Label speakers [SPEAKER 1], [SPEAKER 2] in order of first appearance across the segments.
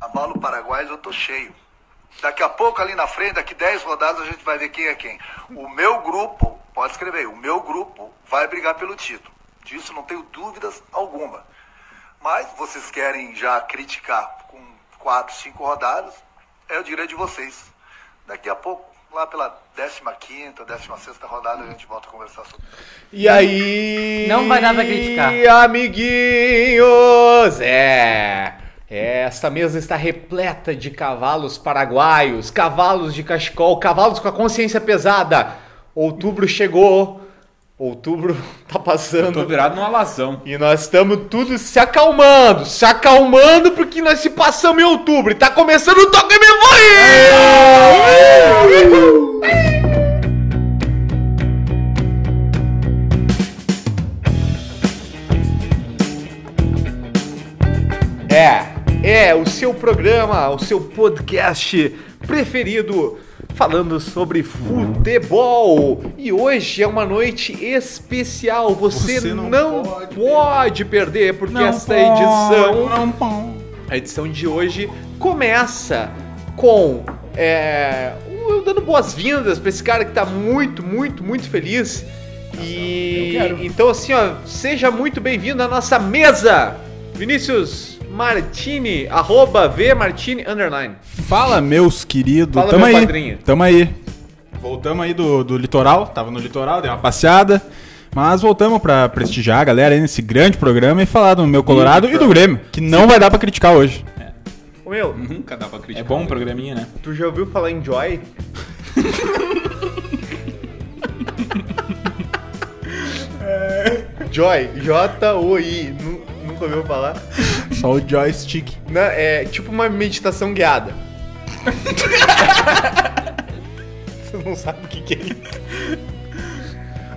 [SPEAKER 1] Avalo Paraguai, eu tô cheio. Daqui a pouco, ali na frente, daqui 10 rodadas, a gente vai ver quem é quem. O meu grupo, pode escrever aí, o meu grupo vai brigar pelo título. Disso não tenho dúvidas alguma. Mas vocês querem já criticar com 4, 5 rodadas, é o direito de vocês. Daqui a pouco, lá pela 15ª, 16ª rodada, a gente volta a conversar sobre
[SPEAKER 2] E aí.
[SPEAKER 3] Não vai dar pra criticar.
[SPEAKER 2] Amiguinhos! É. Esta mesa está repleta de cavalos paraguaios, cavalos de cachecol, cavalos com a consciência pesada. Outubro chegou. Outubro tá
[SPEAKER 4] Eu tô
[SPEAKER 2] passando.
[SPEAKER 4] virado numa
[SPEAKER 5] Então,
[SPEAKER 4] lação.
[SPEAKER 2] E nós estamos tudo se acalmando, se acalmando porque nós se passamos em outubro e tá começando o Toque Me Voe! É, é o seu programa, o seu podcast preferido falando sobre futebol. E hoje é uma noite especial. Você,
[SPEAKER 4] Você
[SPEAKER 2] não,
[SPEAKER 4] não
[SPEAKER 2] pode,
[SPEAKER 4] pode
[SPEAKER 2] perder, porque esta edição, a edição de hoje começa com é, eu dando boas-vindas pra esse cara que tá muito, muito, muito feliz. E
[SPEAKER 4] Eu quero.
[SPEAKER 2] então assim, ó, seja muito bem-vindo à nossa mesa. Vinícius Martini, arroba V Martini underline.
[SPEAKER 4] Fala, meus queridos.
[SPEAKER 2] Fala,
[SPEAKER 4] Tamo
[SPEAKER 2] meu
[SPEAKER 4] aí.
[SPEAKER 2] padrinho.
[SPEAKER 4] Tamo aí. Voltamos aí do, do litoral. Tava no litoral, dei uma passeada. Mas voltamos pra prestigiar a galera aí nesse grande programa e falar do meu Colorado e do Grêmio, que não vai dar pra criticar hoje.
[SPEAKER 2] Ô meu,
[SPEAKER 5] Nunca dá pra criticar.
[SPEAKER 6] É bom um programinha, né?
[SPEAKER 2] tu já ouviu falar em Joy? Joy, J-O-I, nu- nunca ouviu falar?
[SPEAKER 4] Só o joystick.
[SPEAKER 2] Não, é tipo uma meditação guiada. Você não sabe o que, que é isso.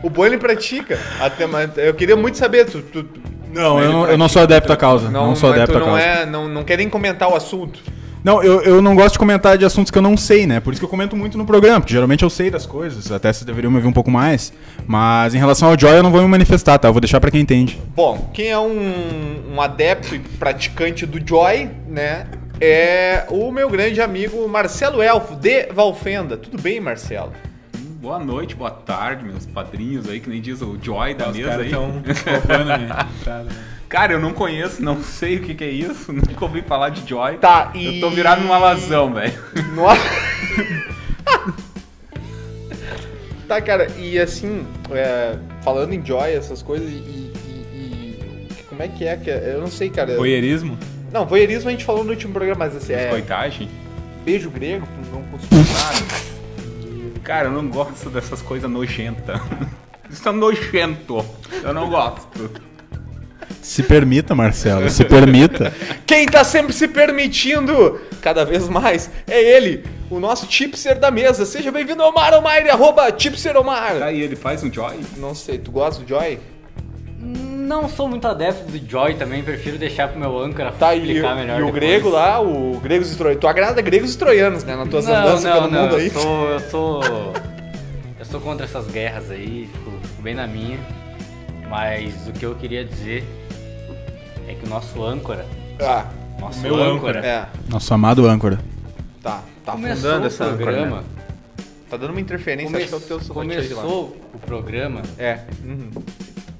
[SPEAKER 2] O Boni pratica. Até, mas eu queria muito saber. Tu, tu-
[SPEAKER 4] Não, eu não, eu não sou adepto à causa. Não, sou
[SPEAKER 2] mas tu
[SPEAKER 4] adepto à
[SPEAKER 2] não,
[SPEAKER 4] causa.
[SPEAKER 2] é, não, não quer nem comentar o assunto.
[SPEAKER 4] Não, eu, eu não gosto de comentar de assuntos que eu não sei, né? Por isso que eu comento muito no programa, porque geralmente eu sei das coisas, até vocês deveriam me ouvir um pouco mais. Mas em relação ao Joy, eu não vou me manifestar, tá? Eu vou deixar pra quem entende.
[SPEAKER 2] Bom, quem é um, um adepto e praticante do Joy, né? É o meu grande amigo Marcelo Elfo, de Valfenda. Tudo bem, Marcelo?
[SPEAKER 5] Boa noite, boa tarde, meus padrinhos aí, que nem diz o Joy da
[SPEAKER 6] Os
[SPEAKER 5] mesa
[SPEAKER 6] caras
[SPEAKER 5] aí.
[SPEAKER 6] estão roubando
[SPEAKER 2] né?
[SPEAKER 6] a minha
[SPEAKER 4] Tá.
[SPEAKER 6] entrada.
[SPEAKER 5] Cara, eu não conheço, não sei o que, que é isso, nunca ouvi falar de Joy.
[SPEAKER 2] Tá, e-
[SPEAKER 5] Eu tô virado numa lazão, velho.
[SPEAKER 2] No ar. tá, cara, e assim, é, falando em Joy, essas coisas, e, e- e- Como é que é? que é? Eu não sei, cara.
[SPEAKER 6] Voyeurismo?
[SPEAKER 2] Não, voyeurismo a gente falou no último programa, mas assim, é.
[SPEAKER 5] Coitagem.
[SPEAKER 2] Beijo grego, tu não consigo nada.
[SPEAKER 5] Cara, eu não gosto dessas coisas nojentas. Isso é nojento. Eu não gosto.
[SPEAKER 4] Se permita, Marcelo, se permita.
[SPEAKER 2] Quem tá sempre se permitindo, cada vez mais, é ele, o nosso tipster da mesa. Seja bem-vindo ao Omar Omar, arroba tipster
[SPEAKER 5] Tá
[SPEAKER 2] Omar.
[SPEAKER 5] aí, ele faz um Joy?
[SPEAKER 2] Não sei, tu gosta do Joy?
[SPEAKER 3] Não sou muito adepto do Joy também, prefiro deixar pro meu âncora
[SPEAKER 2] Tá, e,
[SPEAKER 3] explicar melhor.
[SPEAKER 2] e o
[SPEAKER 3] depois.
[SPEAKER 2] grego lá, o gregos e troianos. Tu agrada gregos e troianos, né? Nas tuas
[SPEAKER 3] Não,
[SPEAKER 2] andanças
[SPEAKER 3] não,
[SPEAKER 2] pelo
[SPEAKER 3] não,
[SPEAKER 2] mundo
[SPEAKER 3] eu
[SPEAKER 2] aí.
[SPEAKER 3] sou, eu sou. Eu sou contra essas guerras aí, fico, fico bem na minha. Mas o que eu queria dizer é que o nosso âncora,
[SPEAKER 2] Ah,
[SPEAKER 3] nosso
[SPEAKER 6] meu
[SPEAKER 3] âncora,
[SPEAKER 2] é.
[SPEAKER 4] Nosso amado âncora.
[SPEAKER 2] Tá, tá
[SPEAKER 3] começou
[SPEAKER 2] afundando
[SPEAKER 3] o
[SPEAKER 2] essa né?
[SPEAKER 3] programa.
[SPEAKER 2] programa. Tá dando uma interferência,
[SPEAKER 3] come-
[SPEAKER 2] acho que é o teu suporte de lá.
[SPEAKER 3] começou o programa
[SPEAKER 2] É. uhum.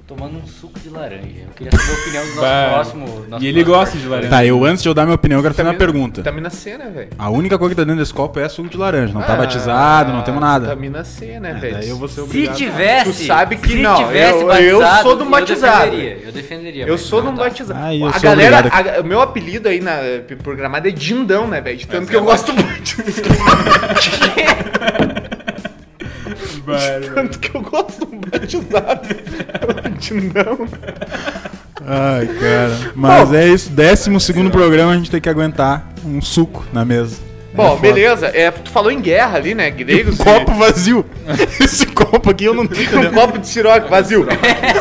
[SPEAKER 3] tomando um suco de laranja. Eu queria saber a opinião do nosso
[SPEAKER 6] Bah.
[SPEAKER 3] próximo. nosso
[SPEAKER 6] E ele
[SPEAKER 3] próximo
[SPEAKER 6] gosta de laranja.
[SPEAKER 4] Tá, eu antes de eu dar minha opinião, eu quero fazer uma pergunta.
[SPEAKER 2] Vitamina C, né, velho?
[SPEAKER 4] A única coisa que tá dentro desse copo é suco de laranja. Não tá
[SPEAKER 2] Ah,
[SPEAKER 4] batizado, não temos nada. É,
[SPEAKER 2] Vitamina C, né, velho?
[SPEAKER 4] Daí eu vou ser
[SPEAKER 3] Se
[SPEAKER 4] obrigado.
[SPEAKER 3] tivesse.
[SPEAKER 2] Tu sabe que
[SPEAKER 3] se
[SPEAKER 2] não,
[SPEAKER 3] Tivesse
[SPEAKER 2] eu- eu
[SPEAKER 3] batizado,
[SPEAKER 2] sou do batizado.
[SPEAKER 3] Eu defenderia. Eu, defenderia,
[SPEAKER 2] Eu
[SPEAKER 3] mas
[SPEAKER 2] sou
[SPEAKER 3] não
[SPEAKER 2] num
[SPEAKER 3] tá.
[SPEAKER 2] batizado.
[SPEAKER 4] Ah, eu
[SPEAKER 2] a
[SPEAKER 4] sou
[SPEAKER 2] galera,
[SPEAKER 4] obrigado.
[SPEAKER 2] a- o meu apelido aí na programada é Dindão, né, velho? De tanto
[SPEAKER 5] Mas
[SPEAKER 2] que eu
[SPEAKER 5] é
[SPEAKER 2] gosto muito. De tanto que eu gosto de um batizado. Dindão.
[SPEAKER 4] Ai, cara. Mas é isso, décimo segundo programa a gente tem que aguentar um suco na mesa. É
[SPEAKER 2] Bom,
[SPEAKER 4] foda.
[SPEAKER 2] beleza. É, tu falou em guerra ali, né? Gregos.
[SPEAKER 4] Um copo vazio. Esse copo aqui eu não tenho.
[SPEAKER 2] um copo de siroque vazio.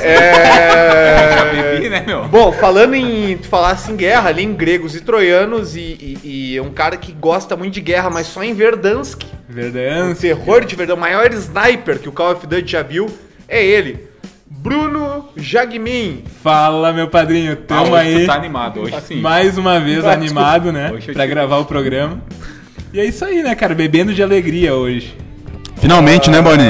[SPEAKER 2] é...
[SPEAKER 5] Bebi, né, meu?
[SPEAKER 2] Bom, falando em. Tu falasse em guerra ali, em gregos e troianos, e, e, e é um cara que gosta muito de guerra, mas só em Verdansk.
[SPEAKER 6] Verdade.
[SPEAKER 2] Um terror de Verdansk, o maior sniper que o Call of Duty já viu é ele. Bruno Jagmin.
[SPEAKER 6] Fala, meu padrinho.
[SPEAKER 5] Ah,
[SPEAKER 6] Tamo
[SPEAKER 5] hoje
[SPEAKER 6] aí.
[SPEAKER 5] tu tá animado, hoje sim.
[SPEAKER 6] Mais uma vez
[SPEAKER 2] Tá,
[SPEAKER 6] animado, né?
[SPEAKER 5] Hoje eu
[SPEAKER 6] Pra
[SPEAKER 5] te-
[SPEAKER 6] gravar o programa. E é isso aí, né, cara? Bebendo de alegria hoje.
[SPEAKER 4] Finalmente, né, Boni?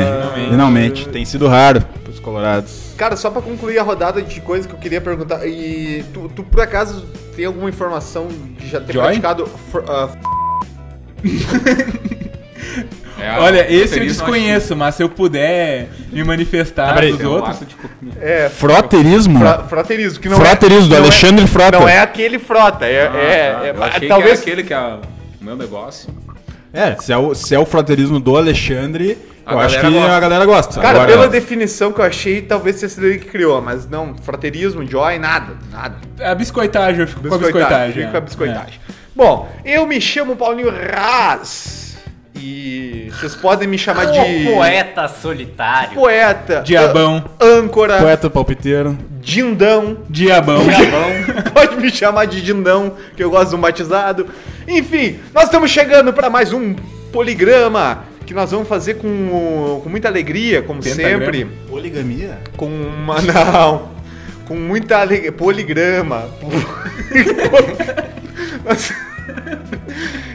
[SPEAKER 4] Finalmente. Tem sido raro pros colorados.
[SPEAKER 2] Cara, só pra concluir a rodada de coisas que eu queria perguntar. E tu, tu, por acaso tem alguma informação de já ter
[SPEAKER 6] Joy?
[SPEAKER 2] praticado fr- ah, f-
[SPEAKER 5] É, Ah,
[SPEAKER 6] Olha, esse eu desconheço, mas se eu puder me manifestar
[SPEAKER 4] peraí,
[SPEAKER 6] dos
[SPEAKER 4] tem um
[SPEAKER 6] outros.
[SPEAKER 5] tipo,
[SPEAKER 2] é,
[SPEAKER 4] Froterismo?
[SPEAKER 2] fra- fraterismo, que não
[SPEAKER 4] Froterismo,
[SPEAKER 2] é,
[SPEAKER 4] do
[SPEAKER 2] não é-
[SPEAKER 4] Alexandre Frota.
[SPEAKER 2] Não é aquele frota, é,
[SPEAKER 5] Ah,
[SPEAKER 2] é, é- talvez
[SPEAKER 5] aquele tá. que é o meu negócio.
[SPEAKER 4] É, se é o, se é o froterismo do Alexandre,
[SPEAKER 5] A
[SPEAKER 4] eu acho que
[SPEAKER 5] galera gosta.
[SPEAKER 4] a galera gosta.
[SPEAKER 2] Cara,
[SPEAKER 4] Agora,
[SPEAKER 2] pela definição que eu achei, talvez seja ele que criou, mas não, fraterismo, joy, nada, nada.
[SPEAKER 6] A biscoitagem, eu fico com a biscoitagem.
[SPEAKER 2] Fica com a
[SPEAKER 6] é.
[SPEAKER 2] biscoitagem. Bom, eu me chamo Paulinho Raz e vocês podem me chamar de
[SPEAKER 3] O poeta solitário.
[SPEAKER 2] poeta,
[SPEAKER 6] Ah, Diabão.
[SPEAKER 2] ã- âncora,
[SPEAKER 4] poeta palpiteiro.
[SPEAKER 2] dindão.
[SPEAKER 6] Diabão.
[SPEAKER 2] Pode me chamar de Dindão, que eu gosto de um batizado. Enfim, nós estamos chegando para mais um poligrama que nós vamos fazer com, com muita alegria, como
[SPEAKER 6] Pentagrama.
[SPEAKER 2] sempre.
[SPEAKER 4] Poligamia?
[SPEAKER 2] Com uma. Não. Com muita alegria. Poligrama. Nós-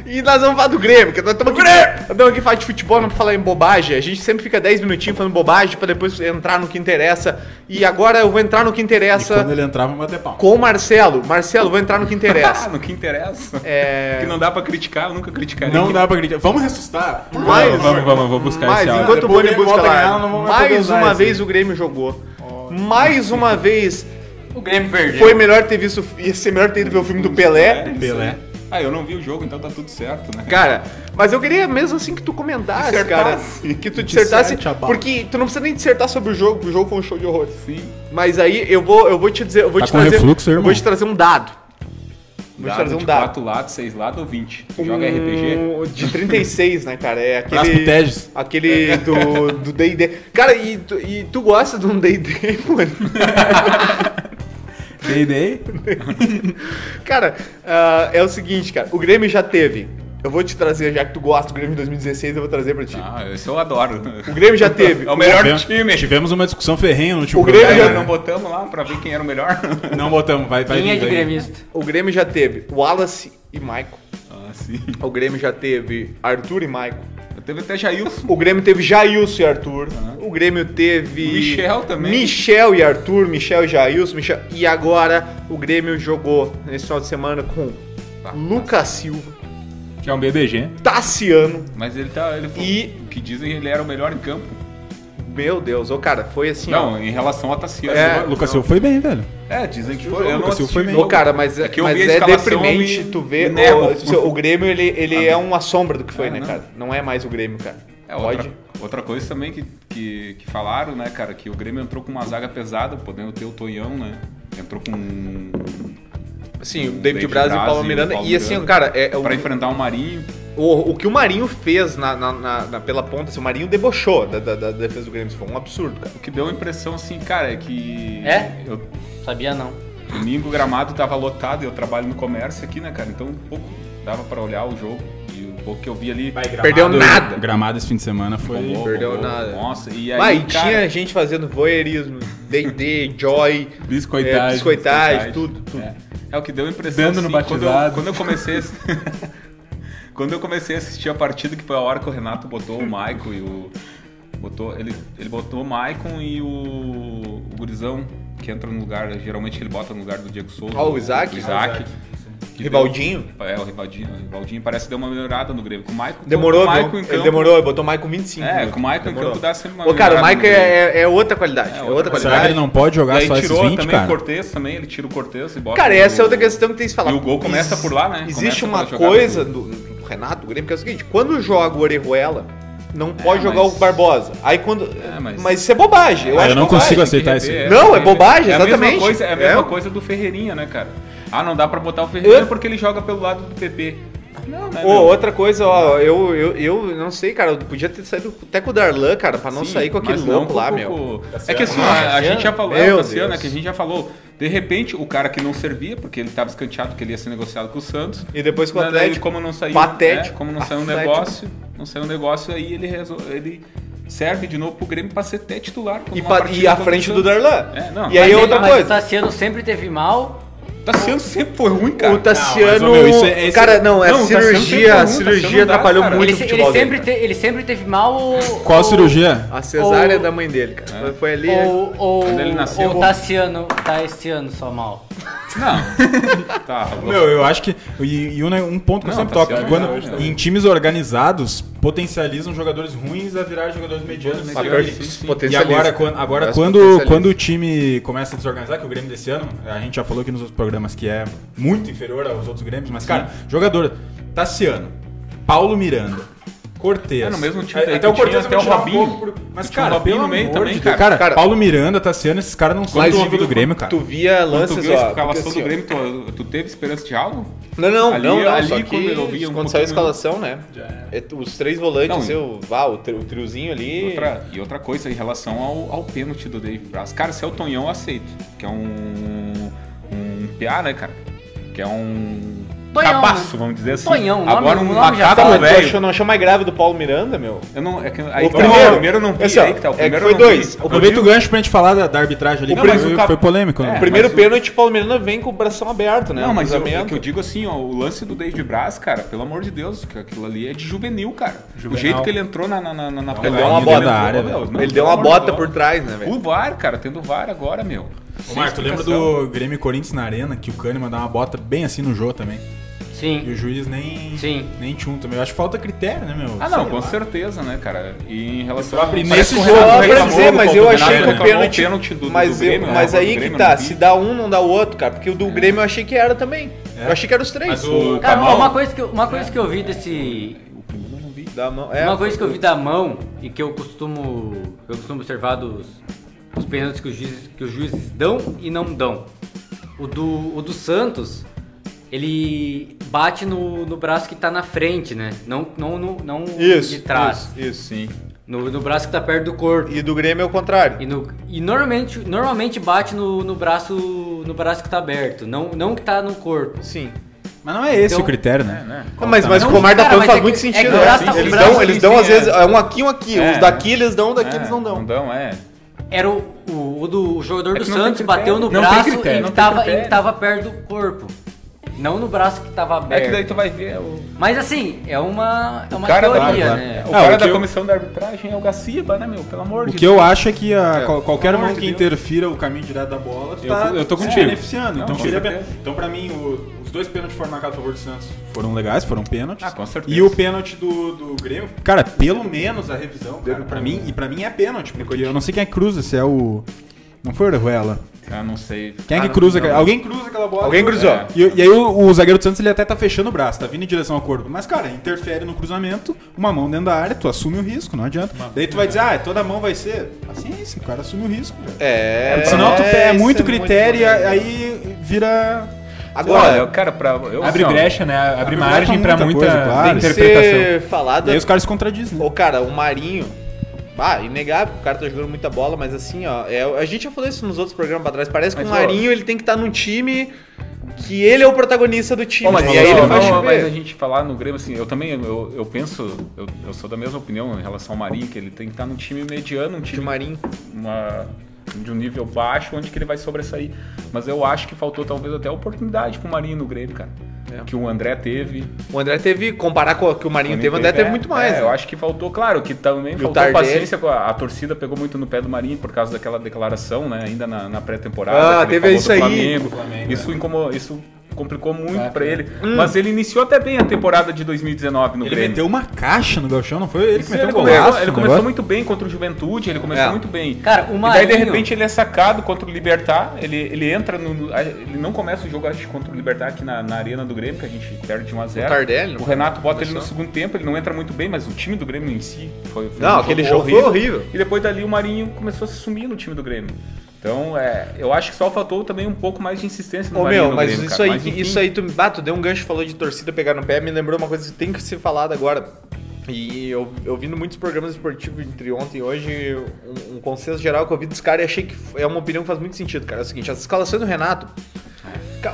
[SPEAKER 2] E nós vamos falar do Grêmio, porque nós estamos aqui, nós tamo aqui falar de futebol, não pra falar em bobagem. A gente sempre fica 10 minutinhos falando bobagem pra depois entrar no que interessa. E agora eu vou entrar no que interessa
[SPEAKER 4] Quando ele entrar, vamos bater pau.
[SPEAKER 2] com o Marcelo. Marcelo, vou entrar no que
[SPEAKER 5] Ah,
[SPEAKER 2] interessa.
[SPEAKER 5] no que interessa.
[SPEAKER 2] É.
[SPEAKER 5] Que não dá pra criticar, eu nunca criticaria.
[SPEAKER 4] Não
[SPEAKER 5] Que-
[SPEAKER 4] dá pra gritar. Vamos ressuscitar. por
[SPEAKER 2] Mas-
[SPEAKER 4] favor.
[SPEAKER 6] vamos, vamos, vou buscar
[SPEAKER 2] Mas
[SPEAKER 6] esse áudio.
[SPEAKER 2] enquanto o
[SPEAKER 4] Depois
[SPEAKER 2] Boni
[SPEAKER 4] ele
[SPEAKER 2] busca
[SPEAKER 4] volta a
[SPEAKER 2] lá,
[SPEAKER 4] ganhar, não vamos poder
[SPEAKER 2] mais
[SPEAKER 4] usar
[SPEAKER 2] uma
[SPEAKER 4] esse.
[SPEAKER 2] vez o Grêmio jogou. Mais uma vez
[SPEAKER 3] O Grêmio perdeu.
[SPEAKER 2] foi melhor ter visto. Ia ser melhor ter ido ver o filme do Pelé.
[SPEAKER 4] Pelé.
[SPEAKER 5] Ah, eu não vi o jogo, então tá tudo certo, né?
[SPEAKER 2] Cara, mas eu queria mesmo assim que tu comentasse, cara. Que tu dissertasse.
[SPEAKER 4] Disserte a bala.
[SPEAKER 2] Porque tu não precisa nem dissertar sobre o jogo, porque o jogo foi um show de horror.
[SPEAKER 5] Sim.
[SPEAKER 2] Mas aí eu vou, eu vou te dizer, eu vou
[SPEAKER 4] Tá
[SPEAKER 2] te
[SPEAKER 4] com
[SPEAKER 2] trazer.
[SPEAKER 4] refluxo,
[SPEAKER 2] eu vou
[SPEAKER 4] irmão?
[SPEAKER 2] te trazer um dado. Vou te
[SPEAKER 5] Dado
[SPEAKER 2] trazer
[SPEAKER 5] de
[SPEAKER 2] um dado.
[SPEAKER 5] 4 lados, 6 lados ou 20. Tu Joga RPG.
[SPEAKER 2] Um De 36, né, cara? É
[SPEAKER 4] Abraço pro
[SPEAKER 2] aquele.
[SPEAKER 4] Teges.
[SPEAKER 2] Aquele do do D&D. cara, e tu, e tu gosta de um D&D, mano?
[SPEAKER 6] Dei, dei.
[SPEAKER 2] Cara, ah, é o seguinte, cara. O Grêmio já teve. Eu vou te trazer, já que tu gosta do Grêmio 2016, eu vou trazer pra ti.
[SPEAKER 5] Ah, esse eu adoro.
[SPEAKER 2] O Grêmio já teve.
[SPEAKER 5] É o melhor
[SPEAKER 4] Tivemos-
[SPEAKER 5] time.
[SPEAKER 4] Tivemos uma discussão ferrenha no último né?
[SPEAKER 2] O Grêmio
[SPEAKER 5] É,
[SPEAKER 2] já-
[SPEAKER 5] mas não botamos lá pra ver quem era o melhor.
[SPEAKER 4] Não botamos, vai, vai.
[SPEAKER 3] Quem é de
[SPEAKER 4] vai.
[SPEAKER 3] gremista?
[SPEAKER 2] O Grêmio já teve Wallace e Michael.
[SPEAKER 5] Ah, sim.
[SPEAKER 2] O Grêmio já teve Arthur e Michael.
[SPEAKER 5] Eu teve até Jailson.
[SPEAKER 2] O Grêmio teve Jailson e Arthur. O Grêmio teve.
[SPEAKER 5] Michel também.
[SPEAKER 2] Michel e Arthur, Michel e Jailson. Michel... E agora o Grêmio jogou nesse final de semana com
[SPEAKER 5] Tá.
[SPEAKER 2] Lucas Silva,
[SPEAKER 6] Que é um BDG.
[SPEAKER 2] Tassiano.
[SPEAKER 5] Mas ele tá. Ele foi,
[SPEAKER 2] E-
[SPEAKER 5] o Que dizem que ele era o melhor em campo.
[SPEAKER 2] Meu Deus, ô cara, foi assim. ó.
[SPEAKER 5] Não, em relação a Tassiano.
[SPEAKER 2] É.
[SPEAKER 4] Lucas Silva foi bem, velho.
[SPEAKER 5] É, dizem que foi. Eu não
[SPEAKER 4] Lucas
[SPEAKER 5] assisti
[SPEAKER 4] Silva foi
[SPEAKER 5] o
[SPEAKER 4] bem.
[SPEAKER 5] jogo.
[SPEAKER 2] Ô, cara, mas,
[SPEAKER 5] É que eu
[SPEAKER 2] mas
[SPEAKER 5] vi a
[SPEAKER 2] é
[SPEAKER 5] escalação
[SPEAKER 2] deprimente
[SPEAKER 5] e-
[SPEAKER 2] tu ver.
[SPEAKER 5] e nego. né?
[SPEAKER 2] o- seu- O, Grêmio, ele, ele é uma sombra do que foi,
[SPEAKER 5] Ah,
[SPEAKER 2] né,
[SPEAKER 5] não.
[SPEAKER 2] cara? Não é mais o Grêmio, cara.
[SPEAKER 5] É,
[SPEAKER 2] Pode.
[SPEAKER 5] outra, outra coisa também que, que, que falaram, né, cara, que o Grêmio entrou com uma zaga pesada, podendo ter o Tonhão, né? Entrou com. um,
[SPEAKER 2] Sim, o
[SPEAKER 5] com
[SPEAKER 2] David Braz e o Paulo Miranda.
[SPEAKER 5] Paulo
[SPEAKER 2] E assim,
[SPEAKER 5] Miranda
[SPEAKER 2] cara, é, é o-
[SPEAKER 5] Pra enfrentar o Marinho.
[SPEAKER 2] o, o que o Marinho fez na, na- na- na- pela ponta, assim, o Marinho debochou da, da- da defesa do Grêmio. Isso foi um absurdo, cara.
[SPEAKER 5] O que deu a impressão, assim, cara, é que.
[SPEAKER 3] É?
[SPEAKER 5] Eu,
[SPEAKER 3] Sabia não.
[SPEAKER 5] domingo o gramado tava lotado e eu trabalho no comércio aqui, né, cara? Então um pouco dava pra olhar o jogo. E o pouco que eu vi ali.
[SPEAKER 2] Perdeu nada.
[SPEAKER 4] Gramado esse fim de semana foi.
[SPEAKER 5] bombou,
[SPEAKER 2] perdeu
[SPEAKER 5] bombou.
[SPEAKER 2] nada.
[SPEAKER 5] Nossa, e aí.
[SPEAKER 2] Mas e
[SPEAKER 5] cara,
[SPEAKER 2] tinha gente fazendo voyeurismo, D&D, Joy,
[SPEAKER 6] Biscoitagem.
[SPEAKER 2] é, biscoitagem, tudo, tudo.
[SPEAKER 5] É, é o que deu a impressão. assim,
[SPEAKER 6] Dando no
[SPEAKER 5] quando, eu,
[SPEAKER 6] batizado.
[SPEAKER 5] quando eu comecei. a assi- quando eu comecei a assistir a partida, que foi a hora que o Renato botou o Maicon e o. Botou, ele, ele botou o Maicon e o, o Gurizão, que entra no lugar. Geralmente ele bota no lugar do Diego Souza.
[SPEAKER 2] Ó, o Isaac.
[SPEAKER 5] O Isaac. que
[SPEAKER 2] Rivaldinho.
[SPEAKER 5] deu- é, o Rivaldinho, o Rivaldinho parece que deu uma melhorada no Grêmio. Com o Maicon.
[SPEAKER 2] Demorou,
[SPEAKER 5] com o
[SPEAKER 2] viu?
[SPEAKER 5] Maicon em
[SPEAKER 2] Ele
[SPEAKER 5] campo.
[SPEAKER 2] demorou, botou o Maicon 25.
[SPEAKER 5] É,
[SPEAKER 2] minutos.
[SPEAKER 5] com o Maicon em
[SPEAKER 2] Demorou.
[SPEAKER 5] campo dá sempre uma
[SPEAKER 2] Ô, cara, o
[SPEAKER 5] melhorada no
[SPEAKER 2] Maicon
[SPEAKER 5] Grêmio.
[SPEAKER 2] é, é- é outra qualidade, é outra
[SPEAKER 5] qualidade.
[SPEAKER 4] Será que
[SPEAKER 2] qualidade.
[SPEAKER 4] ele não pode
[SPEAKER 5] E
[SPEAKER 4] jogar
[SPEAKER 5] aí
[SPEAKER 4] só esses
[SPEAKER 5] tirou
[SPEAKER 4] 20,
[SPEAKER 5] também
[SPEAKER 4] cara?
[SPEAKER 5] o Cortez também, ele tira o Cortez e bota.
[SPEAKER 2] Cara, essa é outra
[SPEAKER 5] o-
[SPEAKER 2] questão que tem que se falar.
[SPEAKER 5] E o gol começa por lá, né?
[SPEAKER 2] Existe
[SPEAKER 5] Começa
[SPEAKER 2] uma
[SPEAKER 5] pela jogada
[SPEAKER 2] coisa do, do Renato do Grêmio que é o seguinte: quando joga o Orejuela, não pode jogar
[SPEAKER 5] É, mas-
[SPEAKER 2] o Barbosa. Aí quando.
[SPEAKER 5] É,
[SPEAKER 2] mas...
[SPEAKER 5] mas-
[SPEAKER 2] isso é bobagem. Eu,
[SPEAKER 4] Ah,
[SPEAKER 2] acho
[SPEAKER 4] eu não
[SPEAKER 2] bobagem.
[SPEAKER 4] consigo
[SPEAKER 5] Tem que
[SPEAKER 4] aceitar
[SPEAKER 5] rever,
[SPEAKER 4] esse-
[SPEAKER 5] é.
[SPEAKER 2] Não, é bobagem,
[SPEAKER 5] é A
[SPEAKER 2] exatamente.
[SPEAKER 5] mesma, coisa, é a mesma
[SPEAKER 2] É.
[SPEAKER 5] coisa do Ferreirinha, né, cara? Ah, não dá pra botar o Ferreirinha porque ele joga pelo lado do PP. Não, né?
[SPEAKER 2] Ô,
[SPEAKER 5] meu?
[SPEAKER 2] outra coisa, ó, eu, eu, eu não sei, cara, eu podia ter saído até com o Darlan, cara, pra não
[SPEAKER 5] Sim,
[SPEAKER 2] sair com aquele
[SPEAKER 5] mas não
[SPEAKER 2] louco
[SPEAKER 5] com
[SPEAKER 2] lá,
[SPEAKER 5] o-
[SPEAKER 2] meu.
[SPEAKER 5] com- É que assim, a, a gente já falou, é
[SPEAKER 2] Meu
[SPEAKER 5] o Tassiano,
[SPEAKER 2] Deus.
[SPEAKER 5] né, que a gente já falou. De repente, o cara que não servia, porque ele tava escanteado que ele ia ser negociado com o Santos. né,
[SPEAKER 2] E depois com o
[SPEAKER 5] Daí,
[SPEAKER 2] Atlético.
[SPEAKER 5] como não saiu,
[SPEAKER 2] Patético.
[SPEAKER 5] né, como não saiu um
[SPEAKER 2] Atlético.
[SPEAKER 5] negócio, não saiu um negócio, aí ele resolve, ele serve de novo pro Grêmio pra ser até titular. quando
[SPEAKER 2] E,
[SPEAKER 5] uma
[SPEAKER 2] pa-
[SPEAKER 5] partida
[SPEAKER 2] e à
[SPEAKER 5] contra o
[SPEAKER 2] frente do
[SPEAKER 5] Santos.
[SPEAKER 2] Darlan.
[SPEAKER 5] É, não,
[SPEAKER 2] e aí
[SPEAKER 3] Mas ele-
[SPEAKER 2] outra
[SPEAKER 3] mas
[SPEAKER 2] coisa.
[SPEAKER 3] O
[SPEAKER 5] tá-
[SPEAKER 3] Tassiano sempre teve mal.
[SPEAKER 5] Tassiano sempre foi ruim, cara.
[SPEAKER 2] O Tassiano.
[SPEAKER 4] Não, mas, ô, meu, isso é- isso
[SPEAKER 2] cara,
[SPEAKER 4] é-
[SPEAKER 2] não, é
[SPEAKER 5] Não, tá o é- Tassiano tem
[SPEAKER 2] cirurgia.
[SPEAKER 5] problema,
[SPEAKER 2] A
[SPEAKER 5] o
[SPEAKER 2] cirurgia
[SPEAKER 5] Tassiano dá,
[SPEAKER 2] atrapalhou
[SPEAKER 5] cara.
[SPEAKER 2] muito
[SPEAKER 3] Ele,
[SPEAKER 2] o
[SPEAKER 3] se- ele
[SPEAKER 2] futebol
[SPEAKER 3] sempre
[SPEAKER 2] dele. né?
[SPEAKER 3] te- ele sempre teve mal o-
[SPEAKER 4] Qual a cirurgia?
[SPEAKER 2] cara. A cesárea
[SPEAKER 3] o-
[SPEAKER 2] da mãe dele, cara.
[SPEAKER 5] É.
[SPEAKER 2] Foi- Foi ali. é,
[SPEAKER 3] Ou, ou,
[SPEAKER 5] Quando ele nasceu.
[SPEAKER 3] ou o Tassiano tá esse ano só mal.
[SPEAKER 5] Não. tá, vou-
[SPEAKER 4] Meu, eu acho que. E, e um, um ponto que eu
[SPEAKER 5] Não,
[SPEAKER 4] sempre
[SPEAKER 5] tá
[SPEAKER 4] toco:
[SPEAKER 5] certo,
[SPEAKER 4] que quando,
[SPEAKER 5] hoje tá
[SPEAKER 4] em times organizados, potencializam jogadores ruins a virar jogadores medianos.
[SPEAKER 5] Sim,
[SPEAKER 4] medianos.
[SPEAKER 5] sim, sim.
[SPEAKER 4] E
[SPEAKER 2] Potencializa.
[SPEAKER 4] agora, quando, agora
[SPEAKER 2] Mas
[SPEAKER 4] quando,
[SPEAKER 2] potencializa.
[SPEAKER 4] quando o time começa a desorganizar, que é o Grêmio desse ano, a gente já falou aqui nos outros programas que é muito inferior aos outros Grêmios, mas, cara, jogador Tassiano, Paulo Miranda, Cortez.
[SPEAKER 5] É, no mesmo time daí
[SPEAKER 4] até o
[SPEAKER 5] que tinha
[SPEAKER 4] Cortez
[SPEAKER 5] até
[SPEAKER 4] vai
[SPEAKER 5] o
[SPEAKER 4] tirar um
[SPEAKER 5] Robinho.
[SPEAKER 4] pouco pro- Mas,
[SPEAKER 5] Tinha um
[SPEAKER 4] cara,
[SPEAKER 5] Robinho
[SPEAKER 4] pelo
[SPEAKER 5] no meio
[SPEAKER 4] amor
[SPEAKER 5] também,
[SPEAKER 4] de
[SPEAKER 5] cara.
[SPEAKER 4] Deus. cara.
[SPEAKER 2] Cara,
[SPEAKER 4] Paulo Miranda, Tassiano, esses caras não são
[SPEAKER 2] Mas
[SPEAKER 4] do ouvido do Grêmio, cara.
[SPEAKER 2] tu via
[SPEAKER 5] Quando
[SPEAKER 2] lances,
[SPEAKER 5] tu viu a
[SPEAKER 2] ó. porque
[SPEAKER 5] escalação
[SPEAKER 2] assim,
[SPEAKER 5] do
[SPEAKER 2] ó.
[SPEAKER 5] Grêmio, assim, tu, tu teve esperança de algo?
[SPEAKER 2] Não, não,
[SPEAKER 5] Ali-
[SPEAKER 2] não, não.
[SPEAKER 5] ali
[SPEAKER 2] só que
[SPEAKER 5] quando eu vi um
[SPEAKER 2] quando saiu a
[SPEAKER 5] pouquinho-
[SPEAKER 2] escalação, né? é, Os três volantes,
[SPEAKER 5] Não,
[SPEAKER 2] assim, o, vá, o, tri- o triozinho
[SPEAKER 5] E
[SPEAKER 2] ali.
[SPEAKER 5] outra, e outra coisa em relação ao, ao pênalti do David Braz. Cara, se é o Tonhão, eu aceito. Que é um. Um piá, né, cara? Que é um.
[SPEAKER 3] Tonhão,
[SPEAKER 5] cabaço,
[SPEAKER 3] né?
[SPEAKER 5] vamos dizer assim.
[SPEAKER 3] Tonhão,
[SPEAKER 5] Agora
[SPEAKER 3] nome-
[SPEAKER 5] um
[SPEAKER 3] nome já
[SPEAKER 5] macaco
[SPEAKER 2] Tá, mas tu
[SPEAKER 5] velho.
[SPEAKER 2] achou- não achou mais grave do Paulo Miranda, meu?
[SPEAKER 5] Eu não. É que, aí,
[SPEAKER 2] O
[SPEAKER 5] que tá,
[SPEAKER 2] primeiro-
[SPEAKER 5] o primeiro eu não vi.
[SPEAKER 2] é assim, ó,
[SPEAKER 5] aí que tá, o
[SPEAKER 2] é que
[SPEAKER 5] primeiro eu
[SPEAKER 2] foi
[SPEAKER 5] não vi.
[SPEAKER 2] dois.
[SPEAKER 5] Eu
[SPEAKER 4] Aproveita
[SPEAKER 5] vi-
[SPEAKER 4] o gancho pra gente falar da, da arbitragem ali,
[SPEAKER 5] O
[SPEAKER 4] que
[SPEAKER 5] primeiro-
[SPEAKER 4] foi,
[SPEAKER 5] o cap-
[SPEAKER 4] foi polêmico, né?
[SPEAKER 5] É,
[SPEAKER 2] Primeiro
[SPEAKER 5] mas o-
[SPEAKER 2] pênalti, o Paulo Miranda vem com o bração aberto, né?
[SPEAKER 5] Não, mas eu, é
[SPEAKER 2] Cruzamento.
[SPEAKER 5] que eu digo assim, ó, o lance do David Braz, cara, pelo amor de Deus, que aquilo ali é de juvenil, cara. O jeito que ele entrou na, na, na, na na
[SPEAKER 4] ele
[SPEAKER 5] peladinha,
[SPEAKER 4] deu uma
[SPEAKER 5] tá ele é
[SPEAKER 4] bola
[SPEAKER 5] entrou,
[SPEAKER 4] da área, né?
[SPEAKER 5] meu,
[SPEAKER 4] velho.
[SPEAKER 5] né? não,
[SPEAKER 2] Ele deu
[SPEAKER 5] pelo
[SPEAKER 2] uma
[SPEAKER 5] amor de
[SPEAKER 2] bota
[SPEAKER 5] Deus.
[SPEAKER 2] por trás, né, velho?
[SPEAKER 5] O VAR, cara, tendo VAR agora, meu.
[SPEAKER 4] Tá Ô,
[SPEAKER 5] Sem
[SPEAKER 4] Marco, tu lembra
[SPEAKER 5] explicação.
[SPEAKER 4] do Grêmio e Corinthians na arena, que o Kahneman dá uma bota bem assim no Jô também. E
[SPEAKER 3] Sim.
[SPEAKER 4] o juiz nem,
[SPEAKER 3] Sim.
[SPEAKER 4] nem tchum também. Eu acho que falta critério, né, meu?
[SPEAKER 5] Ah, não,
[SPEAKER 4] Sei
[SPEAKER 5] com
[SPEAKER 4] lá.
[SPEAKER 5] certeza, né, cara? E em relação
[SPEAKER 4] Pra abrir
[SPEAKER 5] Parece
[SPEAKER 4] nesse
[SPEAKER 5] que o Renato
[SPEAKER 4] jogo,
[SPEAKER 5] reclamou
[SPEAKER 2] pra dizer,
[SPEAKER 5] do
[SPEAKER 2] mas
[SPEAKER 5] Paulo
[SPEAKER 2] eu
[SPEAKER 5] Bernardo,
[SPEAKER 2] achei
[SPEAKER 4] achei
[SPEAKER 5] né?
[SPEAKER 2] que o
[SPEAKER 5] Reclamou
[SPEAKER 2] pênalti.
[SPEAKER 5] do- do
[SPEAKER 2] mas eu-
[SPEAKER 5] Grêmio, né?
[SPEAKER 2] mas
[SPEAKER 5] Do
[SPEAKER 2] aí
[SPEAKER 5] Grêmio,
[SPEAKER 2] que
[SPEAKER 5] eu não
[SPEAKER 2] tá,
[SPEAKER 5] vi.
[SPEAKER 2] se dá um, não dá o outro, cara. Porque o do Grêmio eu achei que era também. Eu achei que eram os três.
[SPEAKER 4] Mas o
[SPEAKER 3] Cara,
[SPEAKER 4] Kamal-
[SPEAKER 3] uma coisa que, eu- uma coisa que eu vi desse.
[SPEAKER 2] Da mão. É,
[SPEAKER 3] uma coisa que eu vi da mão e que eu costumo. Eu costumo observar dos, dos pênaltis que os, juízes, que os juízes dão e não dão. O do, o do Santos, ele bate no, no braço que tá na frente, né? Não, não, não, não
[SPEAKER 2] Isso.
[SPEAKER 3] de trás.
[SPEAKER 2] Isso. isso.
[SPEAKER 3] No, no braço que tá perto do corpo.
[SPEAKER 2] E do Grêmio é o contrário.
[SPEAKER 3] E, no- e normalmente, normalmente bate no, no braço no braço que tá aberto, não, não que tá no corpo.
[SPEAKER 2] Sim.
[SPEAKER 4] Mas não é esse
[SPEAKER 3] Então-
[SPEAKER 4] o critério, né?
[SPEAKER 2] Não, mas, mas o que
[SPEAKER 3] Não,
[SPEAKER 2] o Omar tá
[SPEAKER 3] cara,
[SPEAKER 2] falando
[SPEAKER 3] mas
[SPEAKER 2] faz
[SPEAKER 3] é
[SPEAKER 2] muito
[SPEAKER 3] que- é que
[SPEAKER 2] sentido.
[SPEAKER 3] o
[SPEAKER 2] né?
[SPEAKER 3] braço tá- o
[SPEAKER 2] Eles
[SPEAKER 3] braço
[SPEAKER 2] dão,
[SPEAKER 3] sim,
[SPEAKER 2] eles dão
[SPEAKER 5] sim,
[SPEAKER 2] às
[SPEAKER 5] é.
[SPEAKER 2] vezes, é um aqui, um aqui.
[SPEAKER 5] É,
[SPEAKER 2] Os daqui eles dão, daqui eles não
[SPEAKER 5] Não
[SPEAKER 2] dão.
[SPEAKER 5] dão, é.
[SPEAKER 3] Era o, o, o do o jogador
[SPEAKER 5] É
[SPEAKER 3] do
[SPEAKER 5] que não tem
[SPEAKER 3] Santos
[SPEAKER 5] critério.
[SPEAKER 3] bateu no
[SPEAKER 5] Não tem
[SPEAKER 3] braço
[SPEAKER 5] critério,
[SPEAKER 3] e
[SPEAKER 5] não
[SPEAKER 3] que
[SPEAKER 5] tem
[SPEAKER 3] tava, e
[SPEAKER 5] critério.
[SPEAKER 3] que tava perto do corpo. Não no braço que tava
[SPEAKER 5] É
[SPEAKER 3] aberto.
[SPEAKER 5] que daí tu vai ver o
[SPEAKER 3] Mas assim, é uma, é uma
[SPEAKER 5] cara da,
[SPEAKER 3] teoria,
[SPEAKER 4] claro.
[SPEAKER 3] né?
[SPEAKER 5] o
[SPEAKER 4] Ah,
[SPEAKER 5] cara
[SPEAKER 4] o que
[SPEAKER 5] da
[SPEAKER 4] eu-
[SPEAKER 5] comissão da arbitragem é o Gaciba, né, meu? Pelo amor
[SPEAKER 4] O
[SPEAKER 5] de
[SPEAKER 4] que eu acho é que a- qual- qualquer
[SPEAKER 5] Pelo amor
[SPEAKER 4] mão
[SPEAKER 5] de
[SPEAKER 4] que
[SPEAKER 5] Deus.
[SPEAKER 4] interfira o caminho direto da bola tu tá
[SPEAKER 5] Eu- eu tô
[SPEAKER 4] se
[SPEAKER 5] contigo.
[SPEAKER 4] beneficiando.
[SPEAKER 5] Não,
[SPEAKER 4] então,
[SPEAKER 5] com
[SPEAKER 4] seria
[SPEAKER 5] certeza.
[SPEAKER 4] bem- então, pra mim, o- os dois pênaltis foram marcados a favor do Santos foram legais, foram pênaltis.
[SPEAKER 5] Ah, com certeza.
[SPEAKER 4] E o pênalti do, do Grêmio, cara, pelo menos a revisão, cara, pra mim, e pra mim é pênalti, porque eu não sei quem é que cruza, se é o... Não foi o Orejuela.
[SPEAKER 5] Ah, não sei.
[SPEAKER 4] Quem é
[SPEAKER 5] Ah,
[SPEAKER 4] que
[SPEAKER 5] não-
[SPEAKER 4] cruza?
[SPEAKER 5] não-
[SPEAKER 4] aquela- Alguém cruza aquela bola.
[SPEAKER 2] Alguém cruzou.
[SPEAKER 5] É.
[SPEAKER 4] E, e aí o, o zagueiro do Santos ele até tá fechando o braço, tá vindo em direção ao corpo. Mas, cara, interfere no cruzamento, uma mão dentro da área, tu assume o risco, não adianta. Daí tu vai dizer, ah, toda mão vai ser. Paciência, o cara assume o risco, velho.
[SPEAKER 2] É. né?
[SPEAKER 4] Senão tu é,
[SPEAKER 2] isso
[SPEAKER 4] muito critério e
[SPEAKER 2] maneiro.
[SPEAKER 4] aí vira.
[SPEAKER 5] Olha, eu,
[SPEAKER 2] Agora,
[SPEAKER 5] cara, pra. Eu,
[SPEAKER 6] Abre
[SPEAKER 5] assim, ó,
[SPEAKER 6] brecha, né? Abre
[SPEAKER 4] Abre
[SPEAKER 6] margem
[SPEAKER 4] brecha
[SPEAKER 6] pra
[SPEAKER 4] pra muita
[SPEAKER 6] muita
[SPEAKER 4] coisa, claro.
[SPEAKER 6] interpretação.
[SPEAKER 2] você falar
[SPEAKER 4] E
[SPEAKER 2] da
[SPEAKER 4] aí os caras se contradizem, né?
[SPEAKER 2] Ô, cara, o Marinho. Ah, inegável, o cara tá jogando muita bola, mas assim, ó, é, a gente já falou isso nos outros programas pra trás. Parece que
[SPEAKER 5] Mas,
[SPEAKER 2] o
[SPEAKER 5] ó,
[SPEAKER 2] Marinho ele tem que estar num time que ele é o protagonista do time.
[SPEAKER 5] Bom, mas,
[SPEAKER 2] e aí ele
[SPEAKER 5] não,
[SPEAKER 2] vai
[SPEAKER 5] não,
[SPEAKER 2] chover.
[SPEAKER 5] mas a gente falar no Grêmio, assim, eu também, eu, eu penso, eu, eu sou da mesma opinião em relação ao Marinho, que ele tem que estar num time mediano, um
[SPEAKER 2] Que o
[SPEAKER 5] time
[SPEAKER 2] Marinho.
[SPEAKER 5] uma- de um nível baixo, onde que ele vai sobressair. Mas eu acho que faltou talvez até oportunidade pro Marinho no Grêmio, cara.
[SPEAKER 2] É.
[SPEAKER 5] Que o André teve.
[SPEAKER 2] O André teve, comparar com o que o Marinho teve, o André teve
[SPEAKER 5] é,
[SPEAKER 2] muito mais.
[SPEAKER 5] é,
[SPEAKER 2] né?
[SPEAKER 5] Eu acho que faltou, claro, que também faltou
[SPEAKER 2] Tardelli.
[SPEAKER 5] paciência. com A, a torcida pegou muito no pé do Marinho por causa daquela declaração, né? Ainda na, na pré-temporada.
[SPEAKER 2] Ah,
[SPEAKER 5] que
[SPEAKER 2] teve
[SPEAKER 5] ele falou
[SPEAKER 2] isso
[SPEAKER 5] do
[SPEAKER 2] aí.
[SPEAKER 5] Flamengo. isso, incomo- isso complicou muito pra ele.
[SPEAKER 2] Hum.
[SPEAKER 5] Mas ele iniciou até bem a temporada de 2019 no
[SPEAKER 4] Ele
[SPEAKER 5] Grêmio.
[SPEAKER 4] meteu uma caixa no Galchão, não foi? Ele que
[SPEAKER 5] Isso,
[SPEAKER 4] meteu
[SPEAKER 5] ele
[SPEAKER 4] um
[SPEAKER 5] começou,
[SPEAKER 4] golaço.
[SPEAKER 5] ele
[SPEAKER 4] no
[SPEAKER 5] começou
[SPEAKER 4] negócio.
[SPEAKER 5] muito bem contra o Juventude, ele começou
[SPEAKER 2] É.
[SPEAKER 5] muito bem.
[SPEAKER 3] Cara, o
[SPEAKER 5] E daí, de
[SPEAKER 3] Marinho-
[SPEAKER 5] repente, ele é sacado contra o Libertar. Ele, ele entra no. Ele não começa o jogo, acho, contra o Libertar aqui na, na arena do Grêmio, que a gente perde de 1x0.
[SPEAKER 2] O Tardelli, não
[SPEAKER 5] O Renato bota ele
[SPEAKER 2] começou.
[SPEAKER 5] no segundo tempo, ele não entra muito bem, mas o time do Grêmio em si foi. foi um
[SPEAKER 2] Não, aquele jogo foi horrível.
[SPEAKER 5] E depois dali o Marinho começou a se sumir no time do Grêmio. Então, é, eu acho que só faltou também um pouco mais de insistência no
[SPEAKER 2] Ô
[SPEAKER 5] Marinho
[SPEAKER 2] meu,
[SPEAKER 5] no
[SPEAKER 2] mas
[SPEAKER 5] Grêmio,
[SPEAKER 2] isso
[SPEAKER 5] cara.
[SPEAKER 2] aí,
[SPEAKER 5] Mas,
[SPEAKER 2] que-
[SPEAKER 5] enfim,
[SPEAKER 2] isso aí tu, bah, tu deu um gancho, falou de torcida pegar no pé, me lembrou uma coisa que tem que ser falada agora. E eu, eu vi em muitos programas esportivos entre ontem e hoje um, um consenso geral que eu vi dos caras e achei que f- é uma opinião que faz muito sentido, cara. É o seguinte, as escalações do Renato,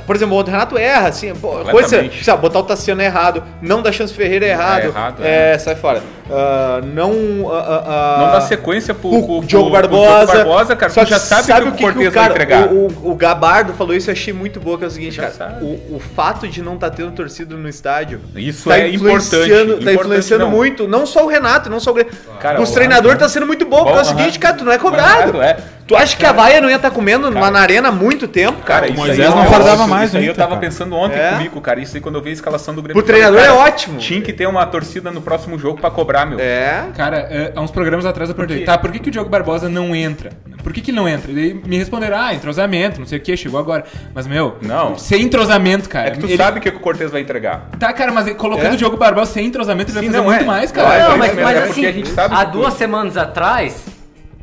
[SPEAKER 2] Por exemplo, o Renato erra, assim, pô, coisa, sabe, botar o Tassiano errado, não dar chance Ferreira errado,
[SPEAKER 5] errado,
[SPEAKER 2] é, sai fora. Ah, não. ah, ah, ah,
[SPEAKER 5] Não dá sequência pro,
[SPEAKER 2] o
[SPEAKER 5] pro- pro-
[SPEAKER 2] Diogo
[SPEAKER 5] pro Diogo
[SPEAKER 2] Barbosa.
[SPEAKER 5] Barbosa, cara.
[SPEAKER 2] Só
[SPEAKER 5] tu já sabe, o que o Cortez vai
[SPEAKER 2] cara-
[SPEAKER 5] entregar.
[SPEAKER 2] O, o- o Gabardo falou isso e eu achei muito boa, que é o seguinte,
[SPEAKER 5] Já
[SPEAKER 2] cara.
[SPEAKER 5] sabe.
[SPEAKER 2] O, o fato de não estar tendo torcido no estádio.
[SPEAKER 5] Isso
[SPEAKER 2] Tá
[SPEAKER 5] é importante.
[SPEAKER 2] influenciando, tá
[SPEAKER 5] importante,
[SPEAKER 2] influenciando
[SPEAKER 5] não.
[SPEAKER 2] muito, não só o Renato, não só o Grêmio.
[SPEAKER 5] Cara,
[SPEAKER 2] Os
[SPEAKER 5] o-
[SPEAKER 2] treinadores tá sendo muito bom, porque é o
[SPEAKER 5] Bom,
[SPEAKER 2] seguinte,
[SPEAKER 5] aham.
[SPEAKER 2] cara, tu não é cobrado.
[SPEAKER 5] Cobrado, é.
[SPEAKER 2] Tu acha que a vaia não ia estar comendo lá na arena há muito tempo, cara?
[SPEAKER 5] Cara, isso
[SPEAKER 4] Moisés
[SPEAKER 5] aí é um
[SPEAKER 4] não
[SPEAKER 5] negócio-
[SPEAKER 4] fardava mais
[SPEAKER 5] Isso
[SPEAKER 4] no
[SPEAKER 5] aí eu
[SPEAKER 4] Inter,
[SPEAKER 5] tava
[SPEAKER 4] cara.
[SPEAKER 5] pensando ontem
[SPEAKER 2] É.
[SPEAKER 5] comigo, cara. Isso aí quando eu vi a escalação do
[SPEAKER 2] Pro
[SPEAKER 5] Grêmio. eu falei,
[SPEAKER 2] treinador
[SPEAKER 5] cara,
[SPEAKER 2] é ótimo.
[SPEAKER 5] Tinha que ter uma torcida no próximo jogo pra cobrar, meu.
[SPEAKER 2] É.
[SPEAKER 6] Cara, é, há uns programas atrás eu perguntei, tá, por que, que o Diogo Barbosa não entra? Por que, que ele não entra? E daí me responderam, ah, entrosamento, não sei o que, chegou agora. Mas, meu,
[SPEAKER 5] Não.
[SPEAKER 6] sem entrosamento, cara.
[SPEAKER 5] É que tu
[SPEAKER 6] Ele-
[SPEAKER 5] sabe o que o Cortez vai entregar.
[SPEAKER 6] Tá, cara, mas colocando
[SPEAKER 2] É?
[SPEAKER 6] o Diogo Barbosa sem entrosamento, ele vai
[SPEAKER 5] Sim,
[SPEAKER 6] fazer
[SPEAKER 5] não
[SPEAKER 6] muito
[SPEAKER 5] é.
[SPEAKER 6] mais,
[SPEAKER 5] Não,
[SPEAKER 6] cara.
[SPEAKER 5] é
[SPEAKER 3] Não, mas,
[SPEAKER 5] isso mesmo,
[SPEAKER 3] mas
[SPEAKER 5] é
[SPEAKER 3] assim,
[SPEAKER 5] porque a gente sabe
[SPEAKER 3] há
[SPEAKER 5] que-
[SPEAKER 3] duas semanas atrás,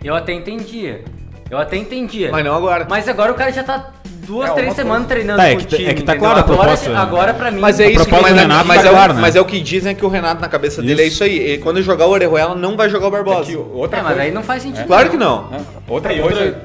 [SPEAKER 3] eu até entendia. Eu até entendia.
[SPEAKER 2] Mas não agora.
[SPEAKER 3] Mas agora o cara já tá duas,
[SPEAKER 5] É, uma
[SPEAKER 3] três
[SPEAKER 5] coisa.
[SPEAKER 3] semanas treinando
[SPEAKER 4] Tá, é
[SPEAKER 3] com
[SPEAKER 4] que
[SPEAKER 3] o
[SPEAKER 4] tá-
[SPEAKER 3] time,
[SPEAKER 4] é que tá
[SPEAKER 3] entendeu?
[SPEAKER 4] clara a
[SPEAKER 3] agora,
[SPEAKER 4] proposta.
[SPEAKER 3] Agora pra mim...
[SPEAKER 2] Mas é isso que
[SPEAKER 4] proposta
[SPEAKER 2] mas,
[SPEAKER 4] do
[SPEAKER 2] é-
[SPEAKER 4] Renato
[SPEAKER 2] mas
[SPEAKER 4] tá
[SPEAKER 2] é, o-
[SPEAKER 4] clara, né?
[SPEAKER 2] mas é o que dizem é que o Renato na cabeça dele é isso aí. Ele, quando jogar o Orejuela, não vai jogar o Barbosa.
[SPEAKER 5] Que outra
[SPEAKER 3] É, mas aí não faz sentido.
[SPEAKER 2] Claro que não.
[SPEAKER 5] Ah, Outra
[SPEAKER 4] Aí,
[SPEAKER 5] coisa.
[SPEAKER 4] outra-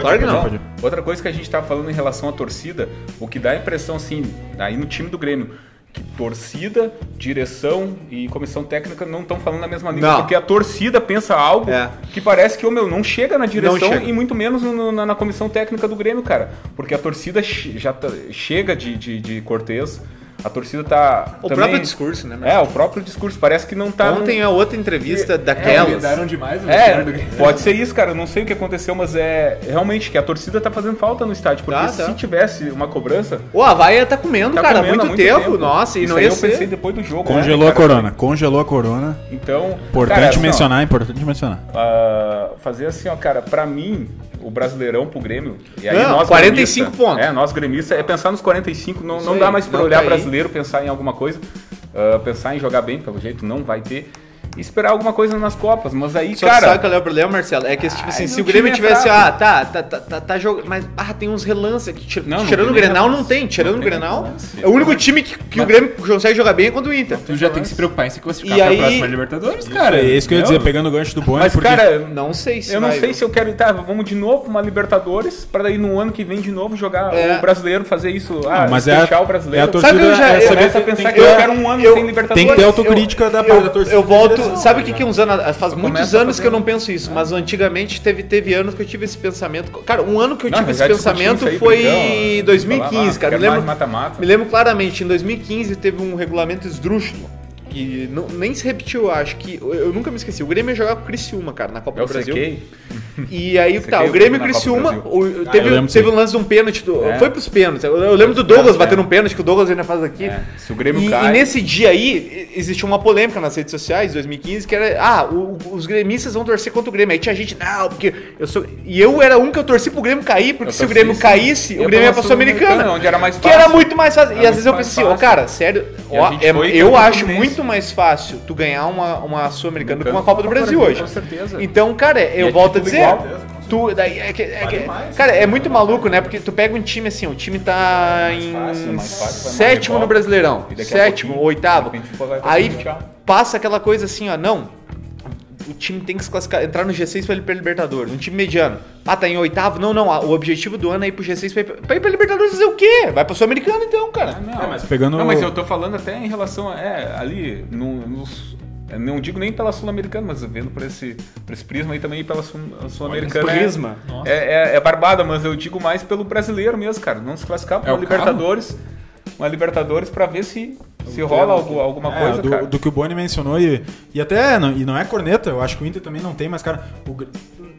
[SPEAKER 2] Claro que não.
[SPEAKER 4] Pode ir.
[SPEAKER 5] Outra coisa que a gente tá falando em relação à torcida, o que dá a impressão, assim, aí no time do Grêmio, que torcida, direção e comissão técnica não estão falando a mesma língua,
[SPEAKER 2] Não.
[SPEAKER 5] porque a torcida pensa algo
[SPEAKER 2] É.
[SPEAKER 5] que parece que, o meu, não chega na direção
[SPEAKER 2] chega.
[SPEAKER 5] e muito menos no- no- na, na comissão técnica do Grêmio, cara. Porque a torcida che- já tá- chega de, de, de Cortez, a torcida tá.
[SPEAKER 2] O
[SPEAKER 5] também-
[SPEAKER 2] próprio discurso, né?
[SPEAKER 5] É, o próprio discurso, parece que não tá. num-
[SPEAKER 2] Ontem é outra entrevista
[SPEAKER 6] me
[SPEAKER 2] daquelas.
[SPEAKER 6] deram demais,
[SPEAKER 4] né?
[SPEAKER 5] é,
[SPEAKER 6] velho.
[SPEAKER 5] pode ser isso, cara. Eu não sei o que aconteceu, mas é realmente que a torcida tá fazendo falta no estádio. Porque
[SPEAKER 2] Tá,
[SPEAKER 5] se
[SPEAKER 2] tá.
[SPEAKER 5] tivesse uma cobrança.
[SPEAKER 2] Ô, a vaia tá comendo,
[SPEAKER 5] tá
[SPEAKER 2] cara, há
[SPEAKER 5] comendo
[SPEAKER 2] muito, tempo. Nossa, e
[SPEAKER 5] Isso
[SPEAKER 2] não
[SPEAKER 5] aí
[SPEAKER 2] ia
[SPEAKER 5] eu pensei
[SPEAKER 2] ser.
[SPEAKER 5] depois do jogo.
[SPEAKER 4] Congelou
[SPEAKER 5] né,
[SPEAKER 4] a
[SPEAKER 5] cara?
[SPEAKER 4] corona. Congelou a corona.
[SPEAKER 5] Então.
[SPEAKER 4] Importante
[SPEAKER 5] cara, assim, ó,
[SPEAKER 4] mencionar, importante mencionar.
[SPEAKER 5] ah, fazer assim, ó, cara, pra mim, o Brasileirão pro Grêmio. E aí
[SPEAKER 2] Não,
[SPEAKER 5] nós
[SPEAKER 2] 45
[SPEAKER 5] gremista-
[SPEAKER 2] pontos.
[SPEAKER 5] É, nós gremista, é pensar nos 45, não,
[SPEAKER 2] Isso
[SPEAKER 5] não
[SPEAKER 2] aí,
[SPEAKER 5] dá mais pra
[SPEAKER 2] não
[SPEAKER 5] olhar
[SPEAKER 2] cair.
[SPEAKER 5] brasileiro, pensar em alguma coisa, ah, pensar em jogar bem, pelo jeito, não vai ter. E esperar alguma coisa nas Copas, mas aí,
[SPEAKER 2] Só que
[SPEAKER 5] cara.
[SPEAKER 2] sabe qual é o problema, Marcelo? É que, tipo assim,
[SPEAKER 5] Ai,
[SPEAKER 2] se
[SPEAKER 5] meu
[SPEAKER 2] o Grêmio
[SPEAKER 5] time é
[SPEAKER 2] tivesse, ah,
[SPEAKER 5] fraco.
[SPEAKER 2] tá, tá, tá, tá, tá jogando, mas, ah, tem uns relances aqui, tira-
[SPEAKER 5] Não, não
[SPEAKER 2] tirando
[SPEAKER 5] tem
[SPEAKER 2] o
[SPEAKER 5] nem
[SPEAKER 2] Grenal,
[SPEAKER 5] relance.
[SPEAKER 2] não tem, tirando
[SPEAKER 5] Não
[SPEAKER 2] o
[SPEAKER 5] tem
[SPEAKER 2] Grenal,
[SPEAKER 5] relance.
[SPEAKER 2] é o único time que, que o Grêmio consegue jogar bem é contra o Inter.
[SPEAKER 6] Tu já tem que se preocupar em se classificar
[SPEAKER 2] E
[SPEAKER 6] pra
[SPEAKER 2] aí-
[SPEAKER 6] próxima Libertadores, cara.
[SPEAKER 4] é isso que eu ia
[SPEAKER 6] entendeu?
[SPEAKER 4] dizer, pegando o gancho do Boni,
[SPEAKER 5] Mas,
[SPEAKER 4] porque
[SPEAKER 5] cara,
[SPEAKER 2] Não sei se
[SPEAKER 5] Eu não
[SPEAKER 2] vai,
[SPEAKER 5] sei
[SPEAKER 2] viu?
[SPEAKER 5] se eu quero. Tá, vamos de novo uma Libertadores, pra daí no ano que vem de novo jogar
[SPEAKER 2] É.
[SPEAKER 5] o brasileiro, fazer isso. Ah,
[SPEAKER 4] mas é a-
[SPEAKER 5] fechar o
[SPEAKER 4] é
[SPEAKER 5] brasileiro.
[SPEAKER 4] a torcida-
[SPEAKER 2] Sabe que eu já
[SPEAKER 4] é
[SPEAKER 2] eu-
[SPEAKER 4] saber
[SPEAKER 5] Começa a
[SPEAKER 4] se tem
[SPEAKER 5] pensar
[SPEAKER 4] que
[SPEAKER 5] que eu
[SPEAKER 4] ter-
[SPEAKER 5] quero um
[SPEAKER 2] eu-
[SPEAKER 5] ano sem
[SPEAKER 4] É. tem
[SPEAKER 5] Libertadores.
[SPEAKER 4] que ter autocrítica da parte da torcida.
[SPEAKER 2] Eu volto. Sabe o que, que uns anos. ah, Faz muitos
[SPEAKER 5] começa a
[SPEAKER 2] anos
[SPEAKER 5] fazer
[SPEAKER 2] que eu
[SPEAKER 5] um-
[SPEAKER 2] não penso isso, mas antigamente teve, teve anos que eu tive esse pensamento. Cara, um ano que eu
[SPEAKER 5] Não,
[SPEAKER 2] tive
[SPEAKER 5] mas
[SPEAKER 2] esse
[SPEAKER 5] já discutimos
[SPEAKER 2] pensamento
[SPEAKER 5] isso aí,
[SPEAKER 2] foi
[SPEAKER 5] brigão,
[SPEAKER 2] em
[SPEAKER 5] ah,
[SPEAKER 2] 2015, cara.
[SPEAKER 5] falava,
[SPEAKER 2] Me
[SPEAKER 5] quer mais
[SPEAKER 2] lembro,
[SPEAKER 5] mata-mata.
[SPEAKER 2] me lembro claramente, em 2015 teve um regulamento esdrúxulo. Que não- nem se repetiu, eu acho que. Eu, eu nunca me esqueci. O Grêmio ia jogar com o Criciúma, cara, na Copa
[SPEAKER 5] Eu
[SPEAKER 2] do Brasil.
[SPEAKER 5] sequei.
[SPEAKER 2] E aí, tá,
[SPEAKER 5] Sequei
[SPEAKER 2] o Grêmio e
[SPEAKER 5] o Grêmio
[SPEAKER 2] o
[SPEAKER 5] na
[SPEAKER 2] Criciúma.
[SPEAKER 5] Copa Ah,
[SPEAKER 2] o- teve
[SPEAKER 4] eu lembro
[SPEAKER 2] teve
[SPEAKER 4] sim.
[SPEAKER 2] um lance de um pênalti. do-
[SPEAKER 5] É.
[SPEAKER 2] Foi pros pênaltis. Eu, eu lembro do Douglas
[SPEAKER 5] pênaltis,
[SPEAKER 2] batendo
[SPEAKER 5] é.
[SPEAKER 2] um pênalti que o Douglas ainda faz aqui.
[SPEAKER 5] É, se o Grêmio
[SPEAKER 2] e,
[SPEAKER 5] cai-
[SPEAKER 2] e nesse dia aí, e- existiu uma polêmica nas redes sociais, 2015, que era, ah, o- o- os gremistas vão torcer contra o Grêmio. Aí tinha gente, não, porque eu sou. E eu era um que eu torci pro Grêmio cair, porque
[SPEAKER 5] Eu
[SPEAKER 2] se o
[SPEAKER 5] torci,
[SPEAKER 2] Grêmio
[SPEAKER 5] sim.
[SPEAKER 2] caísse,
[SPEAKER 5] Eu
[SPEAKER 2] o Grêmio ia pra
[SPEAKER 5] pra
[SPEAKER 2] Sul-Americana.
[SPEAKER 5] Sul-Americana, onde era mais
[SPEAKER 2] Que
[SPEAKER 5] fácil.
[SPEAKER 2] era muito mais fácil. E
[SPEAKER 5] Era
[SPEAKER 2] às vezes
[SPEAKER 5] muito
[SPEAKER 2] eu
[SPEAKER 5] mais
[SPEAKER 2] pensei assim, ó,
[SPEAKER 5] fácil.
[SPEAKER 2] cara, sério,
[SPEAKER 5] E a
[SPEAKER 2] ó,
[SPEAKER 5] gente
[SPEAKER 2] é-
[SPEAKER 5] foi
[SPEAKER 2] eu
[SPEAKER 5] contra o
[SPEAKER 2] acho
[SPEAKER 5] Fluminense.
[SPEAKER 2] muito mais fácil tu ganhar uma, uma Sul-Americana do que uma
[SPEAKER 5] Sul-Americana.
[SPEAKER 2] Copa do Brasil
[SPEAKER 5] Com
[SPEAKER 2] hoje.
[SPEAKER 5] certeza.
[SPEAKER 2] Então, cara, eu
[SPEAKER 5] é
[SPEAKER 2] volto a
[SPEAKER 5] título
[SPEAKER 2] dizer.
[SPEAKER 5] igual.
[SPEAKER 2] Tu, daí, é que- é que- cara, é muito maluco, né? Porque tu pega um time assim, o time tá em
[SPEAKER 5] fácil, É mais fácil, vai mais
[SPEAKER 2] sétimo
[SPEAKER 5] igual.
[SPEAKER 2] no Brasileirão,
[SPEAKER 5] E daqui a
[SPEAKER 2] sétimo,
[SPEAKER 5] pouquinho,
[SPEAKER 2] oitavo.
[SPEAKER 5] de repente, vai pra
[SPEAKER 2] Aí
[SPEAKER 5] Mundial.
[SPEAKER 2] passa aquela coisa assim, ó, não, o time tem que se classificar, entrar no G6 pra ir pra Libertadores, um time mediano. Ah, tá em oitavo? Não, não, ah, o objetivo do ano é ir pro G6 pra ir pra, pra ir pra Libertadores fazer o quê? Vai pra Sul-Americana então, cara.
[SPEAKER 5] Não,
[SPEAKER 4] É, mas pegando-
[SPEAKER 5] Não, mas eu tô falando até em relação a. É, ali, no- nos. eu Não digo nem pela Sul-Americana, mas vendo por esse, por esse prisma aí também pela Sul- Sul-Americana.
[SPEAKER 2] Olha,
[SPEAKER 5] é-
[SPEAKER 2] prisma.
[SPEAKER 5] É, é, é barbada, mas eu digo mais pelo brasileiro mesmo, cara. Não se classificar pra
[SPEAKER 6] É
[SPEAKER 5] uma
[SPEAKER 6] o
[SPEAKER 5] Libertadores. Uma Libertadores pra ver se, se rola algu- alguma
[SPEAKER 4] É,
[SPEAKER 5] coisa,
[SPEAKER 4] do,
[SPEAKER 5] cara.
[SPEAKER 4] do que o Boni mencionou e, e até não, e não é corneta, eu acho que o Inter também não tem, mas cara, o, Gr-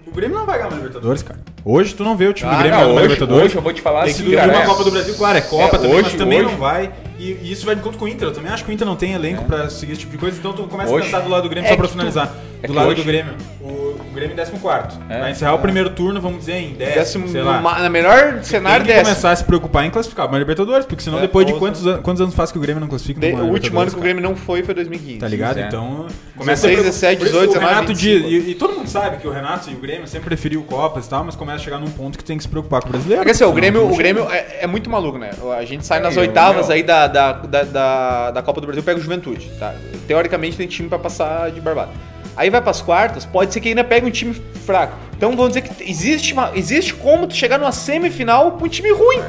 [SPEAKER 4] o Grêmio não vai ganhar uma Libertadores, cara. Hoje tu não vê o time
[SPEAKER 2] Ah,
[SPEAKER 4] do Grêmio
[SPEAKER 5] Cara,
[SPEAKER 4] ganhando uma
[SPEAKER 5] hoje,
[SPEAKER 4] Libertadores.
[SPEAKER 5] hoje eu vou te falar
[SPEAKER 4] Tem
[SPEAKER 5] assim,
[SPEAKER 4] que
[SPEAKER 5] cara.
[SPEAKER 4] uma
[SPEAKER 5] é.
[SPEAKER 4] Copa do Brasil, claro, é Copa
[SPEAKER 5] É,
[SPEAKER 4] também, mas
[SPEAKER 5] hoje-
[SPEAKER 4] também
[SPEAKER 5] hoje- É.
[SPEAKER 4] não vai. E, e isso vai de encontro com o Inter. Eu também acho que o Inter não tem elenco pra seguir esse tipo de coisa, então tu começa
[SPEAKER 5] Hoje-
[SPEAKER 4] a pensar do lado do Grêmio
[SPEAKER 2] É
[SPEAKER 4] só pra
[SPEAKER 2] que tu-
[SPEAKER 4] finalizar.
[SPEAKER 5] é
[SPEAKER 4] do
[SPEAKER 5] que
[SPEAKER 4] lado
[SPEAKER 5] hoje-
[SPEAKER 4] do Grêmio. O o Grêmio em 14.
[SPEAKER 5] É.
[SPEAKER 4] Vai encerrar o primeiro turno, vamos dizer, em décimo,
[SPEAKER 2] Décimo,
[SPEAKER 4] sei lá.
[SPEAKER 2] ma- na melhor cenário
[SPEAKER 4] Tem que
[SPEAKER 2] décimo.
[SPEAKER 4] começar a se preocupar em classificar para Libertadores, porque senão depois de
[SPEAKER 2] ou-
[SPEAKER 4] quantos, an- quantos anos faz que o Grêmio não classifica?
[SPEAKER 2] De-
[SPEAKER 4] numa
[SPEAKER 2] o último ano
[SPEAKER 4] Libertadores,
[SPEAKER 2] que o
[SPEAKER 4] cara?
[SPEAKER 2] Grêmio não foi foi 2015.
[SPEAKER 4] Tá ligado?
[SPEAKER 5] Pois é.
[SPEAKER 4] Então.
[SPEAKER 2] 16,
[SPEAKER 4] preocu-
[SPEAKER 2] 17,
[SPEAKER 4] por isso
[SPEAKER 2] 18,
[SPEAKER 4] o
[SPEAKER 2] 19,
[SPEAKER 4] Renato diz- e, e todo mundo sabe que o Renato e o Grêmio sempre preferiu Copas e tal, mas começa a chegar num ponto que tem que se preocupar com o brasileiro.
[SPEAKER 2] Porque assim, ó, o
[SPEAKER 4] Senão
[SPEAKER 2] Grêmio,
[SPEAKER 4] não
[SPEAKER 2] o
[SPEAKER 4] chega.
[SPEAKER 2] Grêmio é, é muito maluco, né? A gente sai nas
[SPEAKER 5] É, eu-
[SPEAKER 2] oitavas
[SPEAKER 5] meu.
[SPEAKER 2] aí da, da, da, da, da Copa do Brasil, pega o Juventude, tá? Teoricamente tem time pra passar de barbado. Aí vai pras quartas, pode ser que ainda pegue um time fraco. Então vamos dizer que existe, uma, existe como tu chegar numa semifinal com um time ruim.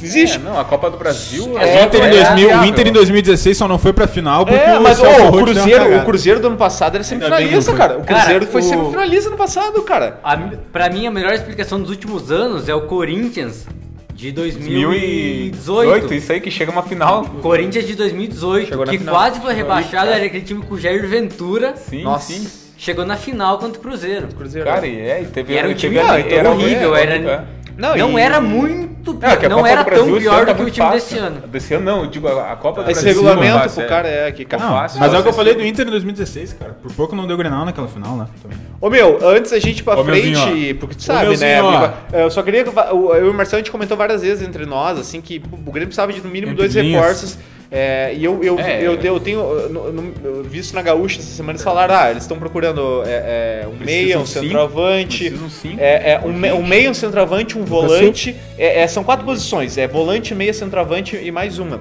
[SPEAKER 2] Existe.
[SPEAKER 5] É, não, a Copa do Brasil. é
[SPEAKER 4] O Inter, em 2000, o Inter em 2016 só não foi pra final porque
[SPEAKER 2] é É, mas ô,
[SPEAKER 4] Celso
[SPEAKER 2] o,
[SPEAKER 4] Roth deu uma
[SPEAKER 2] Cruzeiro, o
[SPEAKER 4] cagada.
[SPEAKER 2] Cruzeiro do ano passado era
[SPEAKER 4] bem que
[SPEAKER 2] semifinalista,
[SPEAKER 4] não
[SPEAKER 2] cara. O
[SPEAKER 3] Cara,
[SPEAKER 2] Cruzeiro foi
[SPEAKER 3] o-
[SPEAKER 2] semifinalista no passado, cara.
[SPEAKER 3] A, pra mim, a melhor explicação dos últimos anos é o Corinthians de 2018.
[SPEAKER 5] 2018, isso aí que chega uma final.
[SPEAKER 3] Corinthians de 2018,
[SPEAKER 5] Chegou na
[SPEAKER 3] que
[SPEAKER 5] final.
[SPEAKER 3] quase foi rebaixado, era aquele time com o Jair Ventura.
[SPEAKER 5] Sim,
[SPEAKER 2] Nossa.
[SPEAKER 5] sim.
[SPEAKER 3] Chegou na final contra o Cruzeiro.
[SPEAKER 5] Cara, e é, e teve
[SPEAKER 3] E era um time
[SPEAKER 5] teve-
[SPEAKER 3] não, era horrível,
[SPEAKER 5] é,
[SPEAKER 3] era,
[SPEAKER 5] é.
[SPEAKER 2] Não,
[SPEAKER 3] não,
[SPEAKER 2] e-
[SPEAKER 3] era muito,
[SPEAKER 5] Não, é que a
[SPEAKER 3] não
[SPEAKER 5] Copa
[SPEAKER 3] era
[SPEAKER 5] do Brasil
[SPEAKER 3] tão
[SPEAKER 5] esse
[SPEAKER 3] pior
[SPEAKER 5] tá
[SPEAKER 3] do que o
[SPEAKER 5] muito
[SPEAKER 3] time
[SPEAKER 5] fácil.
[SPEAKER 3] desse ano.
[SPEAKER 5] Desse ano não, eu digo a a Copa do
[SPEAKER 2] Esse
[SPEAKER 5] Brasil,
[SPEAKER 2] regulamento
[SPEAKER 5] fácil,
[SPEAKER 2] pro cara é que
[SPEAKER 5] Não, fácil,
[SPEAKER 4] mas é o que
[SPEAKER 5] fácil.
[SPEAKER 4] eu falei do Inter em 2016, cara. Por pouco não deu Grenal naquela final, né? Também.
[SPEAKER 2] Ô meu, antes a gente ir pra
[SPEAKER 4] Ô,
[SPEAKER 2] frente,
[SPEAKER 4] meuzinho,
[SPEAKER 2] porque tu
[SPEAKER 4] Ô,
[SPEAKER 2] sabe, né?
[SPEAKER 4] meuzinho, ó.
[SPEAKER 2] Eu só queria. que va- o- Eu e o Marcelo a gente comentou várias vezes entre nós, assim, que pô, o Grêmio precisava de no mínimo
[SPEAKER 6] Entre
[SPEAKER 2] dois
[SPEAKER 6] linhas.
[SPEAKER 2] reforços. é, e eu, eu,
[SPEAKER 5] É.
[SPEAKER 2] eu, eu tenho eu- eu- eu vi isso na Gaúcha essa semana, eles falaram, ah, eles estão procurando é, é, um meia, um
[SPEAKER 5] cinco,
[SPEAKER 2] centroavante.
[SPEAKER 5] Precisam sim.
[SPEAKER 2] É, é, um, me- um meia, um centroavante, um volante. É, é, são quatro posições. É volante, meia, centroavante e mais uma.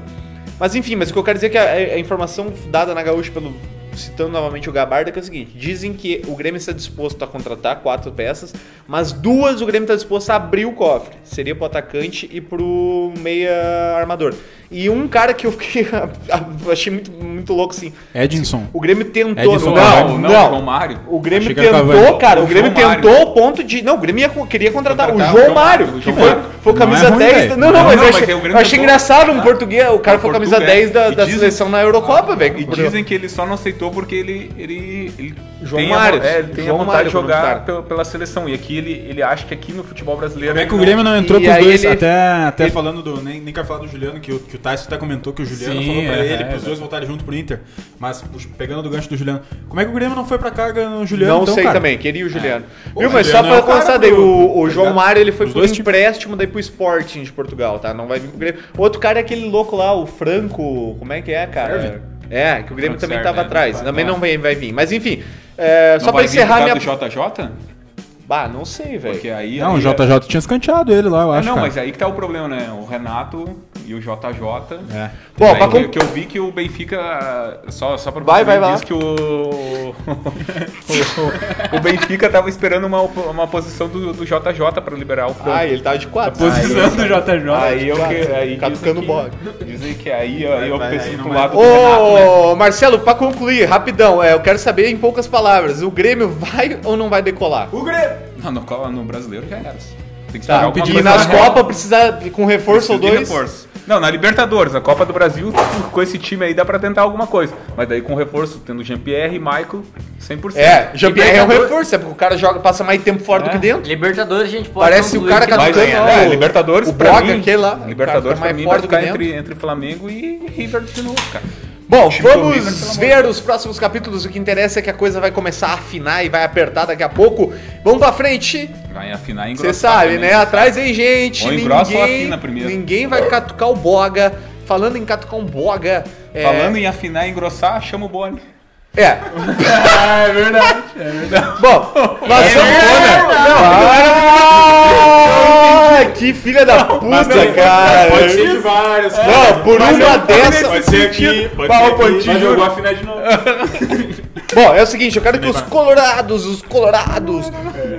[SPEAKER 2] Mas enfim, mas o que eu quero dizer é que a, a informação dada na Gaúcha pelo. Citando novamente o Gabarda, que é o seguinte: dizem que o Grêmio está disposto a contratar quatro peças, mas duas o Grêmio está disposto a abrir o cofre. Seria pro atacante e pro meia armador. E um cara que eu fiquei. achei muito, muito louco assim.
[SPEAKER 4] Edinson.
[SPEAKER 2] O Grêmio tentou.
[SPEAKER 4] Edson
[SPEAKER 2] no-
[SPEAKER 4] Cavani.
[SPEAKER 5] não, João Mário.
[SPEAKER 2] o Grêmio
[SPEAKER 4] Achei que era
[SPEAKER 2] tentou,
[SPEAKER 4] Cavani.
[SPEAKER 2] cara, o
[SPEAKER 5] O
[SPEAKER 2] Grêmio
[SPEAKER 5] João
[SPEAKER 2] tentou o ponto de. Não, o Grêmio ia co- queria contratar, o
[SPEAKER 5] Contratar
[SPEAKER 2] João
[SPEAKER 5] o João
[SPEAKER 2] Mário,
[SPEAKER 5] Mário, o
[SPEAKER 2] que
[SPEAKER 5] João
[SPEAKER 2] foi,
[SPEAKER 5] Mário.
[SPEAKER 2] foi
[SPEAKER 4] Não
[SPEAKER 2] camisa
[SPEAKER 4] é ruim,
[SPEAKER 2] 10.
[SPEAKER 4] velho.
[SPEAKER 2] Não, não,
[SPEAKER 5] Não,
[SPEAKER 2] mas,
[SPEAKER 5] não,
[SPEAKER 2] eu
[SPEAKER 5] mas
[SPEAKER 2] achei,
[SPEAKER 5] é o Grêmio
[SPEAKER 2] eu achei
[SPEAKER 5] tentou.
[SPEAKER 2] engraçado um português, o cara
[SPEAKER 5] Ah,
[SPEAKER 2] foi camisa
[SPEAKER 5] Portugal.
[SPEAKER 2] 10 da,
[SPEAKER 5] E
[SPEAKER 2] da
[SPEAKER 5] dizem- Ah,
[SPEAKER 2] seleção na Eurocopa, velho.
[SPEAKER 5] E dizem que ele só não aceitou porque ele. ele, ele
[SPEAKER 2] João
[SPEAKER 5] tem a vo-
[SPEAKER 2] Mário.
[SPEAKER 5] é, ele tem
[SPEAKER 2] João
[SPEAKER 5] a vontade
[SPEAKER 2] Mário,
[SPEAKER 5] de
[SPEAKER 2] cara.
[SPEAKER 5] jogar pela, pela seleção. E aqui ele, ele acha que aqui no futebol brasileiro.
[SPEAKER 4] Como é que o
[SPEAKER 5] ele
[SPEAKER 4] Grêmio não entrou
[SPEAKER 2] E
[SPEAKER 4] com os
[SPEAKER 2] aí
[SPEAKER 4] dois?
[SPEAKER 2] ele-
[SPEAKER 4] Até, até falando do. Nem, nem quero falar do Juliano, que o, que o Tyson até comentou que o Juliano
[SPEAKER 6] Sim,
[SPEAKER 4] falou pra
[SPEAKER 6] é,
[SPEAKER 4] ele,
[SPEAKER 6] é,
[SPEAKER 4] pros
[SPEAKER 6] é.
[SPEAKER 4] dois voltarem junto pro Inter. Mas puxa, pegando do gancho do Juliano, como é que o Grêmio não foi pra carga no Juliano?
[SPEAKER 2] não
[SPEAKER 4] então,
[SPEAKER 2] sei
[SPEAKER 4] cara?
[SPEAKER 2] também, queria o Juliano.
[SPEAKER 4] O
[SPEAKER 2] Viu, mas
[SPEAKER 4] Juliano
[SPEAKER 2] só
[SPEAKER 4] é
[SPEAKER 2] pra
[SPEAKER 4] o cara
[SPEAKER 2] constar,
[SPEAKER 4] pro-
[SPEAKER 2] daí, o, o
[SPEAKER 4] tá
[SPEAKER 2] João
[SPEAKER 4] ligado?
[SPEAKER 2] Mário ele foi
[SPEAKER 4] Os
[SPEAKER 2] por
[SPEAKER 4] dois times.
[SPEAKER 2] empréstimo daí pro Sporting de Portugal, tá? Não vai vir pro Grêmio. Outro cara é aquele louco lá, o Franco, como é que é, cara? É, que o Grêmio
[SPEAKER 5] Franco
[SPEAKER 2] também
[SPEAKER 5] Serve,
[SPEAKER 2] tava
[SPEAKER 5] né?
[SPEAKER 2] atrás,
[SPEAKER 5] Não
[SPEAKER 2] também
[SPEAKER 5] vai-
[SPEAKER 2] não vai, vai vir. Mas enfim, é,
[SPEAKER 5] não
[SPEAKER 2] só pra
[SPEAKER 5] vai vir
[SPEAKER 2] encerrar
[SPEAKER 5] por
[SPEAKER 2] minha.
[SPEAKER 5] causa do JJ?
[SPEAKER 2] Bah, não sei, velho.
[SPEAKER 5] Porque aí.
[SPEAKER 4] Não,
[SPEAKER 5] aí
[SPEAKER 4] o JJ tinha escanteado ele lá, eu
[SPEAKER 5] É,
[SPEAKER 4] acho.
[SPEAKER 5] não,
[SPEAKER 4] cara.
[SPEAKER 5] mas aí que tá o problema, né? O Renato e o JJ.
[SPEAKER 4] É.
[SPEAKER 2] Bom,
[SPEAKER 5] Aí
[SPEAKER 2] pra
[SPEAKER 5] que,
[SPEAKER 2] com-
[SPEAKER 5] que eu vi que o Benfica. ah, Só, só pra
[SPEAKER 2] Vai, vai, vai
[SPEAKER 5] diz
[SPEAKER 2] lá.
[SPEAKER 5] que o. o, o Benfica tava esperando uma, uma posição do, do JJ pra liberar o Franco.
[SPEAKER 2] Ah, ele tava de Ah, 4.
[SPEAKER 6] Posição do JJ.
[SPEAKER 2] Tá
[SPEAKER 5] Aí eu que. Aí
[SPEAKER 2] Catucando
[SPEAKER 5] dizem
[SPEAKER 2] bola. Tá
[SPEAKER 5] que, dizem que aí, aí eu
[SPEAKER 4] vai,
[SPEAKER 5] pensei
[SPEAKER 4] aí não
[SPEAKER 5] pro
[SPEAKER 4] vai.
[SPEAKER 5] lado do Renato, né?
[SPEAKER 2] Ô, Marcelo, pra concluir, rapidão, é, eu quero saber em poucas palavras, o Grêmio vai ou não vai decolar?
[SPEAKER 4] O Grêmio!
[SPEAKER 5] Não, no, Copa- no brasileiro já era. assim. Tem que esperar
[SPEAKER 2] Tá,
[SPEAKER 5] alguma
[SPEAKER 2] e
[SPEAKER 5] coisa
[SPEAKER 2] nas
[SPEAKER 5] na real.
[SPEAKER 2] Copas precisa com reforço ou
[SPEAKER 5] Precisa de
[SPEAKER 2] dois?
[SPEAKER 5] reforço. Não, na Libertadores, na Copa do Brasil, com esse time aí dá pra tentar alguma coisa. Mas daí com reforço, tendo Jean-Pierre e Michael, 100%.
[SPEAKER 2] É, Jean-Pierre é um
[SPEAKER 5] Libertadores-
[SPEAKER 2] reforço, é porque o cara joga, passa mais tempo fora do
[SPEAKER 5] É.
[SPEAKER 2] que dentro.
[SPEAKER 3] Libertadores, a gente pode
[SPEAKER 2] Parece
[SPEAKER 3] concluir
[SPEAKER 2] o cara
[SPEAKER 3] que
[SPEAKER 2] que
[SPEAKER 3] vai
[SPEAKER 5] Mas,
[SPEAKER 2] Bacana,
[SPEAKER 5] é,
[SPEAKER 2] ó,
[SPEAKER 5] né,
[SPEAKER 2] o-
[SPEAKER 5] Libertadores
[SPEAKER 2] o
[SPEAKER 5] pra
[SPEAKER 2] Braga,
[SPEAKER 5] mim.
[SPEAKER 2] aquele lá, o cara
[SPEAKER 5] Libertadores pra
[SPEAKER 2] fica mais
[SPEAKER 5] mim vai
[SPEAKER 2] forte do que
[SPEAKER 5] ficar
[SPEAKER 2] dentro.
[SPEAKER 5] entre, entre Flamengo e River de novo, cara.
[SPEAKER 2] Bom,
[SPEAKER 5] Time do River, pelo
[SPEAKER 2] vamos
[SPEAKER 5] amor
[SPEAKER 2] ver os próximos capítulos, o que interessa é que a coisa vai começar a afinar e vai apertar daqui a pouco. Vamos pra frente,
[SPEAKER 5] Vai afinar em
[SPEAKER 2] Você sabe, né? Atrás aí, gente.
[SPEAKER 5] Ou engrossa ou afina
[SPEAKER 2] Ninguém,
[SPEAKER 5] primeiro.
[SPEAKER 2] ninguém vai catucar o boga. Falando em catucar um boga. É,
[SPEAKER 5] Falando em afinar e engrossar, chama o Boni.
[SPEAKER 2] É.
[SPEAKER 6] É verdade.
[SPEAKER 2] Bom, nós
[SPEAKER 4] É
[SPEAKER 2] vamos.
[SPEAKER 4] sanfona.
[SPEAKER 2] Ah, que filha da puta, é cara.
[SPEAKER 4] é Pode ser de vários.
[SPEAKER 2] Não, por
[SPEAKER 4] Mas
[SPEAKER 2] uma
[SPEAKER 4] eu-
[SPEAKER 2] dessa.
[SPEAKER 4] Pode ser aqui, pode
[SPEAKER 5] Pau,
[SPEAKER 4] ser
[SPEAKER 5] Pontinho.
[SPEAKER 4] aqui. Jogou a final de novo.
[SPEAKER 2] Bom, é o seguinte, eu quero que os colorados, os colorados,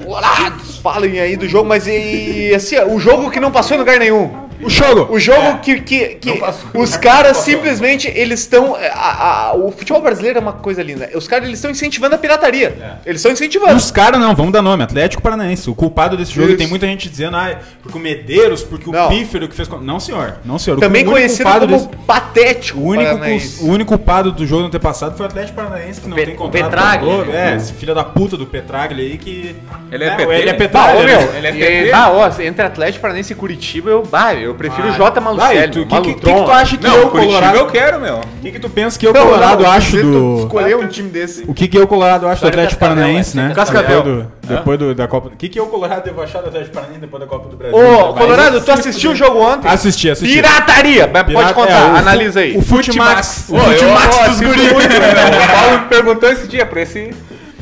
[SPEAKER 2] colorados falem aí do jogo, mas e, assim, ó, o jogo que não passou em lugar nenhum.
[SPEAKER 4] O jogo! É.
[SPEAKER 2] O jogo que, que, que os caras simplesmente eles estão. a- a- a- O futebol brasileiro é uma coisa linda. Os caras eles estão incentivando a pirataria. Eles estão incentivando.
[SPEAKER 4] É. Os caras não, vamos dar nome, Atlético Paranaense. O culpado desse jogo
[SPEAKER 2] Isso.
[SPEAKER 4] tem muita gente dizendo, ah, porque o Medeiros, porque
[SPEAKER 2] Não.
[SPEAKER 4] o Pífero que fez. com- Não, senhor. Não, senhor. O
[SPEAKER 2] Também
[SPEAKER 4] único
[SPEAKER 2] conhecido
[SPEAKER 4] culpado
[SPEAKER 2] como patético.
[SPEAKER 4] O único,
[SPEAKER 2] paranaense.
[SPEAKER 4] cu- o único culpado do jogo no ter passado foi o Atlético Paranaense, que não
[SPEAKER 3] Pe-
[SPEAKER 4] tem
[SPEAKER 3] o
[SPEAKER 4] contrato. com a
[SPEAKER 3] Petraglia.
[SPEAKER 4] Globo. É, esse filho da puta do Petraglia aí que...
[SPEAKER 5] Ele é
[SPEAKER 4] Não,
[SPEAKER 5] PT.
[SPEAKER 4] Ele é
[SPEAKER 2] Bah, ô,
[SPEAKER 4] Petraglia.
[SPEAKER 2] meu,
[SPEAKER 4] né?
[SPEAKER 5] Ele é
[SPEAKER 2] e-
[SPEAKER 5] PT?
[SPEAKER 2] bah, ó, entre Atlético Paranaense e Curitiba, eu, bah, eu prefiro o é Jota
[SPEAKER 4] Vai,
[SPEAKER 2] Malucelli.
[SPEAKER 4] tu,
[SPEAKER 2] O
[SPEAKER 4] que, que, que que tu acha que eu, Colorado...
[SPEAKER 5] eu quero, meu.
[SPEAKER 4] O que, que tu pensa que eu, Colorado, acho do...
[SPEAKER 2] Escolher um time desse.
[SPEAKER 4] O que, que eu, Colorado, acho do Atlético
[SPEAKER 3] Cascavel,
[SPEAKER 4] Paranaense, né?
[SPEAKER 2] Cascavel.
[SPEAKER 4] Depois, do- depois do- da Copa... O que, que eu, Colorado, devo achar do Atlético Paranaense depois da Copa do Brasil?
[SPEAKER 2] Ô,
[SPEAKER 4] Vai,
[SPEAKER 2] Colorado,
[SPEAKER 4] isso- é
[SPEAKER 2] tu assistiu o jogo ontem?
[SPEAKER 4] Assisti, assisti.
[SPEAKER 2] Pirataria! Mas
[SPEAKER 4] Pirata-
[SPEAKER 2] Pode
[SPEAKER 4] é, o
[SPEAKER 2] contar,
[SPEAKER 4] fu-
[SPEAKER 2] analisa aí.
[SPEAKER 4] O Futimax.
[SPEAKER 5] Ô, eu- eu
[SPEAKER 4] dos
[SPEAKER 5] assisto
[SPEAKER 4] guris.
[SPEAKER 5] muito, né? O Paulo me perguntou esse dia pra esse.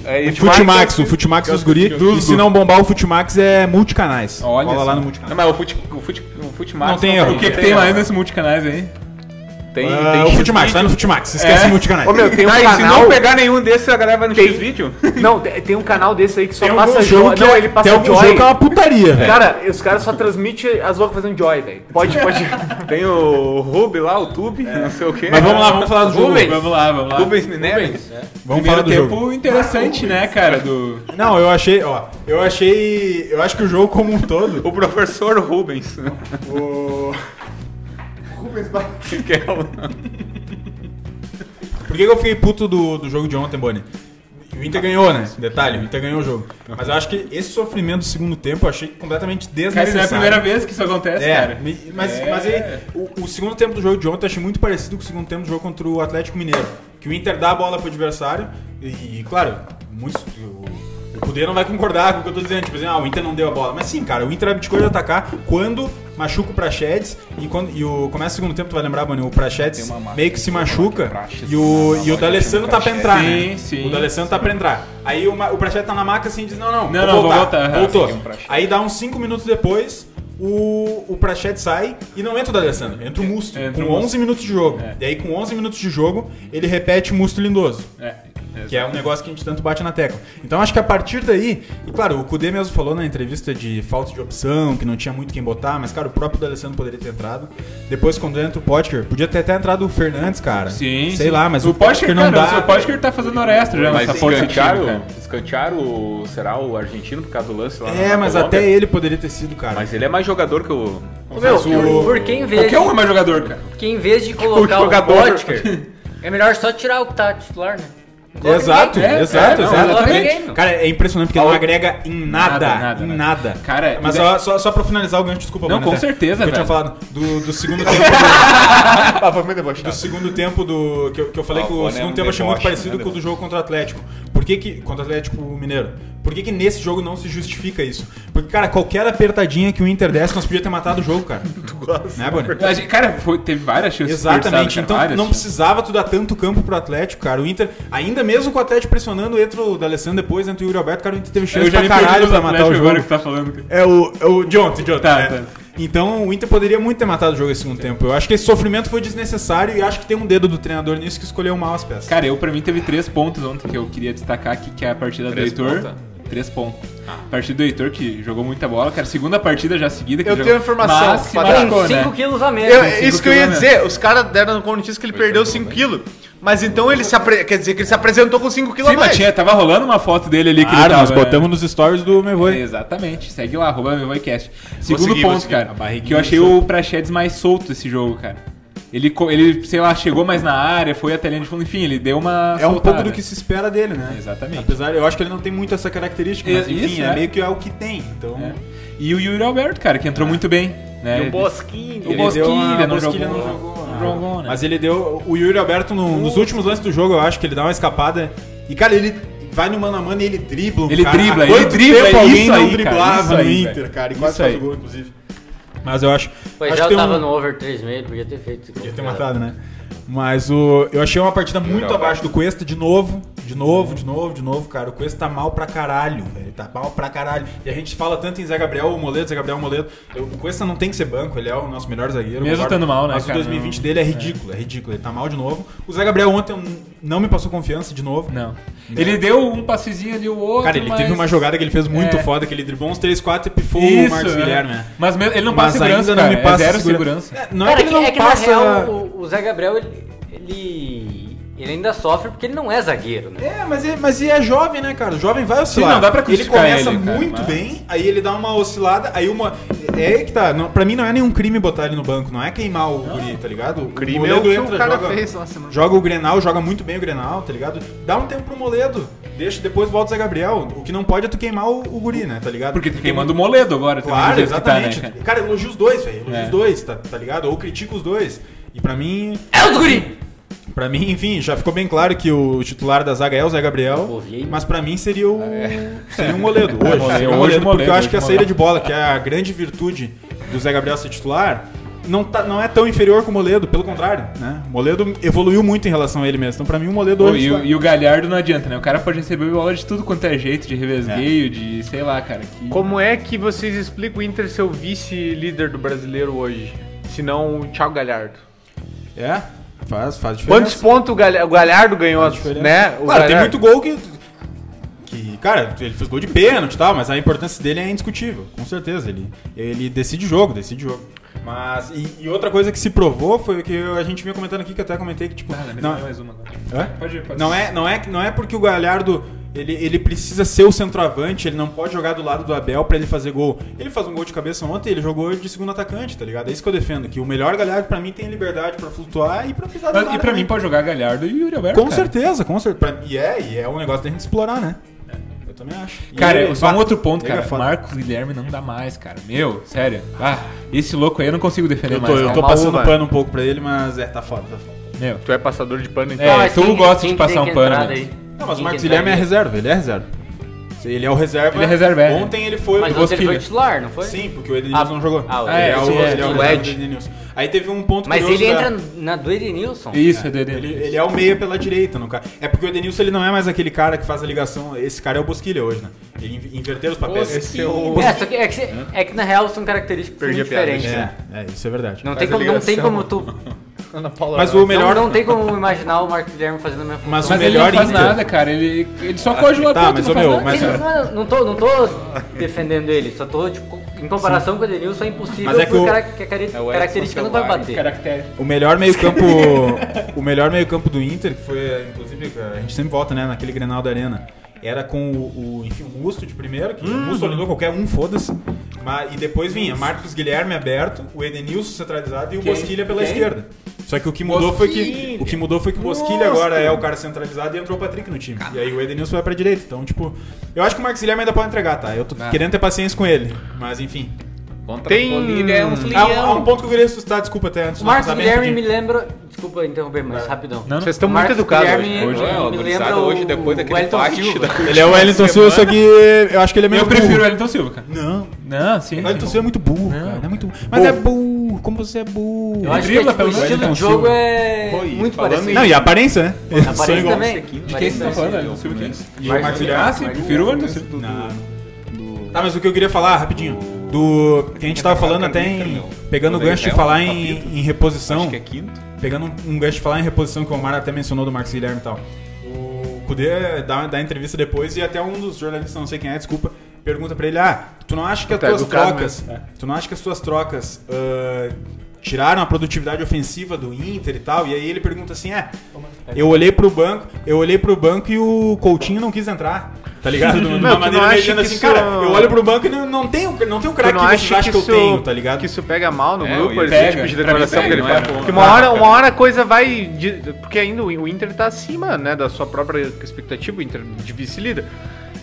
[SPEAKER 5] É,
[SPEAKER 4] O Futimax, o Futimax dos guri. E se não bombar o Futimax é multicanais.
[SPEAKER 5] Olha
[SPEAKER 4] Cola lá
[SPEAKER 5] só.
[SPEAKER 4] no
[SPEAKER 5] Não,
[SPEAKER 4] multicanais.
[SPEAKER 5] mas o Fute, o fute, o Futimax
[SPEAKER 4] Não tem erro.
[SPEAKER 6] O que, que tem mais nesse multicanais aí?
[SPEAKER 5] Tem,
[SPEAKER 4] Ah,
[SPEAKER 5] tem
[SPEAKER 4] o
[SPEAKER 5] X-Video.
[SPEAKER 4] Futimax, vai no Futimax, esquece o multicanal.
[SPEAKER 2] Ô, meu, tem um
[SPEAKER 5] Ah, e se
[SPEAKER 2] canal...
[SPEAKER 5] não pegar nenhum desses, a galera vai no
[SPEAKER 2] Tem-
[SPEAKER 5] X-Video?
[SPEAKER 2] Não, te- tem um canal desse aí que só
[SPEAKER 4] Tem algum
[SPEAKER 2] passa
[SPEAKER 4] jogo
[SPEAKER 2] joy.
[SPEAKER 4] que
[SPEAKER 2] Não,
[SPEAKER 4] é-
[SPEAKER 2] ele passa
[SPEAKER 4] tem algum
[SPEAKER 2] joy.
[SPEAKER 4] jogo que é uma putaria, velho.
[SPEAKER 2] Cara, os caras só transmitem as loucas fazendo joy, velho. Pode, pode.
[SPEAKER 5] Tem o Ruby lá, o Tube,
[SPEAKER 2] É.
[SPEAKER 5] não sei o quê.
[SPEAKER 4] Mas vamos lá, vamos falar do jogo.
[SPEAKER 5] Rubens.
[SPEAKER 4] Vamos
[SPEAKER 5] lá, vamos lá. Rubens Minério.
[SPEAKER 2] é.
[SPEAKER 4] Vamos falar
[SPEAKER 6] Primeiro
[SPEAKER 4] do
[SPEAKER 6] tempo
[SPEAKER 4] jogo.
[SPEAKER 6] interessante, né, cara? Do...
[SPEAKER 4] Não, eu achei, ó, eu achei, eu acho que o jogo como um todo,
[SPEAKER 5] O professor Rubens.
[SPEAKER 4] o...
[SPEAKER 5] Que é o-
[SPEAKER 4] Por que que eu fiquei puto do, do jogo de ontem, Boni? O Inter ganhou, né? Detalhe, o Inter ganhou o jogo. Mas eu acho que esse sofrimento do segundo tempo eu achei completamente
[SPEAKER 6] Cara,
[SPEAKER 4] desnecessário.
[SPEAKER 6] não é a primeira vez que isso acontece,
[SPEAKER 4] É,
[SPEAKER 6] cara.
[SPEAKER 4] me- mas,
[SPEAKER 6] É.
[SPEAKER 4] mas aí, o, o segundo tempo do jogo de ontem eu achei muito parecido com o segundo tempo do jogo contra o Atlético Mineiro. Que o Inter dá a bola pro adversário e, e, claro, muitos, o, o Cudê não vai concordar com o que eu tô dizendo. Tipo assim, ah, o Inter não deu a bola. Mas sim, cara, o Inter abdicou de atacar quando machuca o Prachedes e, quando, e o, começa o segundo tempo, tu vai lembrar, mano, o Prachedes
[SPEAKER 5] Tem uma marca
[SPEAKER 4] meio que se machuca
[SPEAKER 5] Praxedes,
[SPEAKER 4] e o,
[SPEAKER 5] uma
[SPEAKER 4] e o
[SPEAKER 5] loja
[SPEAKER 4] D'Alessandro
[SPEAKER 5] que
[SPEAKER 4] tá
[SPEAKER 5] chama
[SPEAKER 4] pra entrar,
[SPEAKER 6] Praxedes.
[SPEAKER 4] né?
[SPEAKER 6] Sim, sim.
[SPEAKER 4] O D'Alessandro tá pra entrar. Aí o, ma- o Prachedes tá na maca assim e diz, não, não,
[SPEAKER 6] Não, não, vou voltar, aham.
[SPEAKER 4] Voltou.
[SPEAKER 5] Tem um Praxedes.
[SPEAKER 4] Aí dá uns 5 minutos depois, o, o Prachet sai e não entra o D'Alessandro, entra o Musto,
[SPEAKER 6] Entra
[SPEAKER 4] com
[SPEAKER 6] o Musto.
[SPEAKER 4] 11 minutos de jogo. E aí, com 11 minutos de jogo, ele repete Musto Lindoso.
[SPEAKER 6] É.
[SPEAKER 4] Que é um negócio que a gente tanto bate na tecla. Então acho que a partir daí, e claro, o Kudê mesmo falou na entrevista de falta de opção, que não tinha muito quem botar, mas cara, o próprio D'Alessandro poderia ter entrado. Depois, quando entra o Potker, podia ter até entrado o Fernandes, cara.
[SPEAKER 6] Sim,
[SPEAKER 4] Sei
[SPEAKER 6] sim.
[SPEAKER 4] lá, mas
[SPEAKER 6] o, Podker não dá. O
[SPEAKER 4] Potker
[SPEAKER 6] Podker tá fazendo hora extra já
[SPEAKER 5] Mas
[SPEAKER 6] nessa força de time,
[SPEAKER 5] escantearam,
[SPEAKER 6] cara.
[SPEAKER 5] escantearam o, será o argentino por causa do lance lá
[SPEAKER 4] É,
[SPEAKER 5] na
[SPEAKER 4] mas
[SPEAKER 5] Colômbia?
[SPEAKER 4] até ele poderia ter sido, cara.
[SPEAKER 5] Mas ele é mais jogador que o...
[SPEAKER 3] Ô, meu,
[SPEAKER 4] o-
[SPEAKER 3] porque em vez,
[SPEAKER 6] Qualquer um é mais jogador, cara.
[SPEAKER 3] porque em vez de colocar o,
[SPEAKER 5] jogador-
[SPEAKER 3] Potker, é melhor só tirar o que tá titular, né? Não coloca
[SPEAKER 4] Exato,
[SPEAKER 3] ninguém.
[SPEAKER 6] É,
[SPEAKER 4] exato,
[SPEAKER 6] é, não,
[SPEAKER 4] exato.
[SPEAKER 3] não
[SPEAKER 4] exatamente.
[SPEAKER 3] agrega, não.
[SPEAKER 4] Cara, é impressionante porque não agrega em nada,
[SPEAKER 6] Nada, nada,
[SPEAKER 4] em
[SPEAKER 6] nada.
[SPEAKER 4] nada.
[SPEAKER 6] Cara,
[SPEAKER 4] mas
[SPEAKER 6] e
[SPEAKER 4] só, só, só pra finalizar o gancho, desculpa.
[SPEAKER 6] Não,
[SPEAKER 4] Bruno,
[SPEAKER 6] com
[SPEAKER 4] até,
[SPEAKER 6] certeza,
[SPEAKER 4] que Eu tinha
[SPEAKER 6] velho.
[SPEAKER 4] falado do, do segundo tempo,
[SPEAKER 2] ah, foi muito
[SPEAKER 4] do, do
[SPEAKER 2] debochado.
[SPEAKER 4] segundo tempo do que eu, que eu falei
[SPEAKER 5] Ah,
[SPEAKER 4] que
[SPEAKER 5] o
[SPEAKER 4] o
[SPEAKER 5] Bonner é
[SPEAKER 4] segundo
[SPEAKER 5] um
[SPEAKER 4] tempo eu achei muito
[SPEAKER 5] deboche,
[SPEAKER 4] parecido
[SPEAKER 5] né,
[SPEAKER 4] com o do jogo contra o Atlético. Por que que contra o Atlético Mineiro? Por que que nesse jogo não se justifica isso? Porque cara, qualquer apertadinha que o Inter desse, nós podíamos ter matado o jogo, cara. tu gosta? Né, Bonner?
[SPEAKER 6] A gente- Cara, foi- teve várias chances desperdiçadas,
[SPEAKER 4] Exatamente,
[SPEAKER 6] cara,
[SPEAKER 4] então
[SPEAKER 6] várias
[SPEAKER 4] não
[SPEAKER 6] chances.
[SPEAKER 4] precisava tu dar tanto campo pro Atlético, cara. O Inter, ainda mesmo com o Atlético pressionando, entra o D'Alessandro depois, entra o Yuri Alberto, cara, o Inter teve chance
[SPEAKER 6] Eu já
[SPEAKER 4] pra
[SPEAKER 6] me perdi
[SPEAKER 4] caralho
[SPEAKER 6] nos
[SPEAKER 4] pra matar o
[SPEAKER 6] Atlético agora
[SPEAKER 4] jogo.
[SPEAKER 6] que tá falando. cara.
[SPEAKER 4] É o, é o de ontem, de ontem,
[SPEAKER 6] Tá,
[SPEAKER 4] né?
[SPEAKER 6] tá.
[SPEAKER 4] Então o Inter poderia muito ter matado o jogo esse segundo tempo. Eu acho que esse sofrimento foi desnecessário e acho que tem um dedo do treinador nisso que escolheu mal as peças.
[SPEAKER 6] Cara, eu pra mim teve três pontos ontem que eu queria destacar aqui, que é a partida
[SPEAKER 5] Três
[SPEAKER 6] do Heitor.
[SPEAKER 5] pontos? Ah.
[SPEAKER 6] Três pontos. Partida do Heitor, que jogou muita bola, cara. Segunda partida já seguida que
[SPEAKER 2] Eu
[SPEAKER 6] ele
[SPEAKER 2] tenho
[SPEAKER 6] jogou.
[SPEAKER 2] informação,
[SPEAKER 6] Mas se
[SPEAKER 2] Padre.
[SPEAKER 6] machucou,
[SPEAKER 3] Com 5
[SPEAKER 6] né?
[SPEAKER 3] quilos a menos.
[SPEAKER 2] Eu-
[SPEAKER 6] cinco
[SPEAKER 2] isso que eu ia
[SPEAKER 6] quilos,
[SPEAKER 2] dizer, os caras deram como notícia que ele perdeu 5
[SPEAKER 4] né?
[SPEAKER 2] quilos. Mas então ele se apre... quer dizer que ele se apresentou com 5 quilos a
[SPEAKER 6] Sim,
[SPEAKER 2] mais.
[SPEAKER 6] mas tinha, tava rolando uma foto dele ali que
[SPEAKER 5] Ah,
[SPEAKER 6] ele
[SPEAKER 4] Claro,
[SPEAKER 6] tava... né?
[SPEAKER 4] nós botamos nos stories do Mevoi.
[SPEAKER 6] Exatamente. Segue lá, arroba meu voicast. Segundo
[SPEAKER 5] seguir, vou
[SPEAKER 6] ponto,
[SPEAKER 5] seguir.
[SPEAKER 6] cara,
[SPEAKER 5] A barriguinha
[SPEAKER 6] que eu achei o Prachedes mais solto esse jogo, cara. Ele, co- ele, sei lá, chegou mais na área, foi até a linha de fundo, enfim, ele deu uma
[SPEAKER 4] É um
[SPEAKER 6] soltada.
[SPEAKER 4] pouco do que se espera dele, né?
[SPEAKER 6] Exatamente.
[SPEAKER 4] Apesar, eu acho que ele não tem muito essa característica, mas
[SPEAKER 6] É,
[SPEAKER 4] enfim,
[SPEAKER 6] isso,
[SPEAKER 4] é
[SPEAKER 6] né?
[SPEAKER 4] meio que é o que tem. Então,
[SPEAKER 6] É. E o Yuri Alberto, cara, que
[SPEAKER 5] Ah.
[SPEAKER 6] entrou muito bem. Né?
[SPEAKER 2] E o
[SPEAKER 6] Ele-
[SPEAKER 2] Um Bosquinho.
[SPEAKER 6] O
[SPEAKER 4] Ele deu uma-
[SPEAKER 6] Bosquilha não
[SPEAKER 4] Bosquilha
[SPEAKER 6] jogou.
[SPEAKER 4] não jogou,
[SPEAKER 6] Não
[SPEAKER 4] né?
[SPEAKER 6] jogou, né? Uh!
[SPEAKER 4] Mas ele deu. O Yuri Alberto, no- nos últimos lances do jogo, eu acho que ele dá uma escapada. E, cara, ele vai no mano a mano e ele dribla. o
[SPEAKER 6] Ele
[SPEAKER 4] cara.
[SPEAKER 6] dribla,
[SPEAKER 4] Há
[SPEAKER 6] ele
[SPEAKER 4] quanto
[SPEAKER 6] dribla,
[SPEAKER 4] tempo
[SPEAKER 6] é
[SPEAKER 4] alguém
[SPEAKER 6] isso
[SPEAKER 4] não
[SPEAKER 6] aí, cara,
[SPEAKER 4] driblava
[SPEAKER 6] isso
[SPEAKER 4] no
[SPEAKER 6] aí,
[SPEAKER 4] Inter,
[SPEAKER 6] velho.
[SPEAKER 4] cara. E
[SPEAKER 6] Isso
[SPEAKER 4] quase faz
[SPEAKER 6] aí.
[SPEAKER 4] o gol, inclusive. Mas eu acho.
[SPEAKER 3] Pois
[SPEAKER 4] acho
[SPEAKER 3] já
[SPEAKER 4] que
[SPEAKER 3] eu
[SPEAKER 4] tem um-
[SPEAKER 3] tava no over 3,5, podia ter feito.
[SPEAKER 4] Podia ter matado, né? Mas o, eu achei uma partida muito
[SPEAKER 5] Alberto.
[SPEAKER 4] abaixo do Cuesta, de novo, de novo, de novo, de novo, cara. O Cuesta tá mal pra caralho, velho. Tá mal pra caralho. E a gente fala tanto em Zé Gabriel, o Moledo, Zé Gabriel, o Moledo. Eu- o Cuesta não tem que ser banco, ele é o nosso melhor zagueiro.
[SPEAKER 6] Mesmo
[SPEAKER 4] concordo.
[SPEAKER 6] estando mal, né,
[SPEAKER 4] Mas
[SPEAKER 6] cara?
[SPEAKER 4] o 2020 dele é ridículo, é. ridículo. Ele tá mal de novo. O Zé Gabriel ontem hum, não me passou confiança de novo.
[SPEAKER 6] Não. Ele deu um passezinho ali, o outro.
[SPEAKER 4] Cara, ele
[SPEAKER 6] mas-
[SPEAKER 4] teve uma jogada que ele fez muito
[SPEAKER 6] É.
[SPEAKER 4] foda, que ele driblou uns 3, 4 e pifou o
[SPEAKER 6] Isso,
[SPEAKER 4] Marcos
[SPEAKER 6] né?
[SPEAKER 4] Guilherme, né?
[SPEAKER 6] Mas mesmo- ele não
[SPEAKER 4] Mas
[SPEAKER 6] passa segurança,
[SPEAKER 4] ainda não
[SPEAKER 6] cara.
[SPEAKER 4] me passa
[SPEAKER 6] é zero
[SPEAKER 4] segurança.
[SPEAKER 6] segurança.
[SPEAKER 4] É, Não
[SPEAKER 3] Cara,
[SPEAKER 4] é que ele não
[SPEAKER 3] que
[SPEAKER 4] passa...
[SPEAKER 3] na real o, o Zé Gabriel, ele, ele, ele ainda sofre porque ele não é zagueiro, né?
[SPEAKER 4] É, mas, é, mas e é jovem, né, cara? O jovem vai oscilar.
[SPEAKER 6] Sim, não dá pra
[SPEAKER 4] Ele
[SPEAKER 6] crucificar
[SPEAKER 4] começa
[SPEAKER 6] ele, cara,
[SPEAKER 4] muito
[SPEAKER 6] mas-
[SPEAKER 4] bem, aí ele dá uma oscilada, aí uma. É aí que tá. Não, pra mim não é nenhum crime botar ele no banco, não é queimar o guri, tá ligado? O
[SPEAKER 2] crime
[SPEAKER 4] Moledo
[SPEAKER 2] é o que o cara
[SPEAKER 4] joga,
[SPEAKER 2] fez lá semana.
[SPEAKER 4] Joga o Grenal, joga muito bem o Grenal, tá ligado? Dá um tempo pro Moledo, deixa, depois volta o Zé Gabriel. O que não pode é tu queimar o, o guri, né, tá ligado?
[SPEAKER 6] Porque tá queimando o Moledo agora. também, do
[SPEAKER 4] Claro,
[SPEAKER 6] jeito que tá, né,
[SPEAKER 4] exatamente.
[SPEAKER 6] cara?
[SPEAKER 4] cara? elogia os dois, velho. Elogia
[SPEAKER 6] É.
[SPEAKER 4] os dois, tá, tá ligado? Ou critica os dois. E pra mim,
[SPEAKER 3] É o Guri!
[SPEAKER 4] Pra mim, enfim, já ficou bem claro que o titular da zaga é o Zé Gabriel,
[SPEAKER 3] Ouvi.
[SPEAKER 4] mas pra mim seria o seria um Moledo hoje,
[SPEAKER 6] É. Moledo,
[SPEAKER 4] seria um
[SPEAKER 6] hoje
[SPEAKER 4] Moledo, porque
[SPEAKER 6] Moledo,
[SPEAKER 4] eu acho que a
[SPEAKER 6] hoje
[SPEAKER 4] saída de bola, que é a grande virtude do Zé Gabriel ser titular, não, tá- não é tão inferior que o Moledo, pelo contrário, né? O Moledo evoluiu muito em relação a ele mesmo. Então pra mim o Moledo
[SPEAKER 6] Pô,
[SPEAKER 4] hoje
[SPEAKER 6] e,
[SPEAKER 4] tá-
[SPEAKER 6] o- e o Galhardo não adianta, né? O cara pode receber bola de tudo quanto é jeito, de
[SPEAKER 4] É.
[SPEAKER 6] revesgueio, de sei lá, cara. que-
[SPEAKER 2] Como é que vocês explicam o Inter ser o vice-líder do brasileiro hoje? Se não o Thiago Galhardo.
[SPEAKER 4] É? Faz, faz diferença.
[SPEAKER 2] Quantos pontos o Galha- o Galhardo ganhou,
[SPEAKER 4] diferença.
[SPEAKER 2] né? O
[SPEAKER 4] Claro, tem
[SPEAKER 2] Galhardo.
[SPEAKER 4] muito gol que. que cara, ele fez gol de pênalti e tal, mas a importância dele é indiscutível, com certeza. Ele, ele decide jogo, decide jogo. Mas, e, e outra coisa que se provou foi o que a gente vinha comentando aqui, que eu até comentei que, tipo. não,
[SPEAKER 6] mais uma agora.
[SPEAKER 4] Hã?
[SPEAKER 6] Pode ir, pode
[SPEAKER 4] não, é, não, é, não é porque o Galhardo ele, ele precisa ser o centroavante, ele não pode jogar do lado do Abel pra ele fazer gol. Ele faz um gol de cabeça ontem, ele jogou de segundo atacante, tá ligado? É isso que eu defendo, que o melhor Galhardo pra mim tem liberdade pra flutuar e pra pisar do
[SPEAKER 6] Mas- E pra mim pode jogar Galhardo e Yuri Alberto.
[SPEAKER 4] Com
[SPEAKER 6] cara.
[SPEAKER 4] certeza, com certeza. Pra- E é, e é um negócio da gente explorar, né? Eu também acho. E
[SPEAKER 6] Cara,
[SPEAKER 4] ele-
[SPEAKER 6] só um
[SPEAKER 4] bah,
[SPEAKER 6] outro ponto,
[SPEAKER 4] nega
[SPEAKER 6] cara.
[SPEAKER 4] foda.
[SPEAKER 6] Marcos Guilherme não dá mais, cara. Meu, sério. Ah, esse louco aí eu não consigo defender
[SPEAKER 4] Eu tô,
[SPEAKER 6] mais.
[SPEAKER 4] eu
[SPEAKER 3] tá
[SPEAKER 6] cara.
[SPEAKER 4] tô
[SPEAKER 2] uma
[SPEAKER 4] passando
[SPEAKER 2] uva.
[SPEAKER 4] pano um pouco pra ele, mas é, tá foda, tá foda.
[SPEAKER 6] Meu.
[SPEAKER 2] Tu é passador de pano, então.
[SPEAKER 6] É,
[SPEAKER 2] Ah,
[SPEAKER 6] tu gosta de passar um pano, né?
[SPEAKER 4] Não, mas o Marcos
[SPEAKER 3] tá
[SPEAKER 4] Guilherme é reserva, ele é reserva. Ele é o reserva.
[SPEAKER 6] Ele é reserva, é.
[SPEAKER 4] Ontem ele foi
[SPEAKER 3] Mas
[SPEAKER 4] o
[SPEAKER 3] ontem ele foi
[SPEAKER 6] Bosquilha.
[SPEAKER 3] titular, não foi?
[SPEAKER 4] Sim, porque o Edenilson
[SPEAKER 3] Ah,
[SPEAKER 4] não jogou.
[SPEAKER 3] ah, o
[SPEAKER 4] ele é, o,
[SPEAKER 6] Edenilson,
[SPEAKER 4] ele é o
[SPEAKER 2] é.
[SPEAKER 4] reserva
[SPEAKER 2] O
[SPEAKER 4] do
[SPEAKER 2] Ed.
[SPEAKER 4] Edenilson. Aí teve um ponto
[SPEAKER 3] Mas
[SPEAKER 4] curioso
[SPEAKER 3] ele
[SPEAKER 4] da-
[SPEAKER 3] entra na do Edenilson.
[SPEAKER 6] Isso, é do Edenilson.
[SPEAKER 4] Ele, ele é o meia pela direita, no caso. É porque o Edenilson ele não é mais aquele cara que faz a ligação. Esse cara é o Bosquilha hoje, né? Ele inv- inverteram os papéis.
[SPEAKER 2] Esse é o-
[SPEAKER 3] É, só que, é, que, se- é que na real são características
[SPEAKER 2] Perdi a
[SPEAKER 3] muito
[SPEAKER 2] piada,
[SPEAKER 3] diferentes, né?
[SPEAKER 4] É, é, isso é verdade.
[SPEAKER 3] Não
[SPEAKER 2] Faz
[SPEAKER 3] tem, como,
[SPEAKER 2] a
[SPEAKER 3] não tem
[SPEAKER 2] ligação.
[SPEAKER 3] como tu.
[SPEAKER 2] Ana Paula
[SPEAKER 4] Mas
[SPEAKER 2] Aranha.
[SPEAKER 4] o melhor.
[SPEAKER 3] Não, não tem como imaginar o Marcos Guilherme fazendo a minha função.
[SPEAKER 4] Mas o
[SPEAKER 6] Mas ele é
[SPEAKER 4] melhor
[SPEAKER 6] não faz
[SPEAKER 4] Inter.
[SPEAKER 6] nada, cara. Ele, ele só coadjua
[SPEAKER 4] Tá,
[SPEAKER 6] contra,
[SPEAKER 4] mas,
[SPEAKER 6] não
[SPEAKER 4] ô,
[SPEAKER 6] faz
[SPEAKER 4] meu,
[SPEAKER 6] nada.
[SPEAKER 4] mas-
[SPEAKER 3] Sim, não, não, tô, não tô defendendo ele, só tô, tipo, em comparação com o Edenilson é impossível,
[SPEAKER 4] Mas é que
[SPEAKER 3] porque
[SPEAKER 4] o-
[SPEAKER 3] cara- que a cari-
[SPEAKER 5] o Edson
[SPEAKER 3] característica não vai
[SPEAKER 5] Celulari,
[SPEAKER 3] bater.
[SPEAKER 6] Caractere.
[SPEAKER 4] O melhor meio-campo. o melhor meio-campo do Inter, que foi, inclusive, a gente sempre volta, né, naquele Grenal da Arena. Era com o, o, enfim, o Musto de primeiro, que
[SPEAKER 3] Uhum.
[SPEAKER 4] o Musto olhou qualquer um, foda-se. Mas- E depois vinha Marcos Guilherme aberto, o Edenilson centralizado e o Bosquilha pela esquerda. Só que o que mudou foi que o que mudou foi que o Bosquilha agora é o cara centralizado e entrou o Patrick no time. E aí o Edenilson vai pra direita. Então, tipo, eu acho que o Marcos Guilherme ainda pode entregar, tá? Eu tô
[SPEAKER 3] É.
[SPEAKER 4] querendo ter paciência com ele. Mas enfim.
[SPEAKER 5] Contra
[SPEAKER 2] Tem-
[SPEAKER 5] a Bolívia é um
[SPEAKER 2] Hum.
[SPEAKER 4] Há, um- há um
[SPEAKER 5] leão.
[SPEAKER 4] ponto que eu queria assustar, desculpa até antes.
[SPEAKER 3] O Marcos
[SPEAKER 4] tá bem
[SPEAKER 3] Guilherme
[SPEAKER 4] rapidinho.
[SPEAKER 3] me lembra. Desculpa interromper, mas rapidão.
[SPEAKER 6] Não, não.
[SPEAKER 2] Vocês estão muito
[SPEAKER 3] Marcos
[SPEAKER 2] educados
[SPEAKER 3] Guilherme
[SPEAKER 5] Hoje é,
[SPEAKER 2] um
[SPEAKER 3] me
[SPEAKER 5] ó,
[SPEAKER 3] lembra
[SPEAKER 5] gurizada, hoje
[SPEAKER 3] o-
[SPEAKER 5] depois
[SPEAKER 3] o
[SPEAKER 5] daquele
[SPEAKER 3] Wellington
[SPEAKER 5] empate
[SPEAKER 3] Silva.
[SPEAKER 5] da
[SPEAKER 4] Ele é o Wellington Silva, só que eu acho que ele é meio
[SPEAKER 6] Eu prefiro o
[SPEAKER 4] burro.
[SPEAKER 6] Elton Silva, cara.
[SPEAKER 4] Não,
[SPEAKER 6] Não, sim.
[SPEAKER 4] o Wellington
[SPEAKER 6] sim.
[SPEAKER 4] Silva é muito burro,
[SPEAKER 6] Não,
[SPEAKER 4] cara. Não é muito burro. Mas é burro, como você é burro.
[SPEAKER 3] Eu acho que é, tipo,
[SPEAKER 6] Dribla
[SPEAKER 3] o
[SPEAKER 6] pelo
[SPEAKER 3] estilo
[SPEAKER 4] Wellington
[SPEAKER 3] de jogo
[SPEAKER 4] Silva.
[SPEAKER 3] é
[SPEAKER 5] Pô, e
[SPEAKER 3] muito
[SPEAKER 5] falando
[SPEAKER 3] parecido.
[SPEAKER 5] em-
[SPEAKER 4] Não, e a aparência, né? Eles são
[SPEAKER 3] Aparece
[SPEAKER 4] iguais.
[SPEAKER 3] também.
[SPEAKER 6] De quem vocês estão falando? Elton Silva quem?
[SPEAKER 4] E o Marcos Guilherme.
[SPEAKER 6] Ah, sim,
[SPEAKER 5] é
[SPEAKER 6] prefiro o Elton Silva.
[SPEAKER 4] Não. Tá, mas o que eu queria falar, rapidinho, do que a gente tava falando até em... Pegando o gancho de falar em, em reposição,
[SPEAKER 5] Acho que é quinto.
[SPEAKER 4] pegando um- um gancho de falar em reposição que o Omar até mencionou do Marcos Guilherme e tal. O Kudê eh, dá, dá entrevista depois e até um dos jornalistas, não sei quem é, desculpa, pergunta pra ele: Ah, tu não acha que as
[SPEAKER 2] Tá
[SPEAKER 4] tuas
[SPEAKER 2] educado
[SPEAKER 4] trocas. Tu não acha que as tuas trocas ah, tiraram a produtividade ofensiva do Inter e tal? E aí ele pergunta assim: É, eu olhei pro banco, eu olhei pro banco e o Coutinho não quis entrar. Tá ligado? De
[SPEAKER 2] Não,
[SPEAKER 4] uma
[SPEAKER 2] tu não
[SPEAKER 4] maneira
[SPEAKER 2] acha
[SPEAKER 4] meio dizendo
[SPEAKER 2] que
[SPEAKER 4] assim,
[SPEAKER 2] isso-
[SPEAKER 4] cara, eu olho pro banco e não, não tem o não tem o craque
[SPEAKER 2] Tu
[SPEAKER 4] que
[SPEAKER 2] não
[SPEAKER 4] vocês
[SPEAKER 2] acha que,
[SPEAKER 4] acham que eu
[SPEAKER 2] isso,
[SPEAKER 4] tenho, tá ligado?
[SPEAKER 2] que isso pega mal no
[SPEAKER 5] É,
[SPEAKER 2] grupo,
[SPEAKER 5] e
[SPEAKER 2] esse
[SPEAKER 6] pega.
[SPEAKER 2] tipo de
[SPEAKER 5] Pra mim
[SPEAKER 2] declaração que
[SPEAKER 5] pega,
[SPEAKER 2] ele
[SPEAKER 5] não
[SPEAKER 2] faz?
[SPEAKER 5] é bom.
[SPEAKER 2] Porque uma hora,
[SPEAKER 5] Cara.
[SPEAKER 2] uma hora a coisa vai. de- porque ainda o o Inter tá acima né, da sua própria expectativa, o Inter de vice-líder.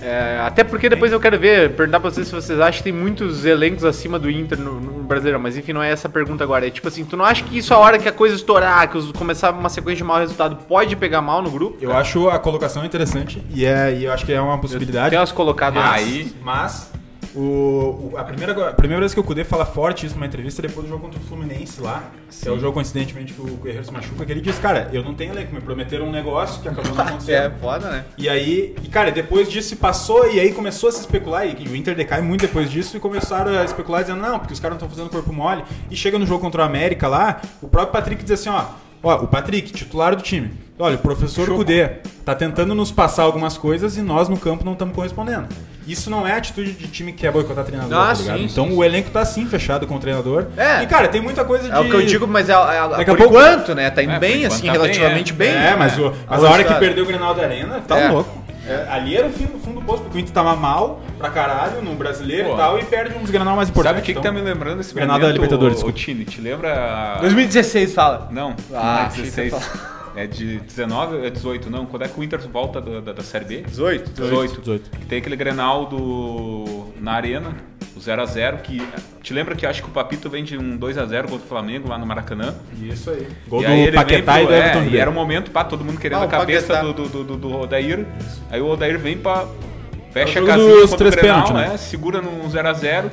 [SPEAKER 2] É, até porque depois eu quero ver, perguntar pra vocês se vocês acham que tem muitos elencos acima do Inter no, no Brasileirão, mas enfim, não é essa a pergunta agora. É tipo assim, tu não acha que isso a hora que a coisa estourar, que os- começar uma sequência de mau resultado, pode pegar mal no grupo?
[SPEAKER 4] Eu acho a colocação interessante e, é, e eu acho que é uma possibilidade.
[SPEAKER 2] Tem umas colocadas.
[SPEAKER 4] Ah,
[SPEAKER 5] Aí,
[SPEAKER 4] Mas o, o- a, primeira, a primeira vez que o Kudê fala forte isso numa entrevista é depois do jogo contra o Fluminense lá, que é o jogo coincidentemente que o Guerreiro se machuca, que ele diz, cara, eu não tenho elenco, me prometeram um negócio que acabou não
[SPEAKER 2] É
[SPEAKER 4] acontecendo.
[SPEAKER 2] foda, né?
[SPEAKER 4] E aí, e cara, depois disso se passou e aí começou a se especular, e o Inter decai muito depois disso, e começaram a especular dizendo, não, porque os caras não estão fazendo corpo mole. E chega no jogo contra o América lá, o próprio Patrick diz assim, ó, ó, o Patrick, titular do time. Olha, o professor Cudê tá tentando nos passar algumas coisas e nós no campo não estamos correspondendo. Isso não é atitude de time que quer boicotar treinador,
[SPEAKER 2] Ah,
[SPEAKER 4] tá ligado?
[SPEAKER 2] sim,
[SPEAKER 4] então o elenco tá sim fechado com o treinador.
[SPEAKER 2] É.
[SPEAKER 4] E cara, tem muita coisa de
[SPEAKER 2] É o que eu digo, mas é, é, é
[SPEAKER 4] Daqui a
[SPEAKER 2] por
[SPEAKER 4] pouco-
[SPEAKER 2] enquanto, né? Tá indo
[SPEAKER 5] É, por
[SPEAKER 2] bem,
[SPEAKER 5] enquanto
[SPEAKER 2] assim,
[SPEAKER 5] tá bem,
[SPEAKER 2] relativamente
[SPEAKER 5] é.
[SPEAKER 2] bem. tá
[SPEAKER 4] É, mas, o- mas a
[SPEAKER 2] Agora
[SPEAKER 4] hora que
[SPEAKER 2] está.
[SPEAKER 4] perdeu o Grenal da Arena, tá
[SPEAKER 2] É.
[SPEAKER 4] louco. É, ali era o fim, o fundo do poço, porque o Inter tava mal pra caralho no brasileiro
[SPEAKER 5] Pô.
[SPEAKER 4] e tal, e perde um dos Grenal mais importantes.
[SPEAKER 5] sabe o que, que
[SPEAKER 4] então.
[SPEAKER 5] tá me lembrando esse
[SPEAKER 4] Granada
[SPEAKER 5] momento,
[SPEAKER 4] Libertadores,
[SPEAKER 5] ô, ô,
[SPEAKER 4] desculpa.
[SPEAKER 5] Tini? Te lembra... a-
[SPEAKER 2] 2016, fala.
[SPEAKER 5] Não,
[SPEAKER 2] Ah,
[SPEAKER 5] não é 16. É de 19 ou é 18? Não, quando é que o Inter volta da, da, da Série B?
[SPEAKER 2] 18?
[SPEAKER 5] 18.
[SPEAKER 4] 18.
[SPEAKER 5] Que Tem aquele Grenal do... na Arena, o 0x0, que... Te lembra que acho que o Papito vem de um 2x0 contra o Flamengo lá no Maracanã?
[SPEAKER 4] Isso aí. Gol
[SPEAKER 5] e aí
[SPEAKER 4] do
[SPEAKER 5] ele
[SPEAKER 4] Paquetá
[SPEAKER 5] vem
[SPEAKER 4] e do
[SPEAKER 5] pro,
[SPEAKER 4] Everton
[SPEAKER 5] é, E
[SPEAKER 4] Ribeiro.
[SPEAKER 5] era um momento, pá, todo mundo querendo
[SPEAKER 2] Ah,
[SPEAKER 5] a
[SPEAKER 2] o
[SPEAKER 5] cabeça
[SPEAKER 2] Paquetá.
[SPEAKER 5] do, do, do, do- do Odair. Aí o Odair vem pra... Fecha
[SPEAKER 4] É o
[SPEAKER 5] a
[SPEAKER 4] jogo
[SPEAKER 5] casinha
[SPEAKER 4] dos
[SPEAKER 5] contra
[SPEAKER 4] três
[SPEAKER 5] o Grenal,
[SPEAKER 4] pênaltis, né?
[SPEAKER 5] né? Segura num 0x0.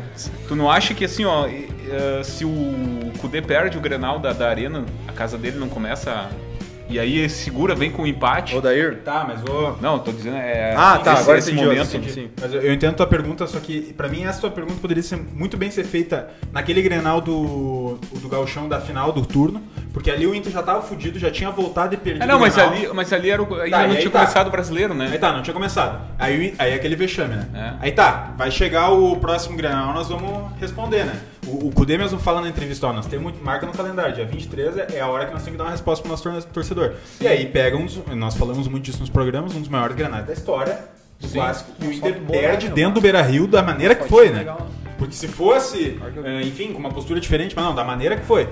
[SPEAKER 5] Tu não acha que assim, ó, e, eh, se o Kudê perde o Grenal da, da Arena, a casa dele não começa a, E aí ele segura, vem com o empate.
[SPEAKER 2] Odair?
[SPEAKER 4] Tá, mas vou.
[SPEAKER 5] Não, tô dizendo é.
[SPEAKER 2] Ah, tá,
[SPEAKER 5] esse,
[SPEAKER 2] agora
[SPEAKER 5] esse
[SPEAKER 2] entendi,
[SPEAKER 5] momento.
[SPEAKER 2] entendi. Sim.
[SPEAKER 4] Mas eu- eu entendo a tua pergunta, só que pra mim essa tua pergunta poderia ser muito bem ser feita naquele Grenal do, do gauchão da final do turno, porque ali o Inter já tava fudido, já tinha voltado e perdido
[SPEAKER 5] É, não,
[SPEAKER 4] o
[SPEAKER 5] mas
[SPEAKER 4] Grenal.
[SPEAKER 5] ali, mas ali era o, ainda
[SPEAKER 4] Tá, e
[SPEAKER 5] não
[SPEAKER 4] aí
[SPEAKER 5] tinha
[SPEAKER 4] tá.
[SPEAKER 5] começado o brasileiro,
[SPEAKER 4] Aí
[SPEAKER 5] né?
[SPEAKER 4] tá, não tinha começado. Aí, aí aquele vexame, né?
[SPEAKER 5] É.
[SPEAKER 4] Aí tá, vai chegar o próximo Grenal, nós vamos responder, né? O, o Cudê mesmo fala na entrevista, ó, nós temos marca no calendário, dia 23 é- é a hora que nós temos que dar uma resposta pro nosso torne- torcedor. E aí pega um dos, nós falamos muito disso nos programas, um dos maiores Grenais da história, do clássico, e o Inter
[SPEAKER 5] né?
[SPEAKER 4] perde dentro do Beira-Rio da maneira que foi, né?
[SPEAKER 5] um-
[SPEAKER 4] Porque se fosse, eh, enfim, com uma postura diferente, mas não, da maneira que foi.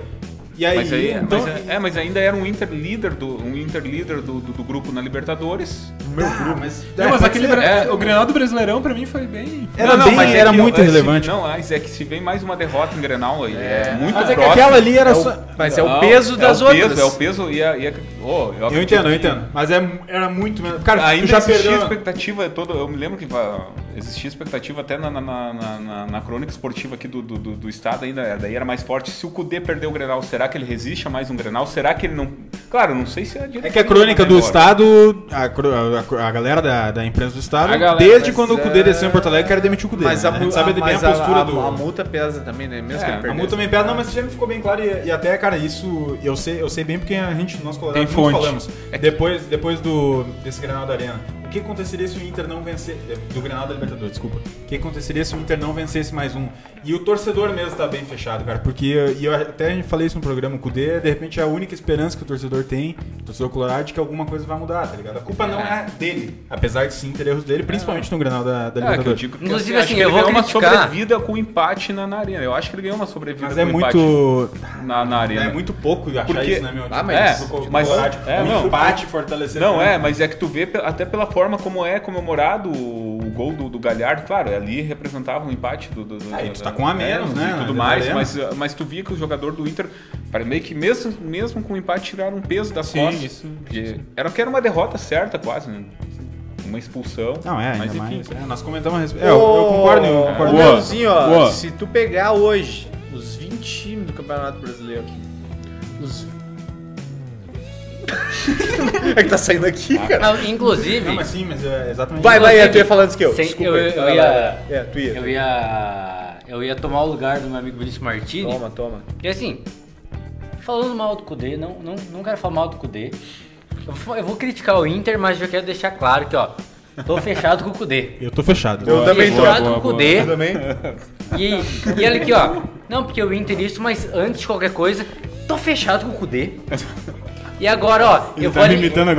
[SPEAKER 4] E aí,
[SPEAKER 5] Mas, aí,
[SPEAKER 4] então,
[SPEAKER 5] mas, é, mas ainda era um Inter líder do, um Inter líder do, do, do grupo na Libertadores.
[SPEAKER 4] meu grupo.
[SPEAKER 5] é,
[SPEAKER 4] Mas,
[SPEAKER 6] Não, é, mas
[SPEAKER 4] pode
[SPEAKER 6] aquele
[SPEAKER 4] ser.
[SPEAKER 6] Bra- o Grenal do Brasileirão pra mim foi bem.
[SPEAKER 4] Era
[SPEAKER 5] Não, não,
[SPEAKER 4] bem-
[SPEAKER 5] mas é
[SPEAKER 4] era
[SPEAKER 5] que-
[SPEAKER 4] muito
[SPEAKER 5] é, se-
[SPEAKER 4] irrelevante.
[SPEAKER 5] Não, mas é que se vem mais uma derrota em Grenal aí, é, muito
[SPEAKER 4] Mas é que
[SPEAKER 5] próximo.
[SPEAKER 4] aquela ali era
[SPEAKER 2] É o-
[SPEAKER 4] só...
[SPEAKER 2] mas é
[SPEAKER 5] Não,
[SPEAKER 2] o peso das
[SPEAKER 5] é o peso,
[SPEAKER 2] outras.
[SPEAKER 5] É o peso e a... e a- oh,
[SPEAKER 4] Eu
[SPEAKER 5] acredito
[SPEAKER 4] entendo, eu
[SPEAKER 5] que-
[SPEAKER 4] entendo. Mas é, era muito menos. Cara,
[SPEAKER 5] Ainda
[SPEAKER 4] tu já
[SPEAKER 5] existia
[SPEAKER 4] perdeu.
[SPEAKER 5] expectativa toda. Eu me lembro que ah, existia expectativa até na, na, na, na- na crônica esportiva aqui do, do, do- do estado, ainda é, daí era mais forte. Se o Cudê perder o Grenal, será que ele resiste a mais um Grenal? Será que ele não. Claro, não sei se a
[SPEAKER 4] É que a crônica do Estado, a, cro- a- a- a galera da, da imprensa do Estado,
[SPEAKER 6] A galera,
[SPEAKER 4] desde
[SPEAKER 6] mas
[SPEAKER 4] quando o Cudê desceu em Porto Alegre, quer demitir o Cudê.
[SPEAKER 2] Mas
[SPEAKER 4] né?
[SPEAKER 2] a,
[SPEAKER 4] gente
[SPEAKER 2] mu-
[SPEAKER 4] sabe bem a
[SPEAKER 2] mas
[SPEAKER 4] postura
[SPEAKER 2] a,
[SPEAKER 4] do.
[SPEAKER 2] a multa pesa também, né? Mesmo que
[SPEAKER 5] É,
[SPEAKER 2] ele
[SPEAKER 5] a
[SPEAKER 4] A
[SPEAKER 2] perdesse.
[SPEAKER 4] multa também pesa, não, mas isso já me ficou bem claro. E, e até, cara, isso eu sei, eu sei bem porque a gente, nós colorados,
[SPEAKER 6] Tem
[SPEAKER 4] nós
[SPEAKER 6] fonte.
[SPEAKER 4] falamos.
[SPEAKER 5] É
[SPEAKER 4] Depois, depois do, desse Granal da Arena, o que aconteceria se o Inter não vencer. Do Granal da Libertadores, desculpa. O que aconteceria se o Inter não vencesse mais um? E o torcedor mesmo tá bem fechado, cara, porque. E eu até falei isso no programa, o Cudê, de repente, é a única esperança que o torcedor tem, o torcedor colorado, de que alguma coisa vai mudar, tá ligado? A culpa não é, dele, apesar de sim ter erros dele, principalmente no Granal da, da
[SPEAKER 5] É, que eu
[SPEAKER 4] Libertadores.
[SPEAKER 5] digo que
[SPEAKER 3] Inclusive,
[SPEAKER 5] acho
[SPEAKER 3] assim,
[SPEAKER 5] que
[SPEAKER 3] eu
[SPEAKER 5] ele
[SPEAKER 3] vou
[SPEAKER 5] ganhou uma
[SPEAKER 3] criticar.
[SPEAKER 5] sobrevida com empate na, na arena. Eu acho que ele ganhou uma sobrevida
[SPEAKER 4] mas
[SPEAKER 5] com
[SPEAKER 4] é
[SPEAKER 5] empate
[SPEAKER 4] muito.
[SPEAKER 5] na, na arena.
[SPEAKER 4] É muito pouco achar
[SPEAKER 5] Né? Porque-
[SPEAKER 4] isso, né, meu?
[SPEAKER 2] Ah, mas-
[SPEAKER 4] Tipo,
[SPEAKER 5] é, mas-
[SPEAKER 4] colorado,
[SPEAKER 5] é,
[SPEAKER 4] um
[SPEAKER 5] não.
[SPEAKER 4] empate fortalecer.
[SPEAKER 5] Não, é, mas é que tu vê pe- até pela forma como é comemorado o o gol do, do Galhardo, claro, ali representava um empate do... do, do
[SPEAKER 4] Aí tu
[SPEAKER 5] do-
[SPEAKER 4] tá com um a menos,
[SPEAKER 5] e
[SPEAKER 4] né,
[SPEAKER 5] tudo
[SPEAKER 4] na
[SPEAKER 5] mais,
[SPEAKER 4] arena.
[SPEAKER 5] mas, mas tu via que o jogador do Inter, para meio que mesmo, mesmo com o empate, tiraram um peso da
[SPEAKER 6] Sim,
[SPEAKER 5] costas.
[SPEAKER 6] isso.
[SPEAKER 5] porque Era que era uma derrota certa quase, né? Uma expulsão.
[SPEAKER 4] Não, é, ainda
[SPEAKER 5] mas enfim.
[SPEAKER 4] mais. É, nós comentamos a respeito. É, eu, eu concordo, eu
[SPEAKER 2] Ô,
[SPEAKER 4] concordo.
[SPEAKER 2] ô, Leozinho, ó,
[SPEAKER 6] Boa.
[SPEAKER 2] se tu pegar hoje os 20 times do Campeonato Brasileiro aqui, os... é que tá saindo
[SPEAKER 5] Ah,
[SPEAKER 2] aqui, cara.
[SPEAKER 3] Não, inclusive,
[SPEAKER 4] Não, mas sim, mas é exatamente
[SPEAKER 2] Vai,
[SPEAKER 4] isso.
[SPEAKER 2] vai, é, tu
[SPEAKER 3] Inclusive,
[SPEAKER 2] ia falar antes que eu.
[SPEAKER 3] sem-
[SPEAKER 2] Desculpa.
[SPEAKER 3] eu-
[SPEAKER 2] aí.
[SPEAKER 3] eu
[SPEAKER 2] Vai,
[SPEAKER 3] ia-
[SPEAKER 2] vai, vai. É, tu ia.
[SPEAKER 3] eu ia. Eu ia tomar o lugar do meu amigo Vinícius Martini.
[SPEAKER 2] Toma, toma.
[SPEAKER 3] E assim, falando mal do Kudê, não, não, não quero falar mal do Kudê. Eu, vou- eu vou criticar o Inter, mas já quero deixar claro que, ó, tô fechado com o Kudê.
[SPEAKER 4] Eu tô fechado.
[SPEAKER 2] Eu também tô.
[SPEAKER 3] fechado
[SPEAKER 6] Boa,
[SPEAKER 3] com o
[SPEAKER 6] boa.
[SPEAKER 3] Kudê.
[SPEAKER 2] Eu também?
[SPEAKER 3] E, e ele aqui, ó. Não, porque o Inter isso, mas antes de qualquer coisa, tô fechado com o Kudê. E agora, ó,
[SPEAKER 5] tá
[SPEAKER 3] eu vou ali- vou-
[SPEAKER 4] tá me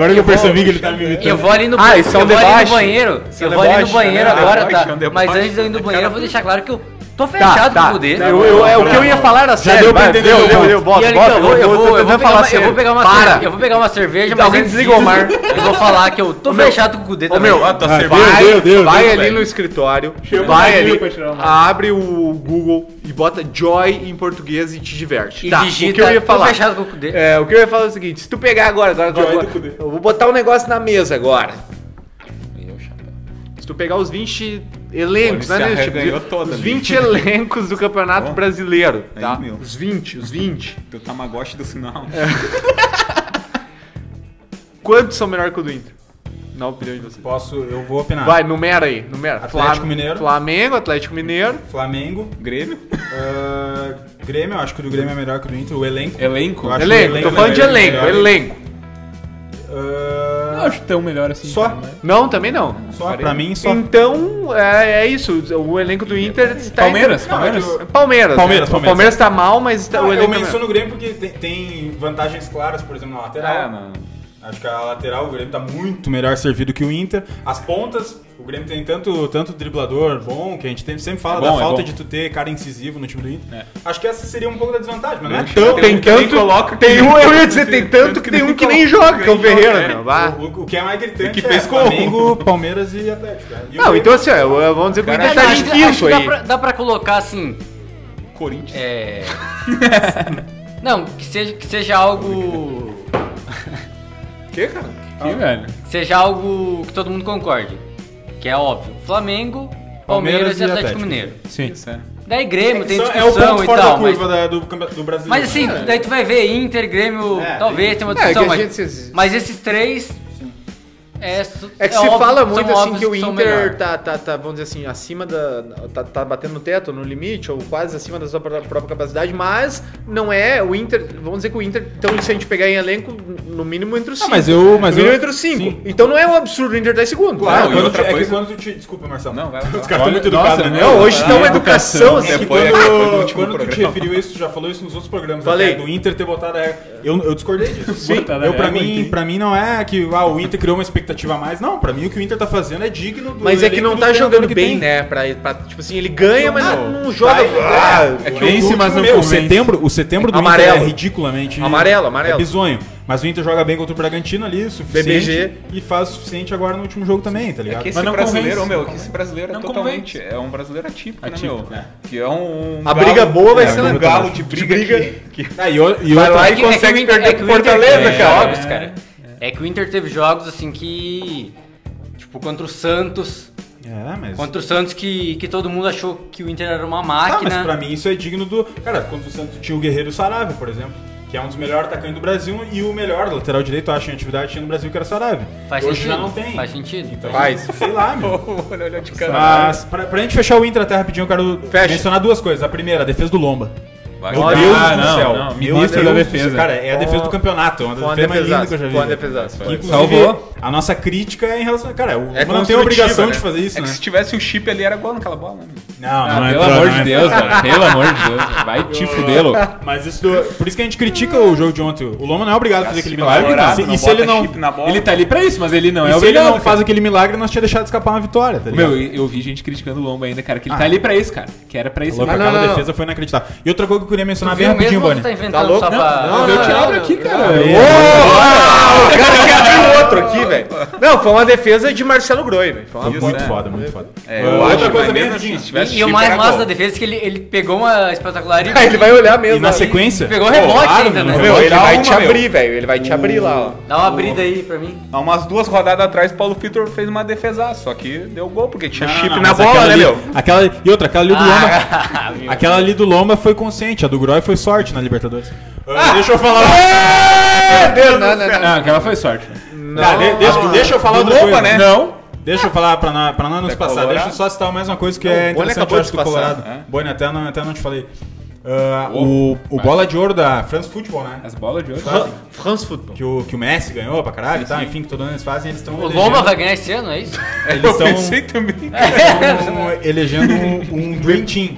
[SPEAKER 3] Eu vou ali no,
[SPEAKER 2] Ah, isso é um
[SPEAKER 3] eu vou ali
[SPEAKER 2] deboche.
[SPEAKER 3] no banheiro.
[SPEAKER 2] Isso é
[SPEAKER 3] Eu
[SPEAKER 2] um
[SPEAKER 3] vou ali no
[SPEAKER 2] deboche,
[SPEAKER 3] banheiro
[SPEAKER 2] né?
[SPEAKER 3] agora,
[SPEAKER 5] Deboche, é
[SPEAKER 3] tá?
[SPEAKER 5] um deboche. tá.
[SPEAKER 3] Mas antes de eu ir no banheiro, eu vou deixar claro que eu tô fechado com o Kudê.
[SPEAKER 2] Ah, tá. Eu, eu, é, o que eu ia falar era sério.
[SPEAKER 4] deu pra
[SPEAKER 2] vai,
[SPEAKER 4] entender o
[SPEAKER 2] Deu, deu,
[SPEAKER 4] ponto.
[SPEAKER 2] deu. Bota,
[SPEAKER 3] e ali,
[SPEAKER 2] bota.
[SPEAKER 3] eu, vou- eu, vou, eu,
[SPEAKER 2] tentar
[SPEAKER 3] vou pegar
[SPEAKER 2] falar
[SPEAKER 3] uma, eu
[SPEAKER 2] sério.
[SPEAKER 3] vou pegar uma
[SPEAKER 2] Para.
[SPEAKER 3] cerveja. Eu vou pegar uma cerveja, mas.
[SPEAKER 2] Alguém
[SPEAKER 3] antes
[SPEAKER 2] desliga o
[SPEAKER 3] disso,
[SPEAKER 2] Omar.
[SPEAKER 3] Eu vou falar que eu tô
[SPEAKER 2] meu.
[SPEAKER 3] fechado com o Kudê
[SPEAKER 2] Ô
[SPEAKER 3] também.
[SPEAKER 2] meu, a tua
[SPEAKER 4] Ah,
[SPEAKER 2] cerveja.
[SPEAKER 4] deu, deu, deu,
[SPEAKER 2] vai
[SPEAKER 4] deu,
[SPEAKER 2] ali
[SPEAKER 5] velho.
[SPEAKER 2] no escritório,
[SPEAKER 6] Chegou
[SPEAKER 2] vai
[SPEAKER 6] um
[SPEAKER 2] ali,
[SPEAKER 6] dia pra tirar uma.
[SPEAKER 2] abre o Google e bota Joy em português e te diverte.
[SPEAKER 3] E
[SPEAKER 2] tá,
[SPEAKER 3] digita,
[SPEAKER 2] o que eu ia
[SPEAKER 3] tô
[SPEAKER 2] falar?
[SPEAKER 3] fechado com o Kudê.
[SPEAKER 2] É, o que eu ia falar é o seguinte, se tu pegar agora, agora, agora, agora, eu vou botar um negócio na mesa agora. Se tu pegar os 20 elencos, não
[SPEAKER 5] Olha,
[SPEAKER 2] é
[SPEAKER 5] esse
[SPEAKER 2] nem,
[SPEAKER 5] arreganhou
[SPEAKER 2] tipo,
[SPEAKER 5] toda
[SPEAKER 2] os
[SPEAKER 5] ali.
[SPEAKER 2] 20 elencos do Campeonato
[SPEAKER 5] Ó,
[SPEAKER 2] Brasileiro,
[SPEAKER 5] aí,
[SPEAKER 2] tá?
[SPEAKER 5] meu.
[SPEAKER 2] Os 20, os 20.
[SPEAKER 5] Teu tamagotchi do sinal.
[SPEAKER 4] É.
[SPEAKER 2] Quantos são melhor que o do Inter? Na opinião de vocês.
[SPEAKER 4] Posso, eu vou opinar.
[SPEAKER 2] Vai, numera aí, numera.
[SPEAKER 4] Atlético Mineiro.
[SPEAKER 2] Flamengo, Atlético Mineiro.
[SPEAKER 4] Flamengo,
[SPEAKER 5] Grêmio.
[SPEAKER 4] ah, Grêmio, eu acho que o do Grêmio é melhor que o do Inter, o elenco.
[SPEAKER 5] Elenco.
[SPEAKER 4] Eu acho
[SPEAKER 2] Elenco,
[SPEAKER 4] o é
[SPEAKER 2] tô falando de elenco,
[SPEAKER 4] melhor.
[SPEAKER 2] elenco.
[SPEAKER 4] Ah,
[SPEAKER 6] Não acho tão melhor assim.
[SPEAKER 4] Só?
[SPEAKER 6] então, né?
[SPEAKER 2] Não, também não.
[SPEAKER 4] só, pra mim, só.
[SPEAKER 2] Então, é, é isso. O elenco do Inter está.
[SPEAKER 6] Palmeiras,
[SPEAKER 2] Não,
[SPEAKER 6] Palmeiras.
[SPEAKER 2] é que o- Palmeiras.
[SPEAKER 4] Palmeiras,
[SPEAKER 2] né?
[SPEAKER 4] Palmeiras.
[SPEAKER 2] O Palmeiras tá mal, mas tá,
[SPEAKER 4] Não,
[SPEAKER 2] o
[SPEAKER 4] eu
[SPEAKER 2] elenco. é melhor.
[SPEAKER 4] menciono o Grêmio porque tem, tem vantagens claras, por exemplo, na
[SPEAKER 6] Ah,
[SPEAKER 4] lateral.
[SPEAKER 5] É, mano.
[SPEAKER 4] Acho que a lateral, o Grêmio tá muito melhor servido que o Inter. As pontas, o Grêmio tem tanto, tanto driblador bom, que a gente tem- sempre fala
[SPEAKER 5] É bom,
[SPEAKER 4] da
[SPEAKER 5] é
[SPEAKER 4] falta
[SPEAKER 5] bom.
[SPEAKER 4] de tu ter cara incisivo no time do Inter.
[SPEAKER 5] É.
[SPEAKER 4] Acho que essa seria um pouco da desvantagem, mas não é
[SPEAKER 5] Grande
[SPEAKER 4] tanto.
[SPEAKER 2] Tem
[SPEAKER 5] um que nem
[SPEAKER 2] tanto.
[SPEAKER 5] coloca,
[SPEAKER 2] tem
[SPEAKER 5] que
[SPEAKER 2] um,
[SPEAKER 5] nem-
[SPEAKER 2] eu ia dizer, tem tanto que tem um que nem joga, que é o Ferreira, meu. Vá.
[SPEAKER 4] O, o que é mais gritante
[SPEAKER 5] que
[SPEAKER 4] é
[SPEAKER 5] fez gol.
[SPEAKER 4] Flamengo, Palmeiras e Atlético. né? E o
[SPEAKER 2] Não,
[SPEAKER 4] Grêmio-
[SPEAKER 2] então assim, ó, eu- vamos dizer que o
[SPEAKER 5] Cara,
[SPEAKER 2] Inter tá
[SPEAKER 3] acho
[SPEAKER 2] em
[SPEAKER 3] que- acho
[SPEAKER 2] quinto
[SPEAKER 3] que dá
[SPEAKER 2] aí.
[SPEAKER 3] pra, dá pra colocar assim.
[SPEAKER 5] Corinthians.
[SPEAKER 3] É. Não, que seja, que seja algo.
[SPEAKER 2] Que, cara?
[SPEAKER 5] Ah.
[SPEAKER 6] Que, velho.
[SPEAKER 3] que seja algo que todo mundo concorde. Que é óbvio. Flamengo, Palmeiras, e Atlético, Mineiro.
[SPEAKER 6] Sim.
[SPEAKER 5] Isso é.
[SPEAKER 3] Daí Grêmio, tem
[SPEAKER 4] Só-
[SPEAKER 3] discussão
[SPEAKER 4] é o ponto
[SPEAKER 3] e
[SPEAKER 4] fora
[SPEAKER 3] tal.
[SPEAKER 4] da
[SPEAKER 3] mas-
[SPEAKER 4] curva da- do, campe- do brasileiro.
[SPEAKER 3] Mas assim,
[SPEAKER 4] É.
[SPEAKER 3] daí tu vai ver Inter, Grêmio,
[SPEAKER 4] É,
[SPEAKER 3] talvez tenha uma
[SPEAKER 2] É, que
[SPEAKER 3] discussão,
[SPEAKER 2] a
[SPEAKER 3] mas,
[SPEAKER 2] gente-
[SPEAKER 3] mas esses três. É, su-
[SPEAKER 2] É que
[SPEAKER 3] é
[SPEAKER 2] se
[SPEAKER 3] óbvio-
[SPEAKER 2] fala
[SPEAKER 3] são
[SPEAKER 2] muito assim
[SPEAKER 3] óbvios
[SPEAKER 2] que o
[SPEAKER 3] são
[SPEAKER 2] Inter
[SPEAKER 3] melhor.
[SPEAKER 2] tá, tá, tá, vamos dizer assim, acima da. Tá, tá batendo no teto, no limite, ou quase acima da sua pró- própria capacidade, mas não é o Inter. Vamos dizer que o Inter, então, se a gente pegar em elenco, no mínimo entre os
[SPEAKER 4] Ah,
[SPEAKER 2] cinco.
[SPEAKER 4] mas eu.
[SPEAKER 2] no
[SPEAKER 4] Mas
[SPEAKER 2] mínimo
[SPEAKER 4] eu
[SPEAKER 2] entre os cinco.
[SPEAKER 4] Sim.
[SPEAKER 2] Então não é um absurdo o Inter estar em segundo. né?
[SPEAKER 5] Não,
[SPEAKER 4] Claro,
[SPEAKER 5] Ah, e
[SPEAKER 4] quando
[SPEAKER 5] outra
[SPEAKER 4] tu- é que
[SPEAKER 5] coisa-
[SPEAKER 4] quando tu te. Desculpa, Marcelo.
[SPEAKER 5] Não, vai lá.
[SPEAKER 4] Os caras estão muito
[SPEAKER 6] Olha,
[SPEAKER 4] educados,
[SPEAKER 6] nossa,
[SPEAKER 4] né?
[SPEAKER 6] meu,
[SPEAKER 2] Não, hoje
[SPEAKER 6] Ah,
[SPEAKER 2] tá uma
[SPEAKER 6] educação,
[SPEAKER 2] educação.
[SPEAKER 4] É que
[SPEAKER 2] assim.
[SPEAKER 5] Depois-
[SPEAKER 4] quando,
[SPEAKER 5] depois do último
[SPEAKER 4] quando tu te
[SPEAKER 5] programa.
[SPEAKER 4] referiu isso, tu já falou isso nos outros programas.
[SPEAKER 2] Falei.
[SPEAKER 4] até, Do Inter ter botado a regra. Eu, eu discordei disso.
[SPEAKER 6] Sim.
[SPEAKER 4] eu, pra,
[SPEAKER 6] É,
[SPEAKER 4] mim,
[SPEAKER 6] muito.
[SPEAKER 4] pra mim não é que ah, o Inter criou uma expectativa a mais. Não, pra mim o que o Inter tá fazendo é digno do
[SPEAKER 2] Mas é que
[SPEAKER 4] elenco
[SPEAKER 2] não
[SPEAKER 4] do
[SPEAKER 2] tá
[SPEAKER 4] treinador
[SPEAKER 2] jogando
[SPEAKER 4] que
[SPEAKER 2] bem,
[SPEAKER 4] tem.
[SPEAKER 2] né? Pra, pra- tipo assim, ele ganha, mas não, não joga.
[SPEAKER 4] Tá,
[SPEAKER 2] Ah,
[SPEAKER 4] é que
[SPEAKER 6] vence,
[SPEAKER 4] o último,
[SPEAKER 6] mas não
[SPEAKER 4] meu, o
[SPEAKER 6] convence.
[SPEAKER 4] setembro, o setembro do
[SPEAKER 2] Amarelo.
[SPEAKER 4] Inter é ridiculamente
[SPEAKER 2] Amarelo, amarelo.
[SPEAKER 4] É bizonho. Mas o Inter joga bem contra o Bragantino ali, o suficiente.
[SPEAKER 2] BBG.
[SPEAKER 4] E faz o suficiente agora no último jogo também, tá
[SPEAKER 5] É
[SPEAKER 4] ligado?
[SPEAKER 5] que esse
[SPEAKER 6] Mas não
[SPEAKER 5] brasileiro,
[SPEAKER 6] convence.
[SPEAKER 5] meu, que esse brasileiro é
[SPEAKER 6] Não
[SPEAKER 5] totalmente. É um brasileiro atípico,
[SPEAKER 6] Atípico,
[SPEAKER 5] né, meu? Que é um.
[SPEAKER 2] Ah, A briga boa vai
[SPEAKER 5] é,
[SPEAKER 2] ser
[SPEAKER 5] um
[SPEAKER 2] legal.
[SPEAKER 5] galo de briga. que- que-
[SPEAKER 4] Ah, e o- e
[SPEAKER 2] Vai
[SPEAKER 4] outra-
[SPEAKER 2] lá
[SPEAKER 3] É
[SPEAKER 2] e
[SPEAKER 3] que- é que o
[SPEAKER 2] consegue
[SPEAKER 3] Inter- é
[SPEAKER 2] perder com
[SPEAKER 3] que o
[SPEAKER 2] Fortaleza,
[SPEAKER 3] Inter-
[SPEAKER 2] cara.
[SPEAKER 3] jogos, cara. É que o Inter teve jogos assim que. Tipo, contra o Santos.
[SPEAKER 4] É, mas...
[SPEAKER 3] Contra o Santos que, que todo mundo achou que o Inter era uma
[SPEAKER 4] Tá, mas
[SPEAKER 3] máquina.
[SPEAKER 4] pra mim isso é digno do... Cara, quando o Santos tinha o Guerreiro Sarave, por exemplo. Que é um dos melhores atacantes do Brasil e o melhor lateral direito, eu acho, em atividade tinha no Brasil, que era Sarave.
[SPEAKER 3] Faz
[SPEAKER 4] Hoje
[SPEAKER 3] sentido.
[SPEAKER 4] já não tem.
[SPEAKER 3] Faz sentido.
[SPEAKER 4] Então,
[SPEAKER 2] Faz.
[SPEAKER 4] Sei lá, meu.
[SPEAKER 5] Olha, olha de cara.
[SPEAKER 4] Mas, pra, pra gente fechar o Inter até rapidinho, eu quero
[SPEAKER 2] Fecha.
[SPEAKER 4] mencionar duas coisas. A primeira, a defesa do Lomba.
[SPEAKER 5] Vai,
[SPEAKER 4] Meu
[SPEAKER 5] vai.
[SPEAKER 4] Deus
[SPEAKER 6] Ah,
[SPEAKER 4] do
[SPEAKER 6] não,
[SPEAKER 4] céu.
[SPEAKER 6] não.
[SPEAKER 4] Meu
[SPEAKER 6] Ministro
[SPEAKER 4] Deus
[SPEAKER 6] da
[SPEAKER 4] do
[SPEAKER 6] defesa.
[SPEAKER 4] céu. Cara, é a defesa do campeonato. É uma
[SPEAKER 2] Com a
[SPEAKER 4] das defesas mais lindas que eu já
[SPEAKER 2] defesaça.
[SPEAKER 4] vi.
[SPEAKER 2] Com a defesaça.
[SPEAKER 4] Que, Inclusive,
[SPEAKER 6] Salvou.
[SPEAKER 4] a nossa crítica é em relação... Cara, o
[SPEAKER 2] É
[SPEAKER 4] Lomba não tem a
[SPEAKER 2] construtiva,
[SPEAKER 4] obrigação
[SPEAKER 2] né?
[SPEAKER 4] de fazer isso,
[SPEAKER 5] É que
[SPEAKER 4] né?
[SPEAKER 5] se tivesse o chip ali, era gol naquela bola, né? meu?
[SPEAKER 4] Não,
[SPEAKER 6] Ah,
[SPEAKER 4] não
[SPEAKER 6] pelo
[SPEAKER 4] entrou,
[SPEAKER 6] amor
[SPEAKER 4] não é
[SPEAKER 6] de
[SPEAKER 4] entrou.
[SPEAKER 6] Deus, velho. Pelo amor de Deus. velho. Vai te fuder, louco.
[SPEAKER 4] Mas isso do- Por isso que a gente critica o jogo de ontem. O Loma não é obrigado a fazer aquele milagre.
[SPEAKER 5] Colorado,
[SPEAKER 4] e se- e se ele
[SPEAKER 5] bota
[SPEAKER 4] não.
[SPEAKER 5] chip na bola.
[SPEAKER 6] Ele tá ali pra isso, mas ele não
[SPEAKER 4] e
[SPEAKER 6] é
[SPEAKER 4] se ele
[SPEAKER 6] obrigado.
[SPEAKER 4] não faz aquele milagre, nós tinha deixado escapar uma vitória, tá ligado?
[SPEAKER 6] Meu, eu vi gente criticando o Lomba ainda, cara, que ele
[SPEAKER 5] Ah.
[SPEAKER 6] tá ali pra isso, cara. Que era pra isso.
[SPEAKER 5] é
[SPEAKER 4] Lomba,
[SPEAKER 2] Ah, não,
[SPEAKER 4] aquela
[SPEAKER 2] não, não.
[SPEAKER 4] defesa foi inacreditável. E outra coisa que eu queria mencionar
[SPEAKER 3] Tu
[SPEAKER 4] bem
[SPEAKER 3] viu
[SPEAKER 4] Ah, rapidinho, É,
[SPEAKER 3] mesmo ou tu
[SPEAKER 4] Bonnie.
[SPEAKER 3] tá
[SPEAKER 2] Tá
[SPEAKER 3] inventando
[SPEAKER 2] louco?
[SPEAKER 3] só pra...
[SPEAKER 2] Não, não,
[SPEAKER 6] eu
[SPEAKER 2] não,
[SPEAKER 6] te
[SPEAKER 2] não,
[SPEAKER 6] abro
[SPEAKER 2] não.
[SPEAKER 6] aqui, cara.
[SPEAKER 2] Ô, ah, o cara quer
[SPEAKER 5] um
[SPEAKER 2] abrir outro aqui, velho. Não, foi uma defesa de Marcelo Groi, velho. Foi uma
[SPEAKER 4] Foi
[SPEAKER 2] boa-
[SPEAKER 4] muito foda, muito foda.
[SPEAKER 5] né? É,
[SPEAKER 4] Outra
[SPEAKER 5] eu acho,
[SPEAKER 4] coisa
[SPEAKER 5] mas
[SPEAKER 4] bem
[SPEAKER 5] mesmo assim,
[SPEAKER 4] rapidinho.
[SPEAKER 5] se tivesse
[SPEAKER 3] E, e o
[SPEAKER 5] chip,
[SPEAKER 3] mais
[SPEAKER 5] era
[SPEAKER 3] massa
[SPEAKER 5] gol.
[SPEAKER 3] da defesa é que ele, ele pegou uma espetacular e...
[SPEAKER 2] Ah, ele vai olhar mesmo.
[SPEAKER 4] E na
[SPEAKER 2] né?
[SPEAKER 4] sequência.
[SPEAKER 3] Pegou rebote
[SPEAKER 4] Claro,
[SPEAKER 3] ainda, né?
[SPEAKER 4] meu,
[SPEAKER 2] Meu, ele
[SPEAKER 5] Olhar
[SPEAKER 2] vai
[SPEAKER 5] uma,
[SPEAKER 2] te
[SPEAKER 5] meu.
[SPEAKER 2] abrir, velho. Ele vai te abrir lá, ó.
[SPEAKER 3] Dá uma brida aí pra mim.
[SPEAKER 5] Há umas duas rodadas atrás, Paulo Vitor fez uma defesa, só que deu gol, porque tinha
[SPEAKER 4] Não,
[SPEAKER 5] chip
[SPEAKER 4] não,
[SPEAKER 5] na
[SPEAKER 4] Ah, mas
[SPEAKER 5] bola,
[SPEAKER 4] aquela
[SPEAKER 5] né,
[SPEAKER 4] ali-
[SPEAKER 5] meu?
[SPEAKER 4] Aquela, e outra, aquela ali do Lomba.
[SPEAKER 3] Ah, meu.
[SPEAKER 4] Aquela ali do Lomba foi consciente, a do Groy foi sorte na Libertadores. Ah, deixa eu falar.
[SPEAKER 2] Não, não, não, não.
[SPEAKER 6] Não, aquela foi sorte. né?
[SPEAKER 4] Ah, de- deixa, deixa eu falar
[SPEAKER 5] Do
[SPEAKER 4] outra
[SPEAKER 5] Lomba,
[SPEAKER 4] coisa.
[SPEAKER 5] né?
[SPEAKER 6] Não.
[SPEAKER 4] Deixa eu falar pra não, pra não nos
[SPEAKER 5] Da
[SPEAKER 4] passar.
[SPEAKER 5] Colorado.
[SPEAKER 4] Deixa eu só citar mais uma coisa que
[SPEAKER 2] Não,
[SPEAKER 4] é
[SPEAKER 2] o Boni
[SPEAKER 4] interessante
[SPEAKER 2] acabou
[SPEAKER 4] eu acho,
[SPEAKER 2] de
[SPEAKER 4] do
[SPEAKER 2] passar,
[SPEAKER 4] Colorado.
[SPEAKER 5] né?
[SPEAKER 4] Boni, até não, até não te falei. Ah, o o bola de ouro da France Football, né?
[SPEAKER 6] As bolas de ouro.
[SPEAKER 4] Sabe?
[SPEAKER 2] France Football.
[SPEAKER 4] Que o, que o Messi ganhou pra caralho e tal, enfim, que todo ano eles fazem, eles estão
[SPEAKER 3] O Lomba vai ganhar esse ano, é isso?
[SPEAKER 4] eles É,
[SPEAKER 5] Eu
[SPEAKER 4] estão
[SPEAKER 5] pensei também.
[SPEAKER 4] elegendo um, um Dream Team,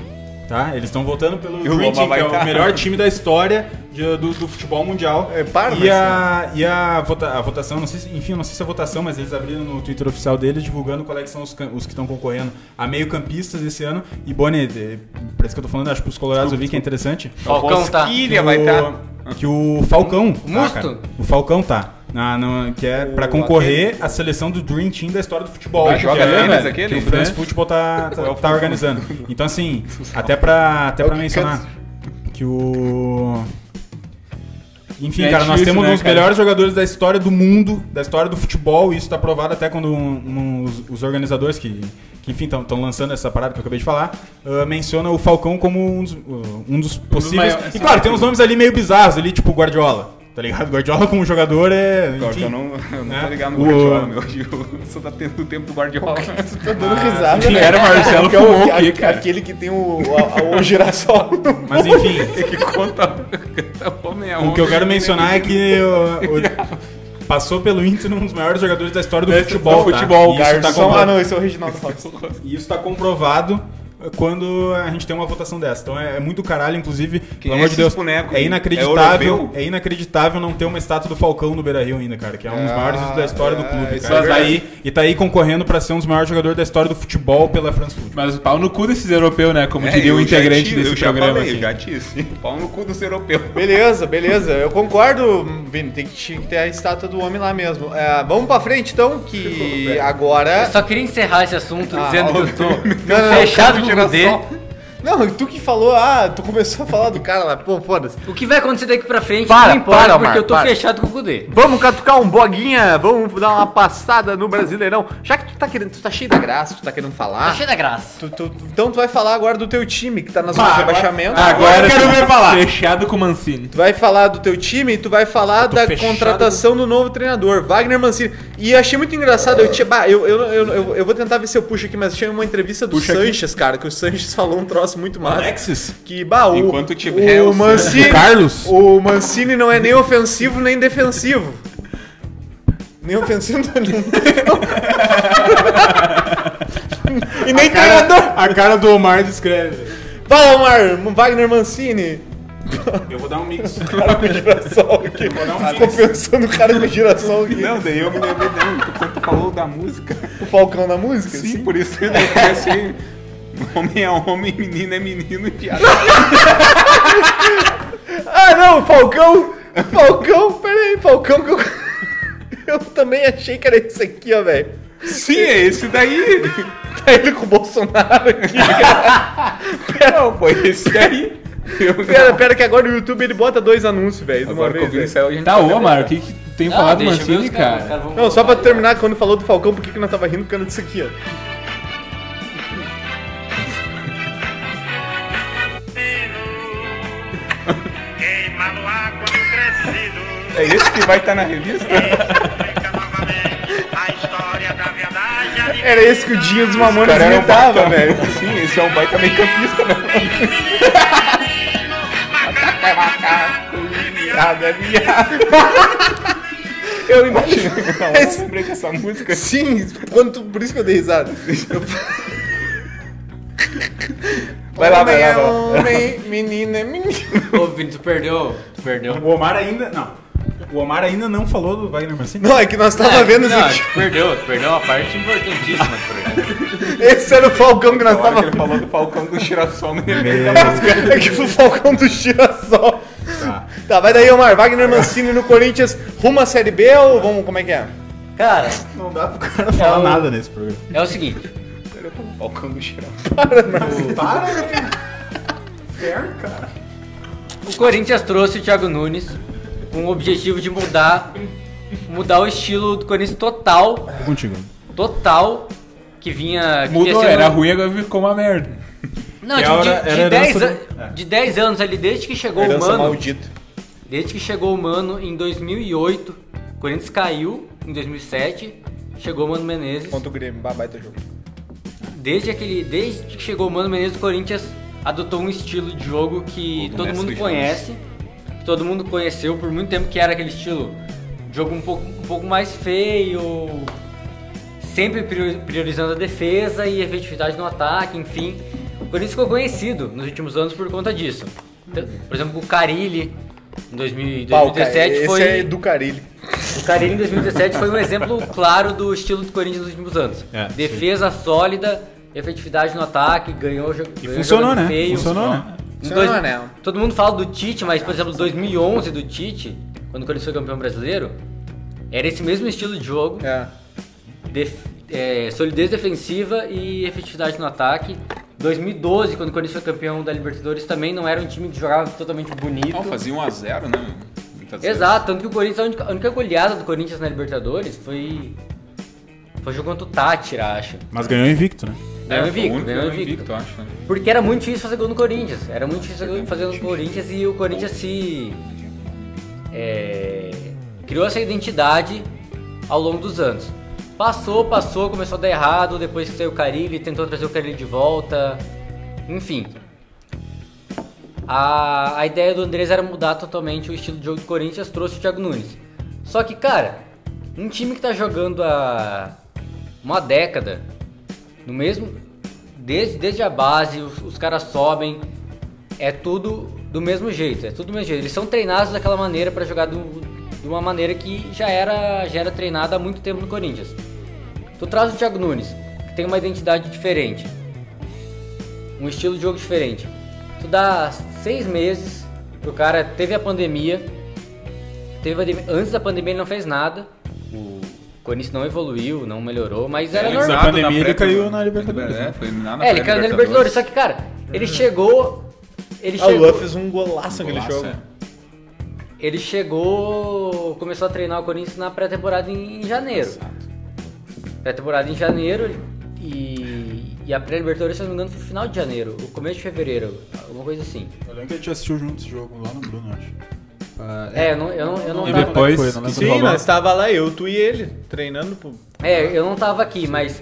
[SPEAKER 4] tá? Eles estão voltando pelo
[SPEAKER 5] o
[SPEAKER 4] Dream
[SPEAKER 5] Lomba
[SPEAKER 4] Team, que
[SPEAKER 5] vai
[SPEAKER 4] é o
[SPEAKER 5] tá.
[SPEAKER 4] melhor time da história de- do, do futebol mundial.
[SPEAKER 2] É, para,
[SPEAKER 4] e a, e a, vota- a votação, não sei se- enfim, eu não sei se é votação, mas eles abriram no Twitter oficial deles divulgando qual é que são os, can- os que estão concorrendo a meio-campistas esse ano. E, Boni, eh, parece que eu tô falando, acho que os colorados eu vi que é interessante.
[SPEAKER 3] Falcão tá.
[SPEAKER 5] Bosquilha
[SPEAKER 4] o-
[SPEAKER 5] vai estar.
[SPEAKER 4] Que o Falcão. tá,
[SPEAKER 3] Musto?
[SPEAKER 4] cara. o Falcão tá. Na, na- que é pra concorrer à seleção do Dream Team da história do futebol.
[SPEAKER 5] Ah,
[SPEAKER 4] que
[SPEAKER 5] joga
[SPEAKER 4] é,
[SPEAKER 5] tênis
[SPEAKER 4] velho,
[SPEAKER 5] aquele?
[SPEAKER 4] Que o France
[SPEAKER 5] Né?
[SPEAKER 4] Football tá, tá, tá organizando. Então, assim, até pra, até pra mencionar que o. Enfim,
[SPEAKER 6] É
[SPEAKER 4] cara, nós
[SPEAKER 6] difícil,
[SPEAKER 4] temos
[SPEAKER 6] né,
[SPEAKER 4] um dos
[SPEAKER 6] cara?
[SPEAKER 4] melhores jogadores da história do mundo, da história do futebol, e isso tá provado até quando um- um- os, os organizadores que, que enfim, estão lançando essa parada que eu acabei de falar, ah, menciona o Falcão como um dos, uh, um dos possíveis.
[SPEAKER 6] maiores- assim, né?
[SPEAKER 4] e claro, tem uns nomes ali meio bizarros ali, tipo Guardiola, tá ligado? Guardiola como jogador é.
[SPEAKER 5] Pior que
[SPEAKER 4] enfim.
[SPEAKER 5] eu não, eu não
[SPEAKER 4] Né?
[SPEAKER 5] tô ligado no
[SPEAKER 4] O-
[SPEAKER 5] Guardiola, meu. Eu só tá tendo o tempo do Guardiola.
[SPEAKER 2] Tô dando risada,
[SPEAKER 6] Enfim, era o Marcelo
[SPEAKER 2] Que é o-
[SPEAKER 6] fumou
[SPEAKER 2] que-
[SPEAKER 6] aqui, cara.
[SPEAKER 2] Aquele que tem o, a- a- o girassol.
[SPEAKER 4] Mas enfim.
[SPEAKER 5] É que conta. conta homem a
[SPEAKER 4] O que eu
[SPEAKER 5] homem,
[SPEAKER 4] quero
[SPEAKER 5] tá né?
[SPEAKER 4] mencionar é que o- o- passou pelo Inter um dos maiores jogadores da história do futebol.
[SPEAKER 6] É, do
[SPEAKER 4] tá?
[SPEAKER 6] futebol,
[SPEAKER 4] E isso tá
[SPEAKER 6] Garçom.
[SPEAKER 4] comprovado.
[SPEAKER 2] Ah, não, esse é o Reginaldo Rossi.
[SPEAKER 4] E isso tá comprovado eh, quando a gente tem uma votação dessa. Então é, é muito caralho, inclusive, pelo
[SPEAKER 5] é
[SPEAKER 4] amor de
[SPEAKER 5] esses
[SPEAKER 4] Deus.
[SPEAKER 5] bonecos?
[SPEAKER 4] é
[SPEAKER 5] É
[SPEAKER 4] inacreditável,
[SPEAKER 5] europeu?
[SPEAKER 4] é inacreditável não ter uma estátua do Falcão no Beira-Rio ainda, cara, que é um dos
[SPEAKER 2] Ah,
[SPEAKER 4] maiores da história do
[SPEAKER 2] é,
[SPEAKER 4] clube,
[SPEAKER 2] isso
[SPEAKER 4] cara.
[SPEAKER 2] é
[SPEAKER 4] tá
[SPEAKER 2] verdade.
[SPEAKER 4] aí, e tá aí concorrendo pra ser um dos maiores jogadores da história do futebol pela France Football.
[SPEAKER 6] Mas o pau no cu desses europeus, né? Como
[SPEAKER 5] É,
[SPEAKER 6] diria o
[SPEAKER 5] eu já
[SPEAKER 6] integrante
[SPEAKER 5] te-
[SPEAKER 6] desse
[SPEAKER 5] eu já
[SPEAKER 6] programa. assim.
[SPEAKER 5] Falei,
[SPEAKER 6] aqui.
[SPEAKER 5] Eu já disse. Pau no cu dos europeus.
[SPEAKER 2] Beleza, beleza. Eu concordo, Vini. Tem que, tinha que ter a estátua do homem lá mesmo. É, vamos pra frente, então, que agora...
[SPEAKER 3] Eu só queria encerrar esse assunto
[SPEAKER 2] Ah,
[SPEAKER 3] tá dizendo que eu tô
[SPEAKER 2] não, não,
[SPEAKER 3] fechado
[SPEAKER 2] não,
[SPEAKER 3] com o D.
[SPEAKER 2] Não, e tu que falou, ah, tu começou a falar do cara lá, pô, foda-se.
[SPEAKER 3] O que vai acontecer daqui pra frente
[SPEAKER 2] Para,
[SPEAKER 3] não importa,
[SPEAKER 2] para,
[SPEAKER 3] porque
[SPEAKER 2] Omar,
[SPEAKER 3] eu tô
[SPEAKER 2] para.
[SPEAKER 3] fechado com o Kudê.
[SPEAKER 2] Vamos catucar um boguinha, vamos dar uma passada no Brasileirão. Já que tu tá querendo, tu tá cheio da graça, tu tá querendo
[SPEAKER 3] Tá
[SPEAKER 2] falar.
[SPEAKER 3] cheio da graça.
[SPEAKER 2] tu- tu- então tu vai falar agora do teu time que tá
[SPEAKER 6] Ah,
[SPEAKER 2] na zona
[SPEAKER 4] Bah,
[SPEAKER 2] de
[SPEAKER 4] agora-
[SPEAKER 2] rebaixamento.
[SPEAKER 4] Agora eu quero ver falar.
[SPEAKER 6] Fechado com o Mancini.
[SPEAKER 2] Tu vai falar do teu time e tu vai falar
[SPEAKER 4] tô
[SPEAKER 2] da
[SPEAKER 4] fechado.
[SPEAKER 2] contratação do novo treinador, Wagner Mancini. E eu achei muito engraçado, eu, tinha, bah, eu, eu, eu, eu- eu vou tentar ver se eu puxo aqui, mas tinha uma entrevista do
[SPEAKER 6] Puxa aqui.
[SPEAKER 2] Sanches, cara, que o Sanches falou um troço muito massa.
[SPEAKER 4] Alexis?
[SPEAKER 2] Que, bah, o,
[SPEAKER 5] Enquanto tiver
[SPEAKER 2] o
[SPEAKER 5] o
[SPEAKER 2] Mancini,
[SPEAKER 6] O Carlos?
[SPEAKER 2] o Mancini não é nem ofensivo nem defensivo. Nem ofensivo não. e nem treinador.
[SPEAKER 4] A cara do Omar descreve.
[SPEAKER 2] Fala, Omar, Wagner Mancini.
[SPEAKER 4] Eu vou dar um mix.
[SPEAKER 2] Cara com girassol aqui. Ficou pensando o cara com girassol aqui.
[SPEAKER 5] Não, daí eu me lembrei, não, tu- quando tu falou da música.
[SPEAKER 2] O Falcão na música?
[SPEAKER 5] Sim,
[SPEAKER 2] assim.
[SPEAKER 5] por isso eu comecei. Homem é homem, menino é menino e piada.
[SPEAKER 2] Ah, não, Falcão! Falcão, pera aí, Falcão que eu... Eu também achei que era esse aqui, ó, velho.
[SPEAKER 5] Sim, é esse daí.
[SPEAKER 2] Tá ele com o Bolsonaro aqui.
[SPEAKER 5] Não, foi esse daí. Eu
[SPEAKER 2] Pera, pera, que agora o YouTube ele bota dois anúncios, velho, de uma
[SPEAKER 5] Agora que eu
[SPEAKER 2] vez.
[SPEAKER 5] vi
[SPEAKER 2] velho.
[SPEAKER 5] isso aí, a gente
[SPEAKER 6] Tá,
[SPEAKER 5] vai
[SPEAKER 6] ô,
[SPEAKER 5] lembrar.
[SPEAKER 6] Omar, o que, que tem falado do
[SPEAKER 3] deixa eu ver
[SPEAKER 6] Mancini,
[SPEAKER 3] os caras, os
[SPEAKER 6] cara?
[SPEAKER 3] caras vão
[SPEAKER 2] Não, só pra
[SPEAKER 3] voltar.
[SPEAKER 2] terminar, quando falou do Falcão, por que que nós tava rindo? Porque eu não disse aqui, ó.
[SPEAKER 5] É esse que vai estar na revista?
[SPEAKER 2] Era esse que o Dinho dos Mamonas
[SPEAKER 5] Cara, era um
[SPEAKER 2] imitava,
[SPEAKER 5] baita-
[SPEAKER 2] velho.
[SPEAKER 5] Sim, esse é um baita meio campista, né? Macaco é macaco, viado é viado. Eu imagino. Não, eu lembrei que essa música.
[SPEAKER 2] Sim, quando tu- por isso que eu dei risada.
[SPEAKER 5] Vai lá, vai lá, vai lá.
[SPEAKER 2] Homem é homem, menino é menino.
[SPEAKER 3] Ô, Vini, tu perdeu. Tu perdeu.
[SPEAKER 4] O Omar ainda. Não. O Omar ainda não falou do Wagner Mancini.
[SPEAKER 2] Não, é que nós tava vendo os
[SPEAKER 3] Não,
[SPEAKER 2] vídeos.
[SPEAKER 3] tu perdeu. Tu perdeu uma parte importantíssima do programa.
[SPEAKER 2] Esse era o Falcão que nós
[SPEAKER 5] Na hora que
[SPEAKER 2] tava.
[SPEAKER 5] ele falou do Falcão do Girassol né? no remédio.
[SPEAKER 2] É que foi o Falcão do Girassol. Tá. vai daí, Omar. Wagner Mancini no Corinthians. Rumo à Série B ou vamos, como é que é?
[SPEAKER 3] Cara,
[SPEAKER 4] Não dá pro cara falar
[SPEAKER 3] o-
[SPEAKER 4] nada nesse programa.
[SPEAKER 3] é o seguinte.
[SPEAKER 5] Falcão do Girassol.
[SPEAKER 3] O Corinthians trouxe o Thiago Nunes com o objetivo de mudar mudar o estilo do Corinthians total,
[SPEAKER 4] Tô contigo.
[SPEAKER 3] total que vinha que tinha
[SPEAKER 6] Mudou,
[SPEAKER 3] sido-
[SPEAKER 6] era ruim, agora ficou uma merda.
[SPEAKER 3] Não,
[SPEAKER 4] Que
[SPEAKER 3] de,
[SPEAKER 4] era-
[SPEAKER 3] de,
[SPEAKER 4] era
[SPEAKER 3] de,
[SPEAKER 4] a
[SPEAKER 3] 10
[SPEAKER 4] herança
[SPEAKER 3] an- de 10 anos ali desde que chegou o
[SPEAKER 2] Herança
[SPEAKER 3] Mano,
[SPEAKER 2] maldita.
[SPEAKER 3] desde que chegou o Mano em 2008, o Corinthians caiu em 2007, chegou o Mano Menezes.
[SPEAKER 2] Contra o Grêmio. Bah, baita jogo.
[SPEAKER 3] Desde aquele desde que chegou o Mano Menezes, o Corinthians adotou um estilo de jogo que
[SPEAKER 5] O do
[SPEAKER 3] todo
[SPEAKER 5] Mestre
[SPEAKER 3] mundo
[SPEAKER 5] Jones.
[SPEAKER 3] conhece, que todo mundo conheceu por muito tempo que era aquele estilo de jogo um pouco, um pouco mais feio, sempre prior- priorizando a defesa e efetividade no ataque, enfim. O Corinthians ficou conhecido nos últimos anos por conta disso. Então, Por exemplo, o Carilli em 2000
[SPEAKER 2] Bah, o
[SPEAKER 3] 2017
[SPEAKER 2] cara,
[SPEAKER 3] foi
[SPEAKER 2] Esse é do Carilli.
[SPEAKER 3] o Carilli em 2017 foi um exemplo claro do estilo do Corinthians nos últimos anos.
[SPEAKER 4] É,
[SPEAKER 3] Defesa sólida, efetividade no ataque, ganhou, jo-
[SPEAKER 4] E
[SPEAKER 3] ganhou
[SPEAKER 4] funcionou,
[SPEAKER 3] jogador
[SPEAKER 4] né?
[SPEAKER 3] feio.
[SPEAKER 4] Funcionou, né?
[SPEAKER 3] Em
[SPEAKER 2] Funcionou, né?
[SPEAKER 3] Todo mundo fala do Tite, mas por exemplo, 2011 do Tite, quando o Corinthians foi campeão brasileiro, era esse mesmo estilo de jogo,
[SPEAKER 2] É.
[SPEAKER 3] def- é, solidez defensiva e efetividade no ataque. 2012, quando o Corinthians foi campeão da Libertadores, também não era um time que jogava totalmente bonito.
[SPEAKER 5] Não, fazia 1x0, né? Muitas vezes.
[SPEAKER 3] Exato, tanto que o Corinthians, a única, a única goleada do Corinthians na Libertadores foi. Foi jogo contra o Tátira, acho.
[SPEAKER 4] Mas ganhou invicto, né?
[SPEAKER 3] Ganhou
[SPEAKER 5] É, foi o
[SPEAKER 3] invicto,
[SPEAKER 5] único que
[SPEAKER 3] ganhou
[SPEAKER 5] ganhou
[SPEAKER 3] invicto.
[SPEAKER 5] invicto, eu acho. né?
[SPEAKER 3] Porque era muito difícil fazer gol no Corinthians. Era muito difícil fazer gol- fazer gol no Corinthians e o Corinthians se. é, criou essa identidade ao longo dos anos. Passou, passou, começou a dar errado, depois que saiu o Carilli, tentou trazer o Carilli de volta. Enfim. A, a ideia do Andrés era mudar totalmente o estilo de jogo do Corinthians, trouxe o Thiago Nunes. Só que, cara, um time que tá jogando há uma década, no mesmo. Desde, desde a base, os, os caras sobem, é tudo do mesmo jeito, é tudo do mesmo jeito. Eles são treinados daquela maneira pra jogar do- de uma maneira que já era, já era treinada há muito tempo no Corinthians. Tu traz o Thiago Nunes, que tem uma identidade diferente, um estilo de jogo diferente. Tu dá seis meses pro cara, teve a pandemia, teve a pandemia- antes da pandemia ele não fez nada, o Corinthians não evoluiu, não melhorou, mas era
[SPEAKER 5] Foi
[SPEAKER 3] normal.
[SPEAKER 5] eliminado
[SPEAKER 4] pandemia,
[SPEAKER 5] na
[SPEAKER 4] ele
[SPEAKER 5] pré-
[SPEAKER 4] caiu na Libertadores,
[SPEAKER 5] É, foi eliminado na
[SPEAKER 3] É, ele caiu na Libertadores, só que, cara, Ele chegou. Ele
[SPEAKER 2] Ah, o Luan
[SPEAKER 3] chegou.
[SPEAKER 2] fez um golaço naquele
[SPEAKER 5] Golaço,
[SPEAKER 2] jogo.
[SPEAKER 5] é.
[SPEAKER 3] Ele chegou. Começou a treinar o Corinthians na pré-temporada em, em janeiro. Pré-temporada em janeiro e. E a pré-libertadores, se eu não me engano, foi final de janeiro, o começo de fevereiro, alguma coisa assim.
[SPEAKER 4] Eu lembro que a gente assistiu junto esse jogo lá no Bruno, eu acho.
[SPEAKER 3] É, eu não, eu não, eu não
[SPEAKER 6] E
[SPEAKER 3] tava-
[SPEAKER 6] depois.
[SPEAKER 4] foi, não lembro
[SPEAKER 6] que-
[SPEAKER 2] Sim, nós tava lá, eu, tu e ele, treinando pro...
[SPEAKER 3] É, eu não tava aqui, mas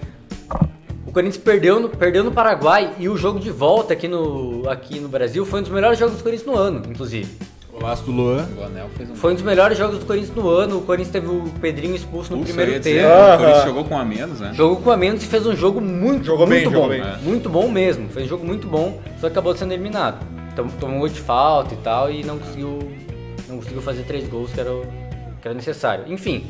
[SPEAKER 3] o Corinthians perdeu no, perdeu no Paraguai e o jogo de volta aqui no, aqui no Brasil foi um dos melhores jogos do Corinthians no ano, inclusive.
[SPEAKER 4] O laço do Luan.
[SPEAKER 5] O Anel fez um
[SPEAKER 3] Foi um dos melhores jogos do Corinthians no ano. O Corinthians teve o Pedrinho expulso no
[SPEAKER 5] pulso, eu ia
[SPEAKER 3] primeiro
[SPEAKER 5] dizer,
[SPEAKER 3] tempo.
[SPEAKER 2] Ah.
[SPEAKER 5] O Corinthians jogou com um a menos, né?
[SPEAKER 3] Jogou com a menos e fez um jogo muito,
[SPEAKER 2] Jogou
[SPEAKER 3] muito
[SPEAKER 2] bem,
[SPEAKER 3] bom.
[SPEAKER 2] jogou bem.
[SPEAKER 3] Muito bom mesmo. Foi um jogo muito bom, só que acabou sendo eliminado. Tom- Tomou um gol de falta e tal e não conseguiu, não conseguiu fazer três gols que era, o- que era necessário. Enfim,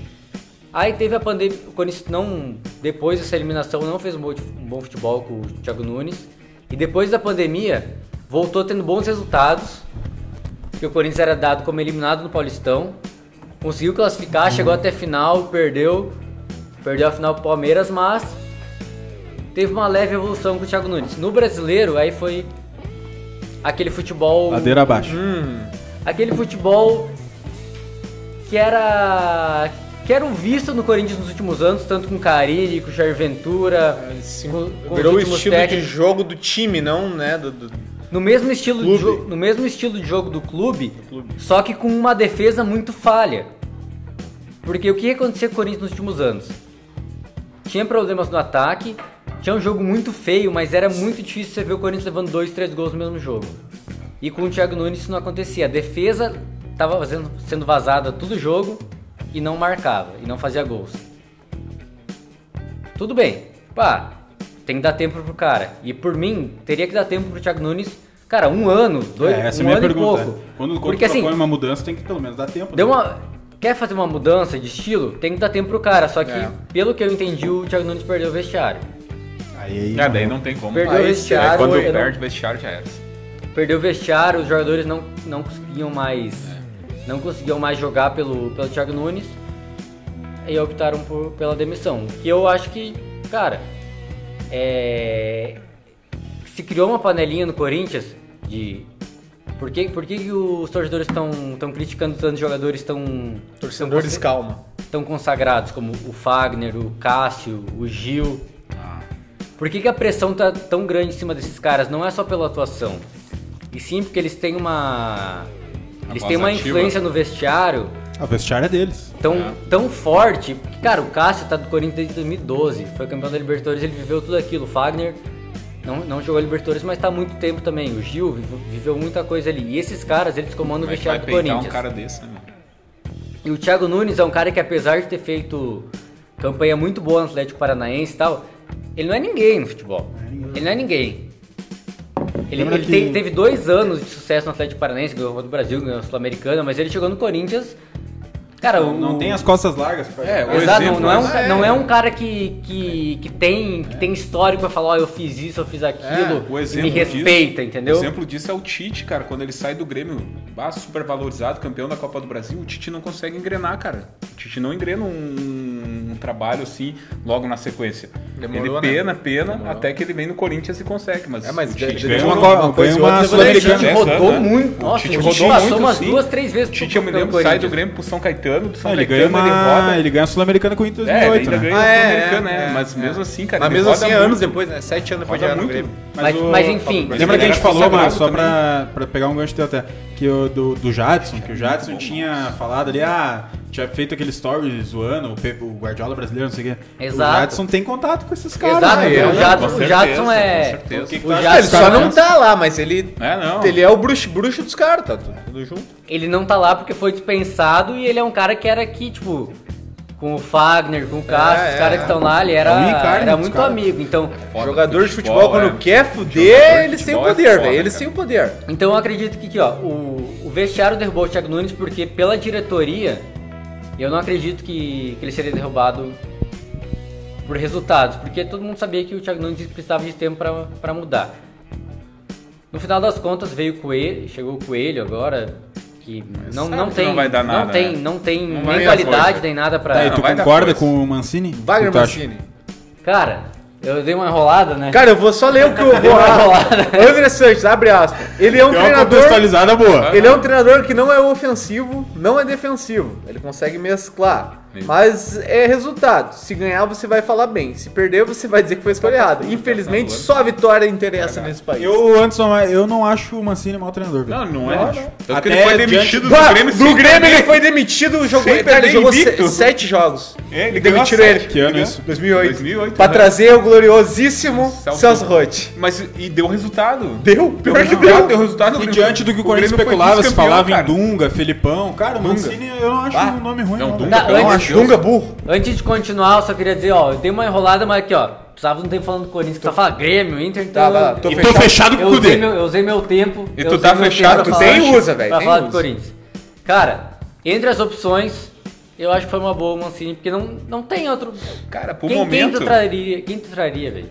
[SPEAKER 3] aí teve a pandemia. O Corinthians não, depois dessa eliminação, não fez um bom, um bom futebol com o Thiago Nunes. E depois da pandemia, voltou tendo bons resultados. Porque o Corinthians era dado como eliminado no Paulistão. Conseguiu classificar, chegou
[SPEAKER 2] Uhum.
[SPEAKER 3] até a final, perdeu. Perdeu a final pro Palmeiras, mas teve uma leve evolução com o Thiago Nunes. No brasileiro, aí foi aquele futebol.
[SPEAKER 4] Ladeira abaixo.
[SPEAKER 3] Aquele futebol que era. que era um visto no Corinthians nos últimos anos, tanto com Carille, com Jair Ventura, com, com os
[SPEAKER 2] Virou o
[SPEAKER 3] últimos
[SPEAKER 2] estilo
[SPEAKER 3] técnicos.
[SPEAKER 2] de jogo do time, não, né? Do, do-
[SPEAKER 3] No mesmo, estilo de
[SPEAKER 2] Clube.
[SPEAKER 3] jo- no mesmo estilo de jogo do clube, só que com uma defesa muito falha. Porque o que aconteceu com o Corinthians nos últimos anos? Tinha problemas no ataque, tinha um jogo muito feio, mas era muito difícil você ver o Corinthians levando dois, três gols no mesmo jogo. E com o Thiago Nunes isso não acontecia. A defesa estava sendo vazada todo jogo e não marcava, e não fazia gols. Tudo bem, pá, tem que dar tempo pro cara. E por mim, teria que dar tempo pro Thiago Nunes, cara, um ano, dois,
[SPEAKER 4] É, essa é
[SPEAKER 3] um
[SPEAKER 4] a minha
[SPEAKER 3] ano
[SPEAKER 4] pergunta.
[SPEAKER 3] e pouco.
[SPEAKER 5] Quando o
[SPEAKER 3] Porque
[SPEAKER 5] Corinthians
[SPEAKER 3] assim,
[SPEAKER 5] propõe
[SPEAKER 4] Põe uma mudança, tem que pelo menos dar tempo. né?
[SPEAKER 3] Deu uma. Quer fazer uma mudança de estilo? Tem que dar tempo pro cara. Só que, pelo que eu entendi, o Thiago Nunes perdeu o vestiário.
[SPEAKER 4] Aí, aí.
[SPEAKER 5] Ah, daí não tem como.
[SPEAKER 3] Perdeu o
[SPEAKER 5] Aí,
[SPEAKER 3] vestiário,
[SPEAKER 5] aí quando
[SPEAKER 3] eu não-
[SPEAKER 5] perde o vestiário já era. é
[SPEAKER 3] Perdeu o vestiário, os jogadores não, não conseguiam mais. Não conseguiam mais jogar pelo, pelo Thiago Nunes. E optaram por, pela demissão. O Que eu acho que, cara. É. Se criou uma panelinha no Corinthians de. Por que, por que que os torcedores estão criticando tantos jogadores tão.
[SPEAKER 2] Torcedores, calma.
[SPEAKER 3] tão consagrados como o Fagner, o Cássio, o Gil.
[SPEAKER 5] Ah.
[SPEAKER 3] Por que, que a pressão tá tão grande em cima desses caras? Não é só pela atuação. E sim porque eles têm uma. Eles
[SPEAKER 5] voz
[SPEAKER 3] têm uma
[SPEAKER 5] ativa.
[SPEAKER 3] influência no vestiário
[SPEAKER 4] Ah, o vestiário é deles.
[SPEAKER 3] tão, tão forte. Porque, Cara, o Cássio tá do Corinthians desde 2012. Foi campeão da Libertadores, ele viveu tudo aquilo. O Fagner não, não jogou a Libertadores, mas tá há muito tempo também. O Gil vive- viveu muita coisa ali. E esses caras, eles comandam
[SPEAKER 5] Como
[SPEAKER 3] o
[SPEAKER 5] é que vai
[SPEAKER 3] vestiário do
[SPEAKER 5] peitar
[SPEAKER 3] Corinthians.
[SPEAKER 5] um cara desse, né? meu?
[SPEAKER 3] E o Thiago Nunes é um cara que, apesar de ter feito campanha muito boa no Atlético Paranaense e tal, ele não é ninguém no futebol. Ele não é ninguém. Ele,
[SPEAKER 4] Lembra
[SPEAKER 3] ele
[SPEAKER 4] que-
[SPEAKER 3] te- teve dois anos de sucesso no Atlético Paranaense, ganhou a Copa do Brasil, ganhou a Sul-Americana, mas ele chegou no Corinthians. Cara, o-
[SPEAKER 4] Não tem as costas largas. pra-
[SPEAKER 5] É, o
[SPEAKER 3] Exato, não-
[SPEAKER 5] exemplo,
[SPEAKER 3] não, é um,
[SPEAKER 5] né?
[SPEAKER 3] ca- não é um cara que, que, que, tem, que tem histórico pra falar, ó, eu fiz isso, eu fiz aquilo,
[SPEAKER 5] É, o
[SPEAKER 3] e
[SPEAKER 5] exemplo
[SPEAKER 3] me respeita,
[SPEAKER 5] disso,
[SPEAKER 3] entendeu?
[SPEAKER 5] O exemplo disso é o Tite, cara. Quando ele sai do Grêmio, ah, super valorizado, campeão da Copa do Brasil, o Tite não consegue engrenar, cara. O Tite não engrena um, um trabalho assim logo na sequência.
[SPEAKER 2] Demorou, né?
[SPEAKER 5] ele pena, pena, até que ele vem no Corinthians e consegue. Mas,
[SPEAKER 2] É, mas
[SPEAKER 5] o Tite
[SPEAKER 2] ganhou
[SPEAKER 4] uma
[SPEAKER 5] demorou.
[SPEAKER 4] Copa-
[SPEAKER 2] coisa e
[SPEAKER 4] ganhou uma
[SPEAKER 2] outra,
[SPEAKER 3] O
[SPEAKER 2] Sul-Americana.
[SPEAKER 3] Tite
[SPEAKER 5] Dez
[SPEAKER 3] rodou
[SPEAKER 5] anos, né?
[SPEAKER 3] muito.
[SPEAKER 5] O
[SPEAKER 3] Nossa,
[SPEAKER 5] Tite
[SPEAKER 3] o Tite
[SPEAKER 5] rodou
[SPEAKER 3] passou
[SPEAKER 5] muito,
[SPEAKER 3] umas
[SPEAKER 5] sim.
[SPEAKER 3] duas, três vezes
[SPEAKER 5] O Tite, eu me
[SPEAKER 3] pelo
[SPEAKER 5] lembro, sai do
[SPEAKER 3] Corinthians.
[SPEAKER 5] Grêmio pro São Caetano, pro São
[SPEAKER 4] Ah, ele ganha
[SPEAKER 5] Caetano
[SPEAKER 4] uma...
[SPEAKER 5] ele roda.
[SPEAKER 4] Ele ganha a Sul-Americana com o Inter em
[SPEAKER 5] É, ele
[SPEAKER 4] 2008,
[SPEAKER 5] ainda
[SPEAKER 4] né?
[SPEAKER 5] ganha
[SPEAKER 2] Ah,
[SPEAKER 5] o
[SPEAKER 2] é,
[SPEAKER 5] Sul-Americano,
[SPEAKER 2] é,
[SPEAKER 5] né?
[SPEAKER 2] é.
[SPEAKER 5] Mas mesmo assim, cara,
[SPEAKER 2] Mas
[SPEAKER 5] ele
[SPEAKER 2] mesmo
[SPEAKER 5] roda
[SPEAKER 2] assim, anos
[SPEAKER 5] muito.
[SPEAKER 2] depois, né? Sete anos depois de jogar
[SPEAKER 5] Roda
[SPEAKER 2] no
[SPEAKER 5] muito.
[SPEAKER 2] Grêmio.
[SPEAKER 3] Mas,
[SPEAKER 4] o-
[SPEAKER 3] mas enfim,
[SPEAKER 5] Mas
[SPEAKER 4] Lembra
[SPEAKER 5] ele
[SPEAKER 4] que a gente
[SPEAKER 5] era
[SPEAKER 4] falou,
[SPEAKER 5] consagrado
[SPEAKER 4] mas só
[SPEAKER 5] também.
[SPEAKER 4] pra, pra pegar um gancho teu até, que o, do, do Jadson, que o Jadson tinha falado ali, ah, tinha feito aquele story zoando, o, Pe- o Guardiola brasileiro, não sei o quê.
[SPEAKER 3] Exato.
[SPEAKER 4] O Jadson tem contato com esses caras,
[SPEAKER 3] Exato,
[SPEAKER 4] né?
[SPEAKER 2] é,
[SPEAKER 3] o
[SPEAKER 2] né?
[SPEAKER 3] Jadson,
[SPEAKER 5] Ah, Com
[SPEAKER 3] o Jadson
[SPEAKER 5] certeza,
[SPEAKER 3] é.
[SPEAKER 5] com certeza.
[SPEAKER 4] O que que tu
[SPEAKER 3] o
[SPEAKER 4] acha
[SPEAKER 2] Ele
[SPEAKER 3] Jadson
[SPEAKER 2] só não tá lá, mas ele,
[SPEAKER 5] Então, É, não.
[SPEAKER 2] ele é Então, o bruxo, bruxo dos caras, tá tudo, tudo junto.
[SPEAKER 3] ele não tá lá porque foi dispensado e ele é um cara que era aqui, tipo, com o Fagner, com o Cássio,
[SPEAKER 2] É,
[SPEAKER 3] os
[SPEAKER 2] é,
[SPEAKER 3] caras que estão lá, ele era,
[SPEAKER 4] É o Ricardo
[SPEAKER 3] era
[SPEAKER 4] dos
[SPEAKER 3] muito
[SPEAKER 4] caras. É.
[SPEAKER 3] amigo. Então,
[SPEAKER 5] Foda,
[SPEAKER 2] Jogador de futebol, quando
[SPEAKER 5] é.
[SPEAKER 2] quer
[SPEAKER 5] Jogador de
[SPEAKER 2] fuder, eles têm o
[SPEAKER 5] futebol é
[SPEAKER 2] poder,
[SPEAKER 5] foda,
[SPEAKER 2] velho. Eles
[SPEAKER 5] cara.
[SPEAKER 2] têm o poder.
[SPEAKER 3] então eu acredito que aqui, ó, o, o vestiário derrubou o Thiago Nunes porque pela diretoria, eu não acredito que, que ele seria derrubado por resultados, porque todo mundo sabia que o Thiago Nunes precisava de tempo pra- pra mudar. No final das contas veio o Coelho, chegou o Coelho agora, que não,
[SPEAKER 5] sabe
[SPEAKER 3] não
[SPEAKER 5] que
[SPEAKER 3] tem,
[SPEAKER 5] não vai dar nada,
[SPEAKER 3] não tem,
[SPEAKER 5] né?
[SPEAKER 3] não tem
[SPEAKER 5] Não vai
[SPEAKER 3] nem
[SPEAKER 5] dar
[SPEAKER 3] qualidade
[SPEAKER 5] coisa.
[SPEAKER 3] nem nada pra
[SPEAKER 4] Tá, e
[SPEAKER 5] Não,
[SPEAKER 4] tu
[SPEAKER 5] vai dar
[SPEAKER 4] concorda
[SPEAKER 5] coisa.
[SPEAKER 4] com o Mancini?
[SPEAKER 2] Wagner
[SPEAKER 4] Tu acha?
[SPEAKER 2] Mancini.
[SPEAKER 3] Cara, Eu dei uma enrolada, né?
[SPEAKER 2] Cara, eu vou só ler o que eu vou
[SPEAKER 3] rolar.
[SPEAKER 2] André Sanches, abre aspas. Ele é um
[SPEAKER 4] Deu uma
[SPEAKER 2] treinador.
[SPEAKER 4] contextualizada boa.
[SPEAKER 2] Ele é um treinador que não é ofensivo, não é defensivo. Ele consegue mesclar. Mas é resultado. Se ganhar, você vai falar bem. Se perder, você vai dizer que foi escolha errada. Infelizmente, só a vitória interessa nesse país.
[SPEAKER 4] Eu, Anderson, eu não acho o Mancini mau treinador. velho.
[SPEAKER 5] Não, não é. Tanto que
[SPEAKER 4] Até
[SPEAKER 5] ele foi
[SPEAKER 4] diante-
[SPEAKER 5] demitido
[SPEAKER 2] Bah,
[SPEAKER 5] do Grêmio
[SPEAKER 2] do
[SPEAKER 5] sem
[SPEAKER 2] Grêmio ele
[SPEAKER 5] perder.
[SPEAKER 2] foi demitido, jogou, cara,
[SPEAKER 5] Sem
[SPEAKER 2] ele
[SPEAKER 5] perder,
[SPEAKER 2] jogou se-
[SPEAKER 5] invicto.
[SPEAKER 2] sete jogos.
[SPEAKER 5] É, ele ganhou
[SPEAKER 2] demitiram
[SPEAKER 5] sete.
[SPEAKER 2] ele.
[SPEAKER 4] Que ano
[SPEAKER 5] Ele
[SPEAKER 4] isso?
[SPEAKER 2] 2008.
[SPEAKER 5] 2008,
[SPEAKER 2] Pra
[SPEAKER 5] né?
[SPEAKER 2] trazer o gloriosíssimo
[SPEAKER 5] Celso
[SPEAKER 2] Celso Roth.
[SPEAKER 5] Mas e deu resultado.
[SPEAKER 2] Deu? Pior que
[SPEAKER 5] resultado,
[SPEAKER 2] deu.
[SPEAKER 5] Deu resultado.
[SPEAKER 4] E
[SPEAKER 5] Grêmio-
[SPEAKER 4] diante do que o Corinthians
[SPEAKER 5] Grêmio foi
[SPEAKER 4] especulava, se
[SPEAKER 5] vice-campeão,
[SPEAKER 4] falava
[SPEAKER 5] cara.
[SPEAKER 4] em Dunga, Felipão. Cara, o Mancini eu não acho um nome ruim.
[SPEAKER 5] Não, Dunga,
[SPEAKER 3] Não,
[SPEAKER 5] pelo
[SPEAKER 3] antes-
[SPEAKER 5] amor de Deus.
[SPEAKER 2] Dunga burro.
[SPEAKER 3] Antes de continuar, eu só queria dizer, ó, eu dei uma enrolada, mas aqui, ó, precisava não ter falando do Corinthians, precisava falar Grêmio, Inter, então.
[SPEAKER 2] Tá,
[SPEAKER 3] eu-
[SPEAKER 2] tá, tô
[SPEAKER 4] E tô fechado com
[SPEAKER 3] eu
[SPEAKER 4] o
[SPEAKER 3] usei,
[SPEAKER 4] Cudê.
[SPEAKER 3] meu, eu usei meu tempo.
[SPEAKER 5] E
[SPEAKER 3] eu
[SPEAKER 5] tu
[SPEAKER 3] usei
[SPEAKER 5] tá
[SPEAKER 3] meu
[SPEAKER 5] fechado,
[SPEAKER 3] tempo
[SPEAKER 5] tu
[SPEAKER 3] pra
[SPEAKER 5] nem
[SPEAKER 3] falar-
[SPEAKER 2] usa, velho,
[SPEAKER 3] Pra
[SPEAKER 2] nem
[SPEAKER 3] falar do
[SPEAKER 2] usa.
[SPEAKER 3] Corinthians. Cara, entre as opções, eu acho que foi uma boa o Mancini, porque não, não tem outro.
[SPEAKER 5] Cara, por
[SPEAKER 3] quem, quem tu
[SPEAKER 5] momento.
[SPEAKER 3] traria, quem tu traria, velho?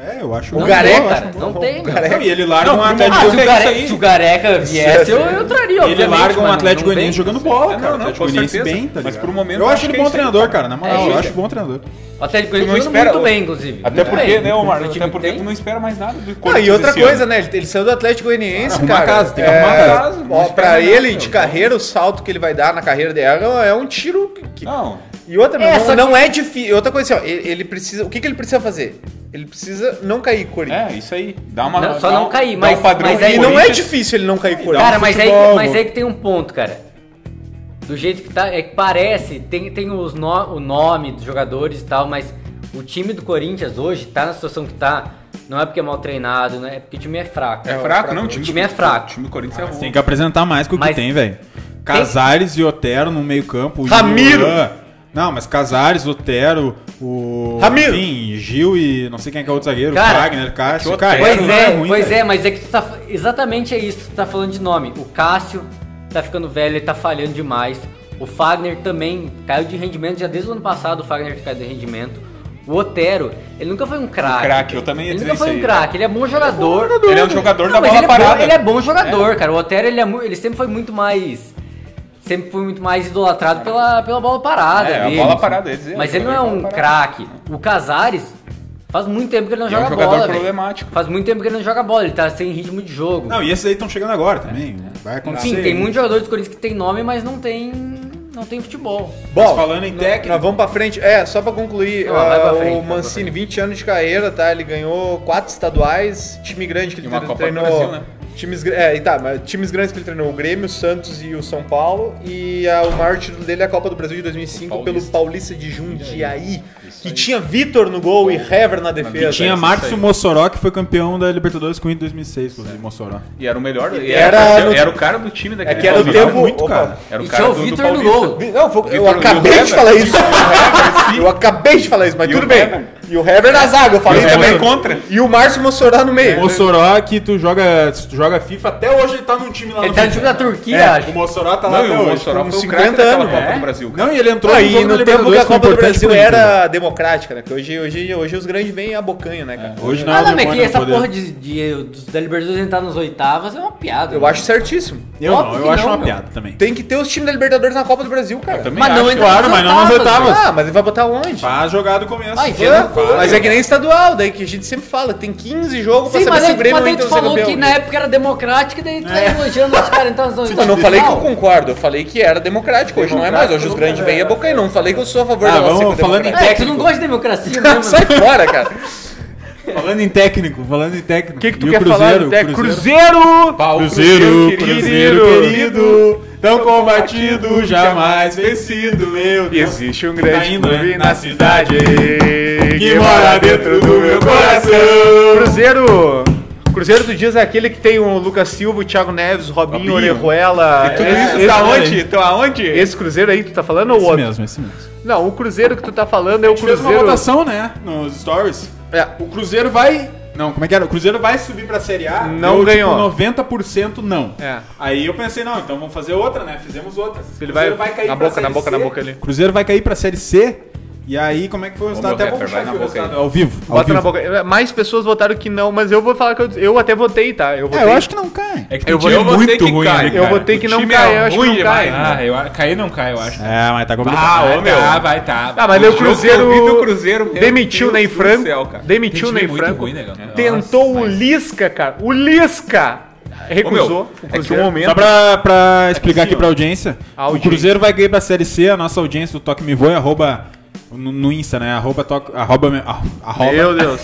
[SPEAKER 4] É, eu acho
[SPEAKER 2] O
[SPEAKER 3] Não
[SPEAKER 4] bom,
[SPEAKER 2] Gareca,
[SPEAKER 4] eu
[SPEAKER 3] tem,
[SPEAKER 4] acho um
[SPEAKER 3] cara,
[SPEAKER 4] bom.
[SPEAKER 3] não tem.
[SPEAKER 4] Não, e ele larga um
[SPEAKER 5] por um
[SPEAKER 3] Ah,
[SPEAKER 4] Atlético
[SPEAKER 3] se o,
[SPEAKER 5] é isso
[SPEAKER 3] Gare-
[SPEAKER 5] aí.
[SPEAKER 3] se o Gareca viesse, eu, eu traria,
[SPEAKER 4] Ele
[SPEAKER 3] obviamente,
[SPEAKER 4] larga um
[SPEAKER 3] mas não-
[SPEAKER 4] Atlético
[SPEAKER 3] não tem.
[SPEAKER 4] Goianiense jogando bola,
[SPEAKER 5] É,
[SPEAKER 4] cara.
[SPEAKER 5] não, não,
[SPEAKER 4] Atlético
[SPEAKER 5] com
[SPEAKER 4] Goianiense
[SPEAKER 5] certeza.
[SPEAKER 4] bem, tá ligado?
[SPEAKER 5] Mas por um momento,
[SPEAKER 4] eu
[SPEAKER 5] eu
[SPEAKER 4] acho
[SPEAKER 5] acho
[SPEAKER 4] ele
[SPEAKER 5] que é
[SPEAKER 4] bom
[SPEAKER 5] isso aí,
[SPEAKER 4] treinador,
[SPEAKER 5] cara.
[SPEAKER 4] cara. Na
[SPEAKER 3] É
[SPEAKER 4] moral, eu
[SPEAKER 3] isso.
[SPEAKER 4] acho bom treinador.
[SPEAKER 3] O Atlético
[SPEAKER 5] Tu não
[SPEAKER 3] Goianiense jogando
[SPEAKER 5] espera-
[SPEAKER 3] muito bem, inclusive.
[SPEAKER 5] Até
[SPEAKER 3] Muito
[SPEAKER 5] porque,
[SPEAKER 3] bem.
[SPEAKER 5] né, Omar?
[SPEAKER 3] O
[SPEAKER 5] Até
[SPEAKER 3] time
[SPEAKER 5] porque
[SPEAKER 3] tem.
[SPEAKER 5] tu não espera mais nada do
[SPEAKER 2] Ah,
[SPEAKER 5] Corinthians
[SPEAKER 2] e outra
[SPEAKER 5] esse
[SPEAKER 2] coisa,
[SPEAKER 5] ano.
[SPEAKER 2] né? Ele, ele saiu do Atlético Goianiense,
[SPEAKER 4] Arrumar
[SPEAKER 2] cara.
[SPEAKER 4] a casa, é tem que
[SPEAKER 2] É,
[SPEAKER 4] arrumar a
[SPEAKER 5] casa, não
[SPEAKER 2] Ó,
[SPEAKER 5] espera
[SPEAKER 2] pra
[SPEAKER 5] nada,
[SPEAKER 2] ele, de
[SPEAKER 5] não.
[SPEAKER 2] carreira, o salto que ele vai dar na carreira dela é um tiro que...
[SPEAKER 5] né? Não.
[SPEAKER 2] E outra,
[SPEAKER 3] É,
[SPEAKER 2] não,
[SPEAKER 3] só que-
[SPEAKER 2] não é difícil. Outra coisa assim, ó, ele, ele precisa... O que, que ele precisa fazer? Ele precisa não cair Corinthians.
[SPEAKER 5] É, isso aí. Dá uma.
[SPEAKER 3] Não, só
[SPEAKER 5] dá
[SPEAKER 3] não
[SPEAKER 5] um-
[SPEAKER 3] cair,
[SPEAKER 5] dá
[SPEAKER 3] mas-
[SPEAKER 5] um padrão
[SPEAKER 3] mas
[SPEAKER 5] de
[SPEAKER 3] aí
[SPEAKER 2] E não é
[SPEAKER 5] Corinthians.
[SPEAKER 2] difícil ele não cair Corinthians.
[SPEAKER 3] Cara, mas aí,
[SPEAKER 4] futebol,
[SPEAKER 3] mas
[SPEAKER 4] mano.
[SPEAKER 3] aí que tem um ponto, cara. Do jeito que tá, é que parece, tem, tem os no- o nome dos jogadores e tal, mas o time do Corinthians hoje tá na situação que tá, não é porque é mal treinado, né? É porque o time é fraco.
[SPEAKER 5] É fraco, não. O
[SPEAKER 3] O
[SPEAKER 5] time,
[SPEAKER 3] time
[SPEAKER 5] do-
[SPEAKER 3] é fraco.
[SPEAKER 5] O time do Corinthians é
[SPEAKER 4] Tem
[SPEAKER 5] ruim.
[SPEAKER 4] que apresentar mais que o que
[SPEAKER 3] Mas-
[SPEAKER 4] tem, velho. Casares e Otero no meio-campo. o
[SPEAKER 2] Ramiro!
[SPEAKER 4] Juan. Não, mas Casares, Otero, o.
[SPEAKER 2] Ramiro!
[SPEAKER 4] Enfim, Gil e não sei quem é que é o outro zagueiro,
[SPEAKER 3] Cara,
[SPEAKER 4] Wagner, Cássio.
[SPEAKER 5] que
[SPEAKER 4] Cara,
[SPEAKER 3] Pois
[SPEAKER 4] não
[SPEAKER 3] é,
[SPEAKER 4] ruim,
[SPEAKER 3] pois
[SPEAKER 4] velho.
[SPEAKER 3] é, mas é que tu tá. Exatamente é isso, que tu tá falando de nome. O Cássio tá ficando velho, ele tá falhando demais. O Fagner também caiu de rendimento, já desde o ano passado o Fagner caiu de rendimento. O Otero, ele nunca foi um craque.
[SPEAKER 5] craque, eu também ia
[SPEAKER 3] Ele
[SPEAKER 5] dizer
[SPEAKER 3] nunca foi
[SPEAKER 5] isso
[SPEAKER 3] um
[SPEAKER 5] aí. né?
[SPEAKER 3] craque, ele é bom jogador.
[SPEAKER 5] Ele é um jogador
[SPEAKER 3] Não,
[SPEAKER 5] da
[SPEAKER 3] mas
[SPEAKER 5] bola
[SPEAKER 3] ele é bom-
[SPEAKER 5] parada.
[SPEAKER 3] ele é bom jogador, cara. O Otero, ele, é mu- ele sempre foi muito mais... Sempre foi muito mais idolatrado pela, pela bola parada.
[SPEAKER 5] É, a
[SPEAKER 3] dele,
[SPEAKER 5] bola
[SPEAKER 3] assim.
[SPEAKER 5] parada, eu ia dizer,
[SPEAKER 3] Mas
[SPEAKER 5] eu
[SPEAKER 3] ele não é
[SPEAKER 5] falei
[SPEAKER 3] um
[SPEAKER 5] bola
[SPEAKER 3] craque. O Casares, faz muito tempo que ele não
[SPEAKER 5] É
[SPEAKER 3] joga
[SPEAKER 5] um jogador
[SPEAKER 3] bola, velho.
[SPEAKER 5] problemático.
[SPEAKER 3] Faz muito tempo que ele não joga bola, ele tá sem ritmo de jogo.
[SPEAKER 4] Não, e esses aí estão chegando agora também. Vai acontecer.
[SPEAKER 3] É, Enfim, tem
[SPEAKER 4] né?
[SPEAKER 3] muitos jogadores do Corinthians que tem nome, mas não tem, não tem futebol.
[SPEAKER 4] Mas falando em técnico-
[SPEAKER 2] nós vamos pra frente. É, só pra concluir,
[SPEAKER 3] Não, vai
[SPEAKER 2] ah,
[SPEAKER 3] pra frente,
[SPEAKER 2] o
[SPEAKER 3] vai pra
[SPEAKER 2] Mancini, 20 anos de carreira, tá? Ele ganhou quatro estaduais, time grande que ele
[SPEAKER 5] E uma
[SPEAKER 2] tre-
[SPEAKER 5] Copa do
[SPEAKER 2] treinou.
[SPEAKER 5] Brasil, né?
[SPEAKER 2] Times, gr- é, e tá, mas times grandes que ele treinou, o Grêmio, o Santos e o São Paulo. E ah, o maior título dele é a Copa do Brasil de 2005 pelo
[SPEAKER 5] O Paulista.
[SPEAKER 2] Paulista de Jundiaí.
[SPEAKER 5] Isso
[SPEAKER 2] Que
[SPEAKER 5] aí.
[SPEAKER 2] tinha Vitor no gol e Hever na defesa.
[SPEAKER 5] E
[SPEAKER 4] Tinha
[SPEAKER 5] É,
[SPEAKER 4] Márcio
[SPEAKER 5] isso aí.
[SPEAKER 4] Mossoró, que foi campeão da Libertadores com o Inter em 2006, inclusive, Mossoró.
[SPEAKER 5] E era o melhor. e
[SPEAKER 2] Era
[SPEAKER 5] Era,
[SPEAKER 2] no-
[SPEAKER 5] era o cara do time
[SPEAKER 2] É
[SPEAKER 5] daquele
[SPEAKER 2] que era o
[SPEAKER 5] Palmeiras.
[SPEAKER 2] tempo.
[SPEAKER 4] muito,
[SPEAKER 2] opa.
[SPEAKER 4] cara.
[SPEAKER 5] Era É o
[SPEAKER 3] E
[SPEAKER 5] cara
[SPEAKER 3] tinha o
[SPEAKER 5] do, do
[SPEAKER 3] Vitor no
[SPEAKER 5] Paulista.
[SPEAKER 3] gol.
[SPEAKER 2] Não, vou- eu
[SPEAKER 5] Vitor e o
[SPEAKER 2] acabei de
[SPEAKER 5] Hever.
[SPEAKER 2] falar isso.
[SPEAKER 5] sim.
[SPEAKER 2] eu acabei de falar isso, mas
[SPEAKER 5] E
[SPEAKER 2] tudo
[SPEAKER 5] o
[SPEAKER 2] bem.
[SPEAKER 5] Hever.
[SPEAKER 2] E o Hever na zaga, eu falei
[SPEAKER 5] E o Hever
[SPEAKER 2] também.
[SPEAKER 5] contra.
[SPEAKER 2] E o Márcio Mossoró no
[SPEAKER 5] É,
[SPEAKER 2] meio.
[SPEAKER 4] Mossoró, que tu joga, se tu joga FIFA, até hoje ele tá num time lá
[SPEAKER 3] Ele
[SPEAKER 4] no
[SPEAKER 3] tá no
[SPEAKER 4] FIFA.
[SPEAKER 3] time da Turquia,
[SPEAKER 4] É,
[SPEAKER 3] acho.
[SPEAKER 4] O Mossoró tá lá
[SPEAKER 5] Não, e
[SPEAKER 4] até
[SPEAKER 5] o
[SPEAKER 4] hoje.
[SPEAKER 5] Mossoró
[SPEAKER 2] com
[SPEAKER 5] foi o
[SPEAKER 2] 50
[SPEAKER 5] craque daquela
[SPEAKER 2] anos,
[SPEAKER 5] Copa
[SPEAKER 4] É?
[SPEAKER 5] do Brasil. cara.
[SPEAKER 4] Não, e ele entrou
[SPEAKER 2] Ah, e
[SPEAKER 4] jogo da
[SPEAKER 2] no tempo que a
[SPEAKER 4] Libertadores,
[SPEAKER 2] Copa
[SPEAKER 4] foi
[SPEAKER 2] do
[SPEAKER 4] importante
[SPEAKER 2] Brasil
[SPEAKER 4] pro Inter.
[SPEAKER 2] era democrática, né? Porque hoje, hoje, hoje os grandes vêm a bocanha, né, cara?
[SPEAKER 4] Hoje não
[SPEAKER 3] Ah, não,
[SPEAKER 4] é
[SPEAKER 3] é que essa porra
[SPEAKER 4] porra
[SPEAKER 3] de, de, dos- da Libertadores entrar nos oitavas é uma piada.
[SPEAKER 2] Eu
[SPEAKER 3] né?
[SPEAKER 2] acho certíssimo.
[SPEAKER 4] Eu não,
[SPEAKER 3] Óbvio
[SPEAKER 4] eu
[SPEAKER 3] que
[SPEAKER 4] acho
[SPEAKER 3] não,
[SPEAKER 4] uma
[SPEAKER 3] meu.
[SPEAKER 4] piada também.
[SPEAKER 2] Tem que ter os times da Libertadores na Copa do Brasil, cara.
[SPEAKER 5] Também
[SPEAKER 3] Mas não
[SPEAKER 5] acho,
[SPEAKER 3] entra
[SPEAKER 5] cara.
[SPEAKER 4] Claro, mas não nas oitavas.
[SPEAKER 2] Ah, mas ele vai botar onde?
[SPEAKER 4] Faz jogar do começo.
[SPEAKER 3] Ai,
[SPEAKER 2] Hã?
[SPEAKER 3] não foi.
[SPEAKER 2] mas é que nem estadual, daí que a gente sempre fala, tem 15 jogos pra
[SPEAKER 3] Sim,
[SPEAKER 2] saber
[SPEAKER 3] mas
[SPEAKER 2] se o
[SPEAKER 3] aí tu
[SPEAKER 2] Grêmio é
[SPEAKER 3] mas aí
[SPEAKER 2] ainda
[SPEAKER 3] tu
[SPEAKER 2] vai ser
[SPEAKER 3] falou
[SPEAKER 2] campeão.
[SPEAKER 3] que na época era democrática, daí tu tá elogiando os caras entrar nos oitavas.
[SPEAKER 2] Eu não falei que eu
[SPEAKER 3] Não.
[SPEAKER 2] concordo, eu falei que era democrático, hoje não é mais, hoje os grandes vêm a bocanha, não falei que eu sou a favor
[SPEAKER 4] Ah,
[SPEAKER 2] da
[SPEAKER 4] vamos-
[SPEAKER 2] nossa
[SPEAKER 4] falando em
[SPEAKER 3] É, que tu não gosta de democracia, né, mano?
[SPEAKER 2] Sai É, fora, cara.
[SPEAKER 4] Falando em técnico, falando em técnico.
[SPEAKER 2] O que, que tu
[SPEAKER 4] E
[SPEAKER 2] quer falar do técnico?
[SPEAKER 4] É Cruzeiro,
[SPEAKER 2] Cruzeiro!
[SPEAKER 5] Pau.
[SPEAKER 4] Cruzeiro,
[SPEAKER 2] Cruzeiro,
[SPEAKER 4] Cruzeiro,
[SPEAKER 2] querido,
[SPEAKER 4] querido, tão combatido, jamais vencido, meu Deus.
[SPEAKER 2] Existe um
[SPEAKER 4] Tá
[SPEAKER 2] grande
[SPEAKER 4] indo,
[SPEAKER 2] clube
[SPEAKER 4] né?
[SPEAKER 2] na
[SPEAKER 4] Na
[SPEAKER 2] cidade
[SPEAKER 4] cidade É
[SPEAKER 2] que
[SPEAKER 4] mora dentro do meu coração.
[SPEAKER 2] Cruzeiro. Cruzeiro do Dias é aquele que tem o Lucas Silva, o Thiago Neves, o Robinho,
[SPEAKER 5] Robinho.
[SPEAKER 2] Orejuela.
[SPEAKER 5] Tudo
[SPEAKER 2] Esse-
[SPEAKER 5] isso
[SPEAKER 2] esse-
[SPEAKER 5] tá
[SPEAKER 4] também.
[SPEAKER 5] onde? Tá aonde?
[SPEAKER 2] Esse Cruzeiro aí que tu tá falando ou
[SPEAKER 4] Esse
[SPEAKER 2] outro?
[SPEAKER 4] mesmo, esse mesmo.
[SPEAKER 2] Não, o Cruzeiro que tu tá falando é o
[SPEAKER 4] Fez uma
[SPEAKER 2] Cruzeiro.
[SPEAKER 4] votação, né? Nos stories.
[SPEAKER 2] É,
[SPEAKER 4] O Cruzeiro vai. Não, como é que era? O Cruzeiro vai subir pra Série A?
[SPEAKER 2] Não
[SPEAKER 4] deu,
[SPEAKER 2] ganhou.
[SPEAKER 4] Tipo, 90% não.
[SPEAKER 2] É.
[SPEAKER 4] Aí eu pensei, não, então vamos fazer outra, né? Fizemos outra.
[SPEAKER 2] ele vai, na boca, na boca, na boca ali.
[SPEAKER 4] Cruzeiro vai cair pra Série C E aí, como é que foi o
[SPEAKER 5] meu
[SPEAKER 4] resultado? Até vou
[SPEAKER 5] rapper,
[SPEAKER 4] puxar
[SPEAKER 5] vai
[SPEAKER 4] aqui o
[SPEAKER 5] na boca aí.
[SPEAKER 4] resultado, ao vivo. Ao
[SPEAKER 2] Bota
[SPEAKER 4] vivo.
[SPEAKER 2] na boca. É, Mais pessoas votaram que não, mas eu vou falar que eu, eu até votei, tá? Eu
[SPEAKER 4] É,
[SPEAKER 2] votei.
[SPEAKER 4] eu acho que não cai.
[SPEAKER 6] É que tu
[SPEAKER 2] Eu vou-
[SPEAKER 6] tinha
[SPEAKER 2] eu
[SPEAKER 5] vou ter
[SPEAKER 6] muito
[SPEAKER 5] que
[SPEAKER 6] ruim
[SPEAKER 5] cair.
[SPEAKER 6] ali,
[SPEAKER 2] Eu
[SPEAKER 6] cara.
[SPEAKER 2] votei
[SPEAKER 5] o
[SPEAKER 2] que não
[SPEAKER 5] time
[SPEAKER 2] cai,
[SPEAKER 5] é
[SPEAKER 2] eu acho que
[SPEAKER 5] ruim
[SPEAKER 2] não cai.
[SPEAKER 5] demais.
[SPEAKER 6] Ah, eu, a- cair não cai, eu acho.
[SPEAKER 4] É, mas tá
[SPEAKER 5] Ah,
[SPEAKER 4] complicado.
[SPEAKER 5] ô, meu.
[SPEAKER 6] Tá, vai, tá.
[SPEAKER 2] Ah, mas daí o
[SPEAKER 5] jogo que eu vi do
[SPEAKER 2] Cruzeiro.
[SPEAKER 5] Cruzeiro, meu
[SPEAKER 2] Demitiu o
[SPEAKER 5] Deus
[SPEAKER 2] Ney
[SPEAKER 5] do
[SPEAKER 2] Franco.
[SPEAKER 5] céu, cara.
[SPEAKER 2] Demitiu o
[SPEAKER 6] Tem
[SPEAKER 2] Ney
[SPEAKER 6] time muito
[SPEAKER 2] Franco.
[SPEAKER 4] né?
[SPEAKER 6] ruim, né, negão. Nossa,
[SPEAKER 2] Tentou o
[SPEAKER 6] mas-
[SPEAKER 2] Lisca, cara. O Lisca!
[SPEAKER 5] Ô,
[SPEAKER 2] Recusou.
[SPEAKER 5] meu,
[SPEAKER 2] o
[SPEAKER 5] é
[SPEAKER 2] Cruzeiro.
[SPEAKER 5] que o momento-
[SPEAKER 4] Só pra,
[SPEAKER 2] É
[SPEAKER 4] pra explicar
[SPEAKER 5] assim,
[SPEAKER 4] aqui pra
[SPEAKER 5] ó.
[SPEAKER 4] audiência,
[SPEAKER 2] A
[SPEAKER 4] o
[SPEAKER 2] audiência.
[SPEAKER 4] Cruzeiro vai ganhar pra Série C, a nossa audiência do Toque Me Voe, arroba no, no Insta, né? Arroba, toque, arroba, me- arro- arroba.
[SPEAKER 2] Meu Deus.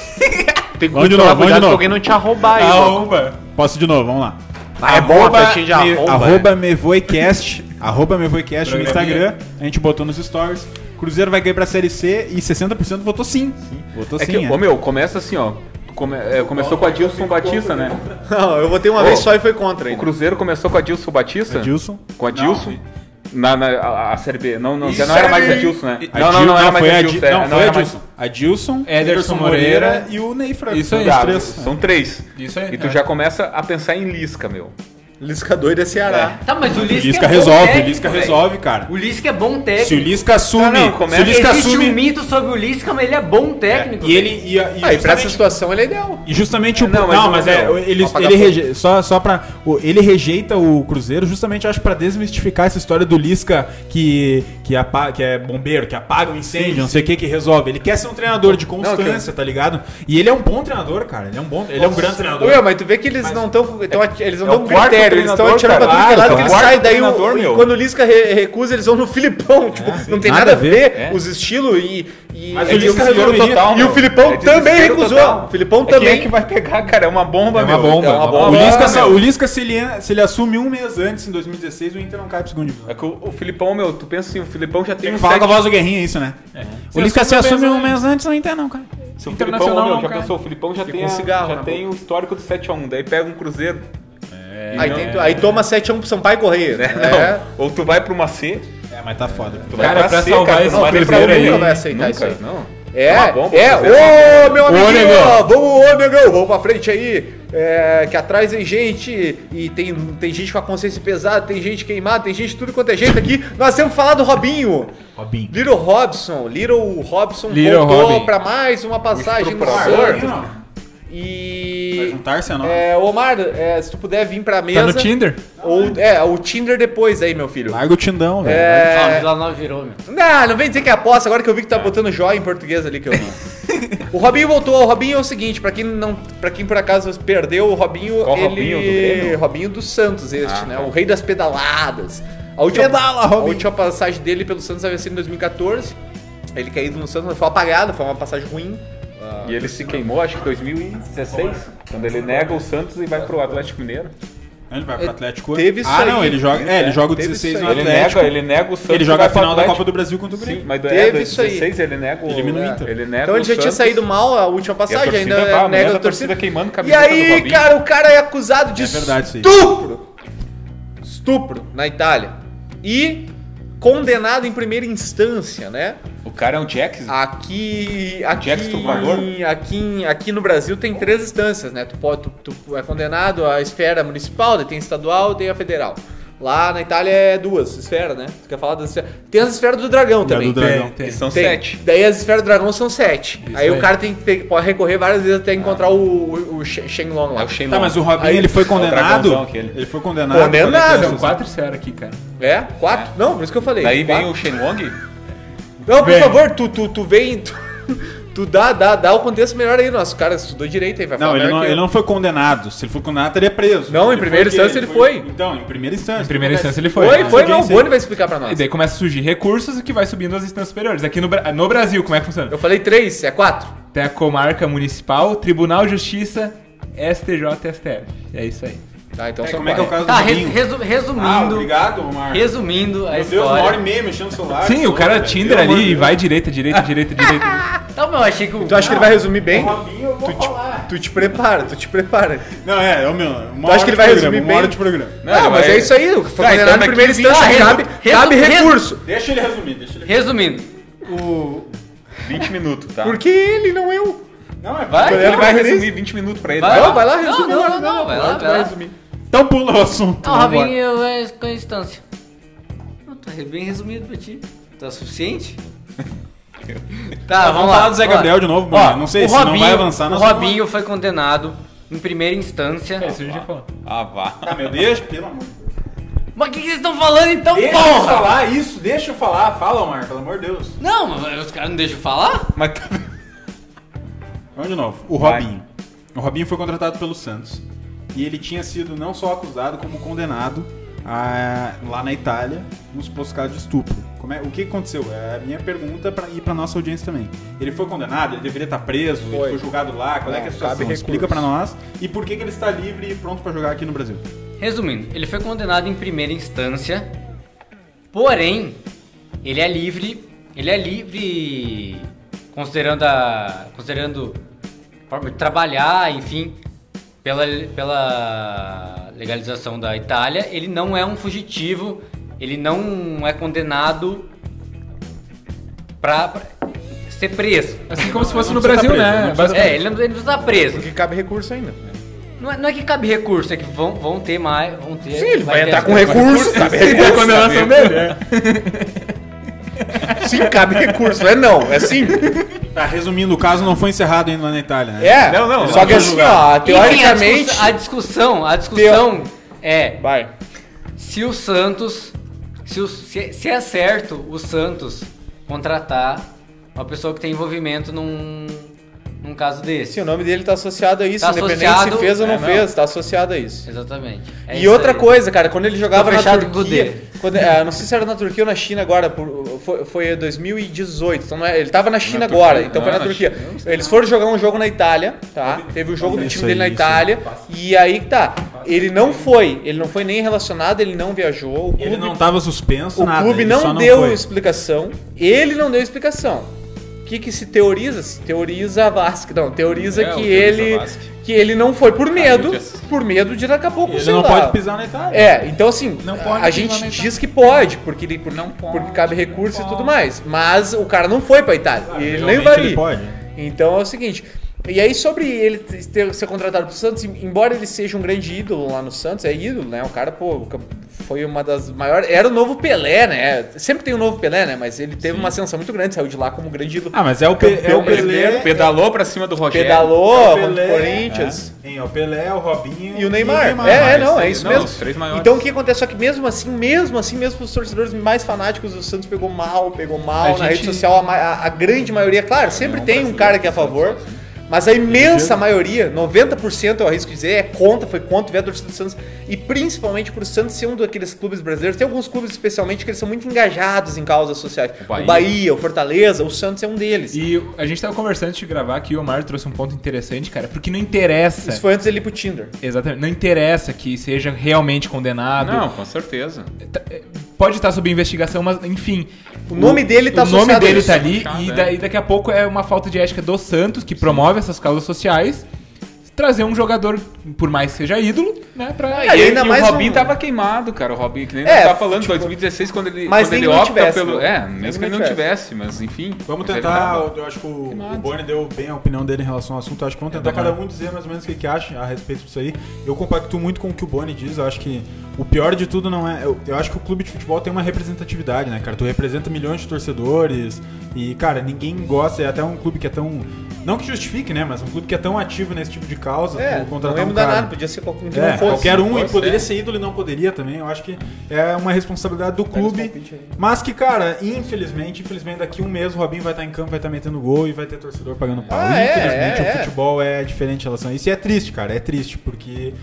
[SPEAKER 2] Tem que
[SPEAKER 4] Vamos de
[SPEAKER 2] tomar
[SPEAKER 4] novo, vamos
[SPEAKER 2] cuidado
[SPEAKER 4] de
[SPEAKER 2] pra
[SPEAKER 4] novo. Ah,
[SPEAKER 2] alguém não te arrombar aí. mano.
[SPEAKER 4] Posso de novo, vamos lá.
[SPEAKER 2] Ah, é bom a festinha de
[SPEAKER 4] me,
[SPEAKER 2] arromba,
[SPEAKER 4] arroba Mevoicast, arroba Mevoicast no
[SPEAKER 6] Programinha.
[SPEAKER 4] Instagram, a gente botou nos stories. Cruzeiro vai ganhar pra Série C e 60% votou sim. Votou
[SPEAKER 5] É
[SPEAKER 4] sim,
[SPEAKER 5] que,
[SPEAKER 4] é.
[SPEAKER 5] ô meu, começa assim, ó. Come- é, começou com a Dilson Batista, né?
[SPEAKER 2] Não, eu votei uma
[SPEAKER 5] Ô,
[SPEAKER 2] vez só e foi contra
[SPEAKER 5] O
[SPEAKER 2] ainda.
[SPEAKER 5] Cruzeiro começou com a Dilson Batista?
[SPEAKER 4] Adilson.
[SPEAKER 5] Com a Dilson? Na, na- a, a Série B. Não, não, já não
[SPEAKER 2] Série
[SPEAKER 5] era mais a
[SPEAKER 2] B.
[SPEAKER 5] Dilson, né?
[SPEAKER 4] Adil-
[SPEAKER 5] Não, não, não era mais
[SPEAKER 4] foi
[SPEAKER 5] a
[SPEAKER 4] Adi-
[SPEAKER 5] Dilson. é,
[SPEAKER 4] Não, foi
[SPEAKER 5] era
[SPEAKER 4] Adilson. Adilson,
[SPEAKER 6] Ederson Moreira
[SPEAKER 4] e o Ney Franco.
[SPEAKER 6] Isso aí.
[SPEAKER 4] Os
[SPEAKER 5] mais-
[SPEAKER 4] três.
[SPEAKER 5] São três.
[SPEAKER 6] Isso aí,
[SPEAKER 5] E tu
[SPEAKER 6] é.
[SPEAKER 5] já começa a pensar em Lisca, meu.
[SPEAKER 2] Lisca doido é Ceará.
[SPEAKER 3] Tá, mas o
[SPEAKER 4] O
[SPEAKER 3] Lisca,
[SPEAKER 4] Lisca
[SPEAKER 3] é bom
[SPEAKER 4] resolve, o
[SPEAKER 3] técnico,
[SPEAKER 4] Lisca
[SPEAKER 3] velho.
[SPEAKER 4] resolve, cara.
[SPEAKER 3] O Lisca é bom técnico.
[SPEAKER 4] Se o Lisca assume,
[SPEAKER 5] Não, não, começa-
[SPEAKER 4] se o Lisca
[SPEAKER 3] Existe
[SPEAKER 4] assume...
[SPEAKER 3] um mito sobre o Lisca, mas ele é bom técnico.
[SPEAKER 4] E ele e, a- e
[SPEAKER 2] Ah, e pra essa
[SPEAKER 4] justamente-
[SPEAKER 2] situação ele é ideal.
[SPEAKER 4] E justamente o.
[SPEAKER 5] Não,
[SPEAKER 4] Não,
[SPEAKER 5] mas
[SPEAKER 4] mas,
[SPEAKER 5] o-
[SPEAKER 4] é.
[SPEAKER 5] não,
[SPEAKER 4] Ele,
[SPEAKER 5] apagar
[SPEAKER 4] ele
[SPEAKER 5] fogo.
[SPEAKER 4] reje- só, só pra. o- Ele rejeita o Cruzeiro, justamente, acho, pra desmistificar essa história do Lisca que, que, apa, que é bombeiro, que apaga o incêndio, não sei o que, que resolve. Ele quer ser um treinador de constância, tá ligado? E ele é um bom treinador, cara. Ele é um bom. Ele é um grande treinador.
[SPEAKER 2] Ué, mas tu vê que eles não estão. Eles não
[SPEAKER 5] é o
[SPEAKER 2] dão
[SPEAKER 5] quarto
[SPEAKER 2] critério, eles estão atirando
[SPEAKER 5] treinador,
[SPEAKER 2] pra tudo que é
[SPEAKER 5] cara.
[SPEAKER 2] lado
[SPEAKER 5] Ah,
[SPEAKER 2] que eles
[SPEAKER 5] então.
[SPEAKER 2] saem. Daí o-
[SPEAKER 5] Quarto treinador,
[SPEAKER 2] e quando o Lisca re- recusa, eles vão no Filipão. Tipo, não tem nada a ver os estilos e. e
[SPEAKER 4] Mas
[SPEAKER 2] é
[SPEAKER 4] o
[SPEAKER 2] de
[SPEAKER 4] Lisca
[SPEAKER 2] um-
[SPEAKER 4] resolve
[SPEAKER 2] e o
[SPEAKER 4] total,
[SPEAKER 2] E o
[SPEAKER 5] meu.
[SPEAKER 2] Filipão
[SPEAKER 5] É
[SPEAKER 2] também
[SPEAKER 5] desespero
[SPEAKER 2] recusou.
[SPEAKER 5] total.
[SPEAKER 2] O Filipão
[SPEAKER 5] É quem
[SPEAKER 2] também.
[SPEAKER 5] é que vai pegar, cara? É uma bomba,
[SPEAKER 4] É uma
[SPEAKER 5] meu.
[SPEAKER 4] bomba.
[SPEAKER 5] É uma bomba.
[SPEAKER 4] O Lisca, sa-
[SPEAKER 5] meu.
[SPEAKER 4] o Lisca, se, ele, se ele assume um mês antes, em 2016, o Inter não cai pro segundo divisão.
[SPEAKER 5] É que o, o Filipão, meu, tu pensa assim, o Filipão já tem
[SPEAKER 4] Tem
[SPEAKER 5] um
[SPEAKER 4] que falar
[SPEAKER 5] sete-
[SPEAKER 4] com a voz do Guerrinha, isso, né? O Lisca se assume um mês antes, não Inter não, cara.
[SPEAKER 5] Se o
[SPEAKER 6] Internacional
[SPEAKER 5] Filipão, ô, meu,
[SPEAKER 6] não
[SPEAKER 5] já
[SPEAKER 6] cai.
[SPEAKER 5] pensou, o Filipão já tem,
[SPEAKER 2] um
[SPEAKER 5] a-
[SPEAKER 2] cigarro
[SPEAKER 5] já
[SPEAKER 2] na
[SPEAKER 5] tem o histórico do 7x1, daí pega um Cruzeiro.
[SPEAKER 2] Aí, tem- aí toma 7x1 pro Sampaio Correia.
[SPEAKER 5] né?
[SPEAKER 2] É.
[SPEAKER 5] Ou tu vai pra uma C,
[SPEAKER 4] É, mas tá foda.
[SPEAKER 5] tu
[SPEAKER 6] Cara,
[SPEAKER 5] vai pra,
[SPEAKER 6] pra
[SPEAKER 5] C,
[SPEAKER 6] salvar
[SPEAKER 5] cara, tu
[SPEAKER 6] esse
[SPEAKER 5] não vai pra
[SPEAKER 6] Cruzeiro
[SPEAKER 5] um,
[SPEAKER 6] aí,
[SPEAKER 5] meu.
[SPEAKER 2] não vai aceitar isso aí.
[SPEAKER 5] Não.
[SPEAKER 2] É,
[SPEAKER 5] uma bomba,
[SPEAKER 2] é.
[SPEAKER 5] Cruzeiro,
[SPEAKER 2] Ô, meu
[SPEAKER 6] Ô,
[SPEAKER 2] amiguinho,
[SPEAKER 6] negão.
[SPEAKER 2] ó, vamos, ô, negão, vamos pra frente aí. É, que atrás tem gente, e tem, tem gente com a consciência pesada, tem gente queimada, tem gente de tudo quanto é jeito aqui. Nós temos que falar do Robinho.
[SPEAKER 4] Robinho.
[SPEAKER 2] Little Robson, Little Robson
[SPEAKER 6] Little Robin.
[SPEAKER 2] pra mais uma passagem no
[SPEAKER 5] Estuprador.
[SPEAKER 2] Surf. E.
[SPEAKER 4] juntar-se a nós.
[SPEAKER 2] É, Omar, é, se tu puder vir pra mesa.
[SPEAKER 6] Tá no Tinder?
[SPEAKER 2] Ou, é, o Tinder depois aí, meu filho.
[SPEAKER 4] Larga o Tindão, velho.
[SPEAKER 3] Ah, o
[SPEAKER 2] É,
[SPEAKER 3] Vila Nova virou, meu.
[SPEAKER 2] não, não vem dizer que é aposta, agora que eu vi que tá botando joia em português ali que eu não. o Robinho voltou, o Robinho é o seguinte, pra quem não, para quem por acaso perdeu, o Robinho,
[SPEAKER 5] Qual
[SPEAKER 2] ele
[SPEAKER 5] Robinho? Do Grêmio?
[SPEAKER 2] Robinho do Santos este,
[SPEAKER 5] Ah,
[SPEAKER 2] né?
[SPEAKER 5] tá.
[SPEAKER 2] O rei das pedaladas. A última,
[SPEAKER 4] Pedala,
[SPEAKER 2] a
[SPEAKER 4] Robinho.
[SPEAKER 2] última passagem dele pelo Santos havia sido em 2014. Ele caído no Santos, mas foi apagado, foi uma passagem ruim.
[SPEAKER 5] E ele se queimou, acho que em 2016, quando ele nega o Santos e vai pro Atlético Mineiro.
[SPEAKER 4] Ele vai pro Atlético.
[SPEAKER 2] Teve isso
[SPEAKER 4] ah, não,
[SPEAKER 2] aí.
[SPEAKER 4] ele joga. É, ele joga o
[SPEAKER 2] Teve
[SPEAKER 4] 16
[SPEAKER 2] isso
[SPEAKER 4] no
[SPEAKER 2] aí.
[SPEAKER 5] Ele
[SPEAKER 4] Atlético.
[SPEAKER 5] nega,
[SPEAKER 4] Ele,
[SPEAKER 5] ele nega o Santos.
[SPEAKER 4] joga
[SPEAKER 5] e vai
[SPEAKER 4] a
[SPEAKER 5] pro
[SPEAKER 4] final da
[SPEAKER 5] Atlético.
[SPEAKER 4] Copa do Brasil contra o Grêmio.
[SPEAKER 5] Sim, mas do
[SPEAKER 2] Teve
[SPEAKER 5] é,
[SPEAKER 2] isso aí.
[SPEAKER 5] 2016 ele nega o.
[SPEAKER 4] Elimina o Inter.
[SPEAKER 5] Ele nega
[SPEAKER 2] Então
[SPEAKER 5] o
[SPEAKER 2] ele já tinha
[SPEAKER 5] É Santos.
[SPEAKER 2] saído mal a última passagem,
[SPEAKER 5] E a torcida,
[SPEAKER 2] ainda
[SPEAKER 5] bah, a mulher
[SPEAKER 2] nega
[SPEAKER 5] da
[SPEAKER 2] a torcida.
[SPEAKER 5] torcida queimando
[SPEAKER 2] e
[SPEAKER 5] camiseta do
[SPEAKER 2] aí,
[SPEAKER 5] Robinho.
[SPEAKER 2] cara, o cara é acusado de
[SPEAKER 4] É verdade isso aí.
[SPEAKER 2] estupro. Estupro na Itália. E condenado em primeira instância, né?
[SPEAKER 5] O cara é um Jax.
[SPEAKER 6] Ah,
[SPEAKER 2] Aqui, aqui,
[SPEAKER 5] Jack estuprador?
[SPEAKER 2] aqui, aqui no Brasil tem três instâncias, né? Tu, pode, tu, tu é condenado à esfera municipal, daí tem estadual, tem a federal. Lá na Itália é duas esferas, né? Tu quer falar das esferas? Tem as esferas do dragão também.
[SPEAKER 4] do dragão.
[SPEAKER 5] que são
[SPEAKER 2] Tem.
[SPEAKER 5] sete.
[SPEAKER 2] Daí as esferas do dragão são sete. aí,
[SPEAKER 6] aí.
[SPEAKER 2] o cara tem que ter- pode recorrer várias vezes até encontrar o, o, o Shen- Shenlong lá.
[SPEAKER 5] É o Shenlong.
[SPEAKER 4] Tá, mas o Robinho
[SPEAKER 2] Aí-
[SPEAKER 4] ele foi condenado.
[SPEAKER 5] dragãozão aquele.
[SPEAKER 4] Ele foi condenado.
[SPEAKER 2] Condenado. um
[SPEAKER 4] Olha
[SPEAKER 6] Tá, São
[SPEAKER 4] que
[SPEAKER 6] quatro zero aqui, cara.
[SPEAKER 2] É? Quatro? Não, por isso que eu falei.
[SPEAKER 5] Daí vem
[SPEAKER 2] Quatro.
[SPEAKER 5] o Shenlong.
[SPEAKER 2] Não, por
[SPEAKER 6] Vem.
[SPEAKER 2] favor, tu, tu, tu vem. Tu, tu dá, dá, dá o contexto melhor aí, nosso cara estudou direito aí, vai
[SPEAKER 4] Não
[SPEAKER 2] falar
[SPEAKER 4] ele,
[SPEAKER 2] melhor
[SPEAKER 4] não,
[SPEAKER 2] que eu.
[SPEAKER 4] ele não foi condenado. Se ele foi condenado, estaria preso.
[SPEAKER 2] Não, em
[SPEAKER 4] Ele
[SPEAKER 2] primeira
[SPEAKER 4] foi
[SPEAKER 2] instância ele foi.
[SPEAKER 4] Então, em primeira instância.
[SPEAKER 6] Em primeira instância ele foi. né?
[SPEAKER 2] Foi, foi,
[SPEAKER 4] Mas
[SPEAKER 2] não. O
[SPEAKER 4] audiência-
[SPEAKER 2] Boni vai explicar pra
[SPEAKER 6] E
[SPEAKER 2] nós.
[SPEAKER 6] daí começa a surgir recursos que vai subindo as instâncias superiores. Aqui no, Bra- no Brasil, como é que funciona?
[SPEAKER 2] Eu falei três, é quatro?
[SPEAKER 6] Tem a comarca municipal, Tribunal de Justiça, STJ e STF. É isso aí.
[SPEAKER 2] Tá, então
[SPEAKER 4] É,
[SPEAKER 2] são
[SPEAKER 4] como é que é o
[SPEAKER 2] quatro.
[SPEAKER 4] caso do
[SPEAKER 3] Tá,
[SPEAKER 4] Robinho?
[SPEAKER 3] resu- resu- resumindo.
[SPEAKER 4] Ah, obrigado, Omar.
[SPEAKER 3] Resumindo a
[SPEAKER 4] Meu Deus, uma
[SPEAKER 3] história.
[SPEAKER 4] hora e meia mexendo no celular.
[SPEAKER 6] Sim, o cara Tinder
[SPEAKER 4] Pelo amor
[SPEAKER 6] ali
[SPEAKER 4] de
[SPEAKER 6] e
[SPEAKER 4] Deus.
[SPEAKER 6] vai direita, direita, direita, direita.
[SPEAKER 3] Então, meu, achei que o.
[SPEAKER 2] Tu acha que ele vai resumir bem?
[SPEAKER 4] Robinho, eu vou falar.
[SPEAKER 2] Tu te prepara, tu te prepara.
[SPEAKER 4] Não, é, é o meu.
[SPEAKER 2] acho
[SPEAKER 4] Uma hora
[SPEAKER 2] que ele
[SPEAKER 4] de
[SPEAKER 2] vai
[SPEAKER 4] programa,
[SPEAKER 2] resumir
[SPEAKER 4] uma
[SPEAKER 2] bem?
[SPEAKER 4] hora de programa.
[SPEAKER 2] Não, mas é isso aí.
[SPEAKER 5] Tá, então
[SPEAKER 2] Foi condenado em primeira instância.
[SPEAKER 3] Ah,
[SPEAKER 2] Cabe,
[SPEAKER 3] resu-
[SPEAKER 2] cabe
[SPEAKER 3] resu-
[SPEAKER 2] recurso.
[SPEAKER 4] Deixa ele resumir, deixa ele
[SPEAKER 3] Resumindo,
[SPEAKER 5] O. 20 minutos, tá?
[SPEAKER 2] Porque ele, não eu.
[SPEAKER 4] Não, é
[SPEAKER 3] Vai,
[SPEAKER 4] ele
[SPEAKER 2] vai
[SPEAKER 5] Vai
[SPEAKER 2] resumir.
[SPEAKER 5] resumir 20 minutos pra ele. tá?
[SPEAKER 3] Vai
[SPEAKER 2] Não,
[SPEAKER 3] lá.
[SPEAKER 2] vai lá,
[SPEAKER 3] Não,
[SPEAKER 2] resume
[SPEAKER 3] não,
[SPEAKER 2] agora.
[SPEAKER 3] não, não, vai lá,
[SPEAKER 2] agora tu
[SPEAKER 3] vai lá.
[SPEAKER 2] resumir.
[SPEAKER 4] Então pula o assunto.
[SPEAKER 3] Não,
[SPEAKER 4] vambora.
[SPEAKER 3] Robinho, é com instância. Não, tá bem resumido pra ti. Tá suficiente? Tá,
[SPEAKER 4] Ah, vamos falar do Zé Gabriel de novo, Bruno. Não sei
[SPEAKER 3] o
[SPEAKER 4] se não vai avançar
[SPEAKER 3] O
[SPEAKER 4] nós vamos-
[SPEAKER 3] Robinho foi condenado em primeira instância.
[SPEAKER 4] É,
[SPEAKER 6] Isso a gente já falou.
[SPEAKER 5] Ah, vá.
[SPEAKER 4] Ah, meu Deus, pelo amor de Deus.
[SPEAKER 3] Mas o que, que vocês estão falando então,
[SPEAKER 4] Deixa eu
[SPEAKER 3] porra?
[SPEAKER 4] falar isso, deixa eu falar. Fala, Omar, pelo amor de Deus.
[SPEAKER 3] Não, mas os caras não deixam eu falar?
[SPEAKER 5] Mas tá-
[SPEAKER 4] Vamos de novo. O
[SPEAKER 5] Vai.
[SPEAKER 4] Robinho. O Robinho foi contratado pelo Santos. E ele tinha sido não só acusado, como condenado a- lá na Itália, nos poscados de estupro. Como é- o que aconteceu? É a minha pergunta pra, e para nossa audiência também. Ele foi condenado? Ele deveria estar preso? Ele
[SPEAKER 2] Foi.
[SPEAKER 4] foi julgado lá? Qual é, que é a
[SPEAKER 2] Não,
[SPEAKER 4] situação?
[SPEAKER 2] cabe
[SPEAKER 4] Explica
[SPEAKER 2] recurso.
[SPEAKER 4] pra nós. E por que, que ele está livre e pronto pra jogar aqui no Brasil?
[SPEAKER 3] Resumindo, ele foi condenado em primeira instância, porém, ele é livre, ele é livre considerando a considerando a forma de trabalhar, enfim, pela, pela legalização da Itália, ele não é um fugitivo, ele não é condenado pra, pra ser preso.
[SPEAKER 6] Assim como se fosse
[SPEAKER 4] não
[SPEAKER 6] no
[SPEAKER 4] precisa
[SPEAKER 6] Brasil,
[SPEAKER 4] tá preso,
[SPEAKER 6] né?
[SPEAKER 4] não
[SPEAKER 6] Basicamente.
[SPEAKER 3] É, ele não, ele não está preso.
[SPEAKER 2] Porque cabe recurso ainda.
[SPEAKER 3] Não é, não é que cabe recurso, é que vão, vão ter mais. Vão ter,
[SPEAKER 2] Sim, ele vai,
[SPEAKER 3] ter
[SPEAKER 2] entrar
[SPEAKER 3] as-
[SPEAKER 2] com recurso, cabe recurso.
[SPEAKER 6] a condenação dele.
[SPEAKER 3] né?
[SPEAKER 6] é.
[SPEAKER 2] Sim, cabe recurso. É não, é sim.
[SPEAKER 4] Tá, resumindo, o caso não foi encerrado ainda lá na Itália, né?
[SPEAKER 2] É.
[SPEAKER 5] Não, não,
[SPEAKER 2] Só
[SPEAKER 5] não
[SPEAKER 2] que
[SPEAKER 5] foi
[SPEAKER 2] assim,
[SPEAKER 4] julgado.
[SPEAKER 2] ó,
[SPEAKER 3] Enfim, a
[SPEAKER 2] teoricamente.
[SPEAKER 3] discussão, a discussão, a discussão é
[SPEAKER 2] Vai.
[SPEAKER 3] se o Santos. Se, o- se- se é certo o Santos contratar uma pessoa que tem envolvimento num, num caso desse.
[SPEAKER 2] Sim, o nome dele tá associado a isso,
[SPEAKER 3] Tá
[SPEAKER 2] independente
[SPEAKER 3] associado-
[SPEAKER 2] se fez ou não,
[SPEAKER 3] É, não.
[SPEAKER 2] fez, tá associado a isso.
[SPEAKER 3] Exatamente. É
[SPEAKER 2] e
[SPEAKER 3] isso
[SPEAKER 2] outra
[SPEAKER 3] aí.
[SPEAKER 2] coisa, cara, quando ele jogava na
[SPEAKER 3] fechado com o
[SPEAKER 2] Turquia.
[SPEAKER 3] D.
[SPEAKER 2] Quando, é, não sei se era na Turquia ou na China agora, por- foi, foi 2018. Então não é- ele tava na China
[SPEAKER 5] Turquia,
[SPEAKER 2] agora, então
[SPEAKER 5] ah,
[SPEAKER 2] foi na
[SPEAKER 5] na
[SPEAKER 2] Turquia. Eles foram jogar um jogo na Itália, tá? Teve o jogo do
[SPEAKER 4] Isso
[SPEAKER 2] time dele na
[SPEAKER 4] aí, isso
[SPEAKER 2] Itália. E aí que tá. Ele não foi, ele não foi nem relacionado, ele não viajou. O clube,
[SPEAKER 4] Ele não tava suspenso,
[SPEAKER 2] o
[SPEAKER 4] nada.
[SPEAKER 2] clube
[SPEAKER 4] ele só
[SPEAKER 2] não deu
[SPEAKER 4] foi.
[SPEAKER 2] explicação. Ele não deu explicação. O que, que se teoriza? Se teoriza a Vasque. Não, teoriza
[SPEAKER 5] É, o
[SPEAKER 2] que
[SPEAKER 5] teoriza
[SPEAKER 2] ele.
[SPEAKER 5] Vasque.
[SPEAKER 2] Que ele não foi por medo.
[SPEAKER 5] eu disse.
[SPEAKER 2] Por medo de daqui a pouco.
[SPEAKER 4] Ele
[SPEAKER 2] sei
[SPEAKER 4] não
[SPEAKER 2] lá,
[SPEAKER 4] pode pisar na Itália.
[SPEAKER 2] é, então assim,
[SPEAKER 6] Não
[SPEAKER 2] a-
[SPEAKER 6] pode
[SPEAKER 2] a
[SPEAKER 6] regulamentar.
[SPEAKER 2] gente diz que pode, porque, ele, por- porque cabe recurso e tudo mais. Mas o cara não foi pra Itália. e ele nem
[SPEAKER 4] Ah, Realmente
[SPEAKER 2] vai
[SPEAKER 4] Ele
[SPEAKER 2] ir.
[SPEAKER 4] pode.
[SPEAKER 2] Então é o seguinte. E aí, sobre ele ter, ser contratado pro Santos, embora ele seja um grande ídolo lá no Santos, é ídolo, né? O cara, pô, foi uma das maiores. Era o novo Pelé, né? Sempre tem o novo Pelé, né? Mas ele teve uma ascensão muito grande, saiu de lá como grande ídolo.
[SPEAKER 4] Ah, mas é o, Pe- é
[SPEAKER 2] Campeão
[SPEAKER 4] o Pelé.
[SPEAKER 2] brasileiro,
[SPEAKER 5] pedalou pra cima do Rogério.
[SPEAKER 4] É o
[SPEAKER 2] Pedalou, contra
[SPEAKER 4] Pelé,
[SPEAKER 2] o Corinthians.
[SPEAKER 4] Hein, é o Pelé, o Robinho
[SPEAKER 2] E o Neymar. É, é, não, é isso
[SPEAKER 5] Não,
[SPEAKER 2] mesmo.
[SPEAKER 5] os três maiores.
[SPEAKER 2] Então o que acontece? Só que mesmo assim, mesmo assim, mesmo os torcedores mais fanáticos, o Santos pegou mal, pegou mal.
[SPEAKER 6] A
[SPEAKER 2] na
[SPEAKER 6] gente-
[SPEAKER 2] rede social, a, ma- a- a grande maioria, claro, sempre
[SPEAKER 5] não,
[SPEAKER 2] tem um
[SPEAKER 5] brasileiro,
[SPEAKER 2] cara que é a
[SPEAKER 5] Santos,
[SPEAKER 2] favor.
[SPEAKER 4] assim.
[SPEAKER 2] Mas a
[SPEAKER 4] Uhum.
[SPEAKER 2] imensa maioria, 90% eu arrisco dizer, é contra, foi contra, veio a torcida do Santos. E principalmente por Santos ser um daqueles clubes brasileiros. Tem alguns clubes especialmente que eles são muito engajados em causas sociais. O Bahia,
[SPEAKER 5] Bahia.
[SPEAKER 2] o, Fortaleza, o Santos é um deles.
[SPEAKER 6] E a gente tava conversando antes de gravar que o Omar trouxe um ponto interessante, cara, porque não interessa.
[SPEAKER 2] Isso foi antes dele ir pro Tinder.
[SPEAKER 6] Exatamente. Não interessa que seja realmente condenado.
[SPEAKER 5] Não, com certeza.
[SPEAKER 6] Tá- é, Pode estar sob investigação, mas enfim.
[SPEAKER 2] O nome dele tá
[SPEAKER 6] O nome
[SPEAKER 2] associado a
[SPEAKER 6] dele
[SPEAKER 2] isso.
[SPEAKER 6] tá ali
[SPEAKER 5] Tá,
[SPEAKER 6] e
[SPEAKER 5] né?
[SPEAKER 6] daí daqui a pouco é uma falta de ética do Santos, que promove essas causas sociais. Trazer um jogador, por mais que seja ídolo, né? Pra.
[SPEAKER 2] É, e ainda
[SPEAKER 5] o
[SPEAKER 2] mais
[SPEAKER 5] Robinho
[SPEAKER 2] um-
[SPEAKER 5] tava queimado, cara. O Robinho, que nem
[SPEAKER 2] É,
[SPEAKER 5] nós tava falando,
[SPEAKER 2] tipo,
[SPEAKER 5] 2016, quando ele,
[SPEAKER 2] mas
[SPEAKER 5] quando
[SPEAKER 2] nem
[SPEAKER 5] ele
[SPEAKER 2] que não
[SPEAKER 5] opta
[SPEAKER 2] tivesse,
[SPEAKER 5] pelo.
[SPEAKER 2] né?
[SPEAKER 5] É,
[SPEAKER 2] Nem que
[SPEAKER 5] mesmo que
[SPEAKER 2] não
[SPEAKER 5] ele não tivesse, mas enfim.
[SPEAKER 4] Vamos
[SPEAKER 2] É
[SPEAKER 5] mas ele
[SPEAKER 4] tentar,
[SPEAKER 5] tava.
[SPEAKER 4] eu eu acho que o, o Boni deu bem a opinião dele em relação ao assunto. Acho que
[SPEAKER 2] É
[SPEAKER 4] vamos tentar cada um dizer mais ou menos o que, que acha a respeito disso aí. Eu compacto muito com o que o Boni diz. Eu acho que o pior de tudo não é. Eu, eu acho que o clube de futebol tem uma representatividade, né, cara? Tu representa milhões de torcedores e, cara, ninguém gosta. É até um clube que é tão. Não que justifique, né? Mas um clube que é tão ativo nesse tipo de causa.
[SPEAKER 2] É,
[SPEAKER 4] tu
[SPEAKER 2] não ia
[SPEAKER 4] um
[SPEAKER 2] mudar
[SPEAKER 4] cara.
[SPEAKER 2] nada, podia ser qualquer um que
[SPEAKER 4] É,
[SPEAKER 2] não fosse.
[SPEAKER 4] qualquer um, e
[SPEAKER 5] Pode
[SPEAKER 2] é.
[SPEAKER 4] poderia
[SPEAKER 5] ser.
[SPEAKER 4] ser ídolo e não poderia também. Eu acho que é uma responsabilidade do clube.
[SPEAKER 2] palpite aí.
[SPEAKER 4] Mas que, cara, infelizmente, infelizmente, daqui um mês o Robinho vai estar em campo, vai estar metendo gol e vai ter torcedor pagando pau.
[SPEAKER 2] Ah, é,
[SPEAKER 4] infelizmente,
[SPEAKER 2] é,
[SPEAKER 4] o
[SPEAKER 2] é.
[SPEAKER 4] futebol é diferente em relação a isso. E é triste, cara, é triste, porque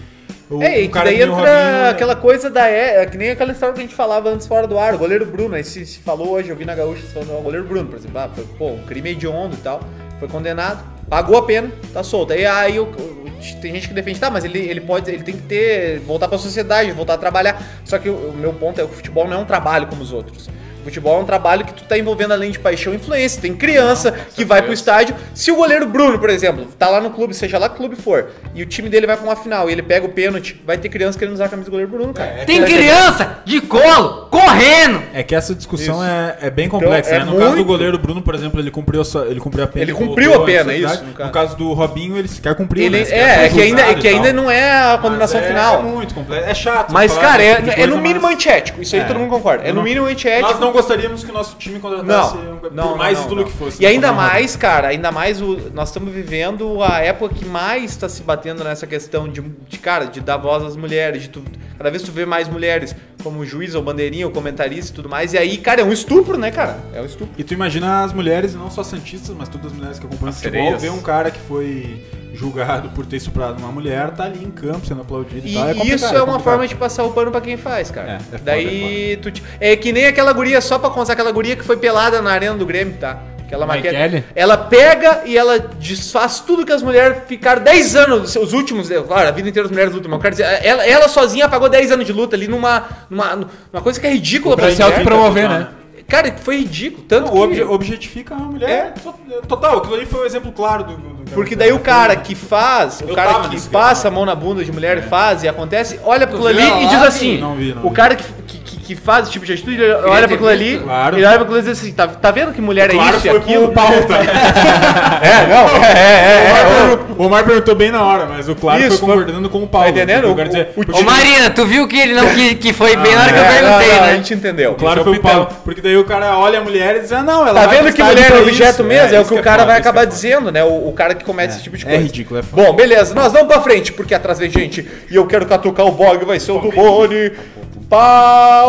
[SPEAKER 4] o,
[SPEAKER 2] É, e
[SPEAKER 4] o
[SPEAKER 2] que daí
[SPEAKER 4] que nem
[SPEAKER 2] entra
[SPEAKER 4] o Robinho- né?
[SPEAKER 2] aquela coisa da é, é que nem aquela história que a gente falava antes fora do ar, o goleiro Bruno, aí se, se falou hoje, eu vi na gaúcha se falando, ó, o goleiro Bruno, por exemplo, ah, foi, pô, um crime hediondo e tal, foi condenado, pagou a pena, tá solto. Aí, aí o- o- tem gente que defende, tá, mas ele, ele pode, ele tem que ter, voltar pra sociedade, voltar a trabalhar. Só que o, o meu ponto é que o futebol não é um trabalho como os outros. O Futebol é um trabalho que tu tá envolvendo além de paixão e influência. Tem criança que vai pro
[SPEAKER 5] certeza.
[SPEAKER 2] estádio estádio. Se o goleiro Bruno, por exemplo, tá lá no clube, seja lá que clube for, e o time dele vai pra uma final e ele pega o pênalti, vai ter criança querendo usar a camisa do goleiro Bruno, cara.
[SPEAKER 3] Tem criança de colo, correndo!
[SPEAKER 4] É que essa
[SPEAKER 2] Isso.
[SPEAKER 4] discussão é, é bem complexa,
[SPEAKER 2] é
[SPEAKER 4] né? No caso do
[SPEAKER 2] muito.
[SPEAKER 4] goleiro Bruno, por exemplo, ele cumpriu a, sua- ele cumpriu a pena.
[SPEAKER 2] Ele
[SPEAKER 4] voltou
[SPEAKER 2] cumpriu a
[SPEAKER 4] à
[SPEAKER 2] pena,
[SPEAKER 4] sociedade.
[SPEAKER 2] isso, no
[SPEAKER 4] No caso.
[SPEAKER 2] caso.
[SPEAKER 4] do Robinho, ele sequer cumpriu,
[SPEAKER 2] Ele,
[SPEAKER 4] né? Sequer
[SPEAKER 2] é, é
[SPEAKER 4] foi
[SPEAKER 2] que ainda, é
[SPEAKER 4] julgado
[SPEAKER 2] que
[SPEAKER 4] e
[SPEAKER 2] ainda
[SPEAKER 4] tal.
[SPEAKER 2] não é a condenação
[SPEAKER 4] Mas é
[SPEAKER 2] final.
[SPEAKER 4] muito complexo. É chato.
[SPEAKER 2] Mas,
[SPEAKER 4] falar
[SPEAKER 2] cara,
[SPEAKER 4] desse tipo de
[SPEAKER 2] é, é
[SPEAKER 4] coisa,
[SPEAKER 2] no
[SPEAKER 4] mas-
[SPEAKER 2] mínimo antiético. Isso aí
[SPEAKER 4] É.
[SPEAKER 2] todo mundo concorda. É
[SPEAKER 4] Eu
[SPEAKER 2] no
[SPEAKER 4] não-
[SPEAKER 2] mínimo
[SPEAKER 4] Nós
[SPEAKER 2] antiético.
[SPEAKER 4] não gostaríamos que o nosso time contratasse
[SPEAKER 2] Não,
[SPEAKER 4] um-
[SPEAKER 2] não,
[SPEAKER 4] por mais
[SPEAKER 2] não, não,
[SPEAKER 4] ídolo
[SPEAKER 2] não.
[SPEAKER 4] que fosse.
[SPEAKER 2] E
[SPEAKER 4] né,
[SPEAKER 2] ainda
[SPEAKER 4] como Ronaldo.
[SPEAKER 2] mais, cara, ainda mais o, nós estamos vivendo a época que mais está se batendo nessa questão de, de, cara, de dar voz às mulheres, de tu, cada vez tu vê mais mulheres como juiz ou bandeirinha ou comentarista e tudo mais. E aí, cara, é um estupro, né, cara? É um estupro.
[SPEAKER 4] E tu imagina as mulheres, não só santistas, mas todas as mulheres que acompanham o
[SPEAKER 5] As
[SPEAKER 4] futebol,
[SPEAKER 5] sereias.
[SPEAKER 4] ver um cara que foi julgado por ter estuprado uma mulher, tá ali em campo sendo aplaudido e,
[SPEAKER 2] E
[SPEAKER 4] tal. É complicado,
[SPEAKER 2] isso é uma
[SPEAKER 4] complicado.
[SPEAKER 2] forma de passar o pano pra quem faz, cara.
[SPEAKER 4] É, é
[SPEAKER 2] Daí tu te- é que nem aquela guria só pra contar aquela guria que foi pelada na arena do Grêmio, tá? Aquela
[SPEAKER 4] é
[SPEAKER 6] Maikele?
[SPEAKER 2] maquete. Ela pega e ela desfaz tudo que as mulheres ficaram 10 anos, os últimos, claro, a vida inteira as mulheres lutam, mas eu quero dizer, é, ela, ela sozinha pagou 10 anos de luta ali numa numa, numa coisa que é ridícula
[SPEAKER 6] Pra se
[SPEAKER 2] mulher.
[SPEAKER 6] autopromover, né?
[SPEAKER 2] Cara, foi ridículo, tanto
[SPEAKER 4] Não,
[SPEAKER 2] que
[SPEAKER 4] obje- objetifica a mulher to- total. Aquilo ali foi um exemplo claro do. do- do-
[SPEAKER 2] É. porque daí o cara que faz, o
[SPEAKER 4] Eu
[SPEAKER 2] cara
[SPEAKER 4] tava
[SPEAKER 2] que
[SPEAKER 4] nesse
[SPEAKER 2] passa a mão na bunda de mulher e faz e acontece, olha pra aquilo ali
[SPEAKER 3] viu?
[SPEAKER 2] e diz
[SPEAKER 3] Ah,
[SPEAKER 2] assim:
[SPEAKER 4] sim. Não vi, não
[SPEAKER 2] o
[SPEAKER 4] vi.
[SPEAKER 2] cara que, que, que- que faz esse tipo de atitude, ele olha pra aquilo ali,
[SPEAKER 4] Claro.
[SPEAKER 2] ele olha pra aquilo ali e diz assim: tá, tá vendo que mulher é
[SPEAKER 4] Claro,
[SPEAKER 2] isso e
[SPEAKER 4] foi
[SPEAKER 2] aquilo?
[SPEAKER 4] pro pauta.
[SPEAKER 2] É, não, é, é,
[SPEAKER 4] O Omar pergun- tá? O Omar perguntou bem na hora, mas o Claro
[SPEAKER 2] Isso,
[SPEAKER 4] foi concordando com o Paulo.
[SPEAKER 2] Tá entendendo?
[SPEAKER 4] Eu quero dizer,
[SPEAKER 2] O- o-
[SPEAKER 4] porque-
[SPEAKER 3] Ô Marina, tu viu que ele não que, que foi bem na hora que eu
[SPEAKER 2] É, não,
[SPEAKER 3] perguntei,
[SPEAKER 2] não,
[SPEAKER 3] né?
[SPEAKER 2] A gente entendeu.
[SPEAKER 5] Esse
[SPEAKER 4] Claro
[SPEAKER 5] é
[SPEAKER 4] foi
[SPEAKER 5] o
[SPEAKER 4] o Paulo. Porque daí o cara olha a mulher e diz, ah, não, ela
[SPEAKER 2] Tá
[SPEAKER 4] vai
[SPEAKER 2] vendo que
[SPEAKER 4] prestar
[SPEAKER 2] mulher é
[SPEAKER 4] pra
[SPEAKER 2] objeto
[SPEAKER 4] isso.
[SPEAKER 2] mesmo? É, o
[SPEAKER 4] isso
[SPEAKER 2] que o
[SPEAKER 4] é
[SPEAKER 2] cara
[SPEAKER 4] foda,
[SPEAKER 2] vai
[SPEAKER 4] isso que é
[SPEAKER 2] acabar
[SPEAKER 4] foda.
[SPEAKER 2] dizendo, né? O, o cara que comete esse tipo de
[SPEAKER 4] é
[SPEAKER 2] coisa.
[SPEAKER 4] ridículo, é foda.
[SPEAKER 2] Bom, beleza, nós vamos pra frente, porque atrás vem gente. E eu quero catucar o bog, vai ser o do Boni.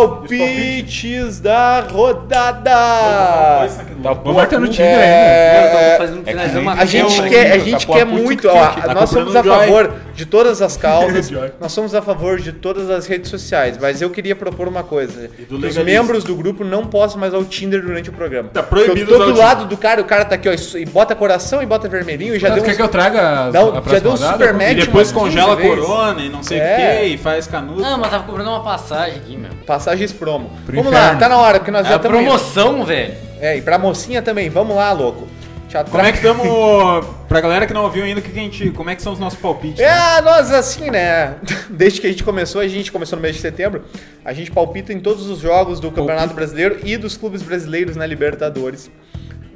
[SPEAKER 2] Palpites da rodada.
[SPEAKER 5] Tá
[SPEAKER 6] Vamos bater no Tigre ainda.
[SPEAKER 3] Mano, eu
[SPEAKER 2] É,
[SPEAKER 3] tava fazendo um
[SPEAKER 5] É que
[SPEAKER 3] finalizando
[SPEAKER 5] nem-
[SPEAKER 3] uma
[SPEAKER 2] a gente
[SPEAKER 3] reunião.
[SPEAKER 2] quer, a
[SPEAKER 5] tá
[SPEAKER 2] gente
[SPEAKER 5] com
[SPEAKER 2] quer
[SPEAKER 5] a puta
[SPEAKER 2] muito,
[SPEAKER 5] que
[SPEAKER 4] é
[SPEAKER 2] ó,
[SPEAKER 5] aqui, tá
[SPEAKER 2] nós somos a
[SPEAKER 4] comprando joia.
[SPEAKER 2] favor de todas
[SPEAKER 4] É
[SPEAKER 2] as causas, nós somos a favor de todas as redes sociais, mas eu queria propor uma coisa, que os
[SPEAKER 4] legalismo.
[SPEAKER 2] membros do grupo não possam mais usar o Tinder durante o programa.
[SPEAKER 4] Tá proibido
[SPEAKER 2] Porque eu tô
[SPEAKER 4] usar
[SPEAKER 2] do
[SPEAKER 4] o Tinder.
[SPEAKER 2] lado do cara, o cara tá aqui, ó, isso- e bota coração e bota vermelhinho e já
[SPEAKER 6] Não,
[SPEAKER 2] deu
[SPEAKER 6] tu quer
[SPEAKER 2] uns...
[SPEAKER 6] que eu traga as-
[SPEAKER 2] Dá um-
[SPEAKER 6] a
[SPEAKER 2] já
[SPEAKER 6] próxima
[SPEAKER 2] deu um
[SPEAKER 6] rodada?
[SPEAKER 2] super
[SPEAKER 4] E
[SPEAKER 2] match. umas
[SPEAKER 4] depois
[SPEAKER 2] 15
[SPEAKER 4] congela a
[SPEAKER 2] vezes.
[SPEAKER 4] corona e não sei o
[SPEAKER 2] É.
[SPEAKER 4] quê, e faz canudo.
[SPEAKER 3] Não, mas tava comprando uma passagem aqui, meu.
[SPEAKER 2] Passagens promo.
[SPEAKER 6] Pro
[SPEAKER 2] Vamos
[SPEAKER 6] inferno.
[SPEAKER 2] lá, tá na hora, porque nós
[SPEAKER 3] É
[SPEAKER 2] já
[SPEAKER 3] a
[SPEAKER 2] estamos...
[SPEAKER 3] promoção, velho.
[SPEAKER 2] É, e pra mocinha também, vamos lá, louco. Te atra-
[SPEAKER 4] Como é que estamos. Pra galera que não ouviu ainda, o que que a gente. Como é que são os nossos palpites? né?
[SPEAKER 2] É, nós assim, né? Desde que a gente começou, a gente começou no mês de setembro, a gente palpita em todos os jogos do Campeonato Brasileiro e dos clubes brasileiros na Libertadores.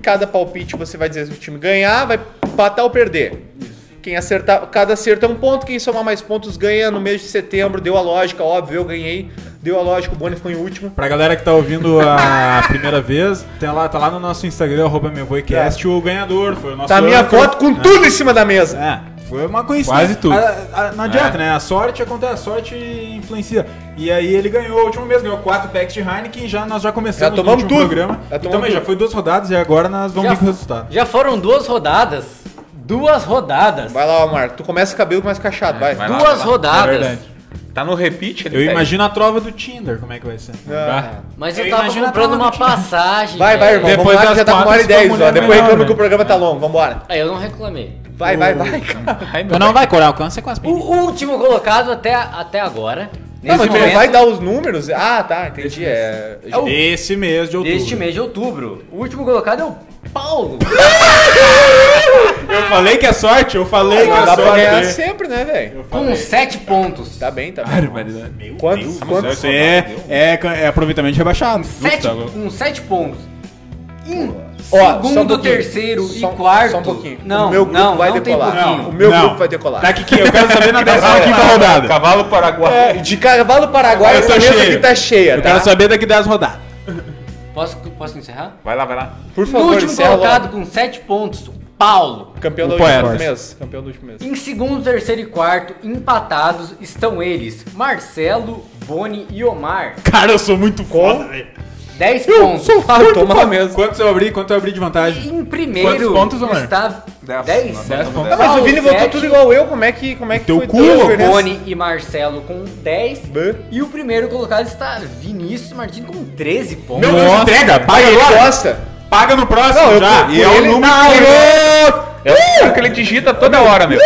[SPEAKER 2] Cada palpite você vai dizer se o time ganhar, vai empatar ou perder. Quem acertar, cada acerta um ponto, quem somar mais pontos ganha no mês de setembro, deu a lógica, óbvio, eu ganhei, deu a lógica, o Boni ficou em último.
[SPEAKER 4] Pra galera que tá ouvindo a primeira vez, tá lá, tá lá no nosso Instagram, arroba MevoiCast, o ganhador. Foi o nosso É.
[SPEAKER 2] Tá a minha
[SPEAKER 4] âncora.
[SPEAKER 2] foto com
[SPEAKER 6] É.
[SPEAKER 2] tudo em cima da mesa.
[SPEAKER 4] É, foi uma coincidência.
[SPEAKER 6] Quase tudo.
[SPEAKER 4] A- a- não adianta, né? A sorte acontece, a sorte influencia. E aí ele ganhou o último mês, ganhou quatro packs de Heineken, já nós já começamos
[SPEAKER 2] Já tomamos
[SPEAKER 4] no último
[SPEAKER 2] tudo.
[SPEAKER 4] programa.
[SPEAKER 2] Já
[SPEAKER 4] Já
[SPEAKER 2] tomamos
[SPEAKER 4] e também
[SPEAKER 2] tudo.
[SPEAKER 4] já foi duas rodadas e agora nós vamos
[SPEAKER 3] Já-
[SPEAKER 4] ver o resultado.
[SPEAKER 3] Já foram duas rodadas. Duas rodadas.
[SPEAKER 2] Vai lá, Omar, tu começa o cabelo mais
[SPEAKER 6] É,
[SPEAKER 2] cachado, vai.
[SPEAKER 5] vai lá.
[SPEAKER 3] Duas rodadas.
[SPEAKER 6] verdade.
[SPEAKER 5] Tá no repeat ele
[SPEAKER 4] Eu
[SPEAKER 2] É.
[SPEAKER 5] pega.
[SPEAKER 4] imagino a trova do Tinder, como é que vai ser.
[SPEAKER 2] Ah.
[SPEAKER 3] Mas eu,
[SPEAKER 4] Eu
[SPEAKER 3] tava
[SPEAKER 4] imagino a
[SPEAKER 3] comprando
[SPEAKER 4] trama
[SPEAKER 3] uma
[SPEAKER 4] do time.
[SPEAKER 3] passagem.
[SPEAKER 2] Vai, vai,
[SPEAKER 3] velho.
[SPEAKER 2] irmão.
[SPEAKER 6] Depois
[SPEAKER 2] Depois vamos lá,
[SPEAKER 6] das
[SPEAKER 2] que já tá com uma hora e
[SPEAKER 6] quatro,
[SPEAKER 2] dez,
[SPEAKER 6] se for
[SPEAKER 2] ó.
[SPEAKER 6] mulher,
[SPEAKER 2] Depois
[SPEAKER 6] melhor,
[SPEAKER 2] reclama que
[SPEAKER 6] né?
[SPEAKER 2] o programa tá longo, vambora.
[SPEAKER 3] Aí eu não reclamei.
[SPEAKER 2] Vai, vai, vai, cara.
[SPEAKER 5] Ai, meu
[SPEAKER 4] Mas Então não vai corar, alcança com as
[SPEAKER 3] O último colocado até, até agora.
[SPEAKER 2] Não,
[SPEAKER 3] Nesse
[SPEAKER 2] mas tu
[SPEAKER 3] momento,
[SPEAKER 2] vai dar os números? Ah, tá, entendi. É...
[SPEAKER 3] é o
[SPEAKER 4] Uh, Esse mês de outubro.
[SPEAKER 3] deste mês de outubro. O último colocado é o Paulo.
[SPEAKER 4] Eu falei que é sorte, eu falei que
[SPEAKER 2] Não
[SPEAKER 4] é
[SPEAKER 2] dá pra
[SPEAKER 4] sorte.
[SPEAKER 2] ganhar sempre, né, velho?
[SPEAKER 3] com sete pontos.
[SPEAKER 2] Tá bem, tá bem.
[SPEAKER 4] né?
[SPEAKER 5] Barbaridade.
[SPEAKER 2] Quantos, quantos?
[SPEAKER 4] Isso aí é, é, é aproveitamento rebaixado.
[SPEAKER 3] Sete,
[SPEAKER 5] tá louco.
[SPEAKER 3] com sete pontos. Em
[SPEAKER 2] Ó, só um
[SPEAKER 3] segundo,
[SPEAKER 2] pouquinho.
[SPEAKER 3] terceiro
[SPEAKER 2] Só-
[SPEAKER 3] e quarto.
[SPEAKER 2] só um pouquinho.
[SPEAKER 3] Não,
[SPEAKER 2] O meu grupo
[SPEAKER 3] não,
[SPEAKER 2] vai
[SPEAKER 3] não
[SPEAKER 2] decolar.
[SPEAKER 3] Tem pouquinho.
[SPEAKER 2] O meu grupo vai decolar.
[SPEAKER 4] Tá aqui, que eu quero saber na décima quinta rodada.
[SPEAKER 5] É, Cavalo paraguai.
[SPEAKER 2] É, de cavalo paraguai,
[SPEAKER 4] Eu tô
[SPEAKER 2] essa mesa
[SPEAKER 4] cheio.
[SPEAKER 2] aqui tá cheia,
[SPEAKER 4] Eu quero
[SPEAKER 2] tá?
[SPEAKER 4] saber daqui 10 rodadas.
[SPEAKER 3] Posso, posso encerrar?
[SPEAKER 5] Vai lá, vai lá.
[SPEAKER 2] Por
[SPEAKER 3] no
[SPEAKER 2] favor,
[SPEAKER 3] último
[SPEAKER 2] encerra logo.
[SPEAKER 3] colocado com sete pontos, o Paulo.
[SPEAKER 2] Campeão
[SPEAKER 4] O
[SPEAKER 2] do
[SPEAKER 4] poeta.
[SPEAKER 2] último mês. Campeão do último mês.
[SPEAKER 3] Em segundo, terceiro e quarto, empatados, estão eles: Marcelo, Boni e Omar.
[SPEAKER 4] Cara, eu sou muito foda, velho.
[SPEAKER 3] 10 pontos.
[SPEAKER 2] Ah, toma mesmo.
[SPEAKER 4] Quanto eu abri? Quanto eu abri de vantagem?
[SPEAKER 3] Em primeiro
[SPEAKER 6] Quantos pontos, Omar?
[SPEAKER 3] está
[SPEAKER 5] Dez.
[SPEAKER 3] 10.
[SPEAKER 5] Nós
[SPEAKER 6] Dez
[SPEAKER 5] estamos
[SPEAKER 6] pontos.
[SPEAKER 2] Ah, mas o Vini
[SPEAKER 3] Paulo,
[SPEAKER 2] votou
[SPEAKER 3] sete.
[SPEAKER 2] tudo igual eu, como é que, como é que
[SPEAKER 4] Teu
[SPEAKER 2] foi
[SPEAKER 4] cu,
[SPEAKER 2] toda a
[SPEAKER 4] ô,
[SPEAKER 2] diferença?
[SPEAKER 3] Boni e Marcelo com 10.
[SPEAKER 2] Bã.
[SPEAKER 3] E o primeiro colocado está Vinícius Martins com 13 pontos.
[SPEAKER 4] Meu Deus, entrega! Paga
[SPEAKER 2] Ele
[SPEAKER 4] agora!
[SPEAKER 2] gosta.
[SPEAKER 4] Paga no próximo
[SPEAKER 2] Não, eu-
[SPEAKER 4] já!
[SPEAKER 2] por
[SPEAKER 4] E é o
[SPEAKER 2] ele- tá
[SPEAKER 4] número
[SPEAKER 2] Não,
[SPEAKER 4] que-
[SPEAKER 5] Eu quero que ele digita toda hora, meu.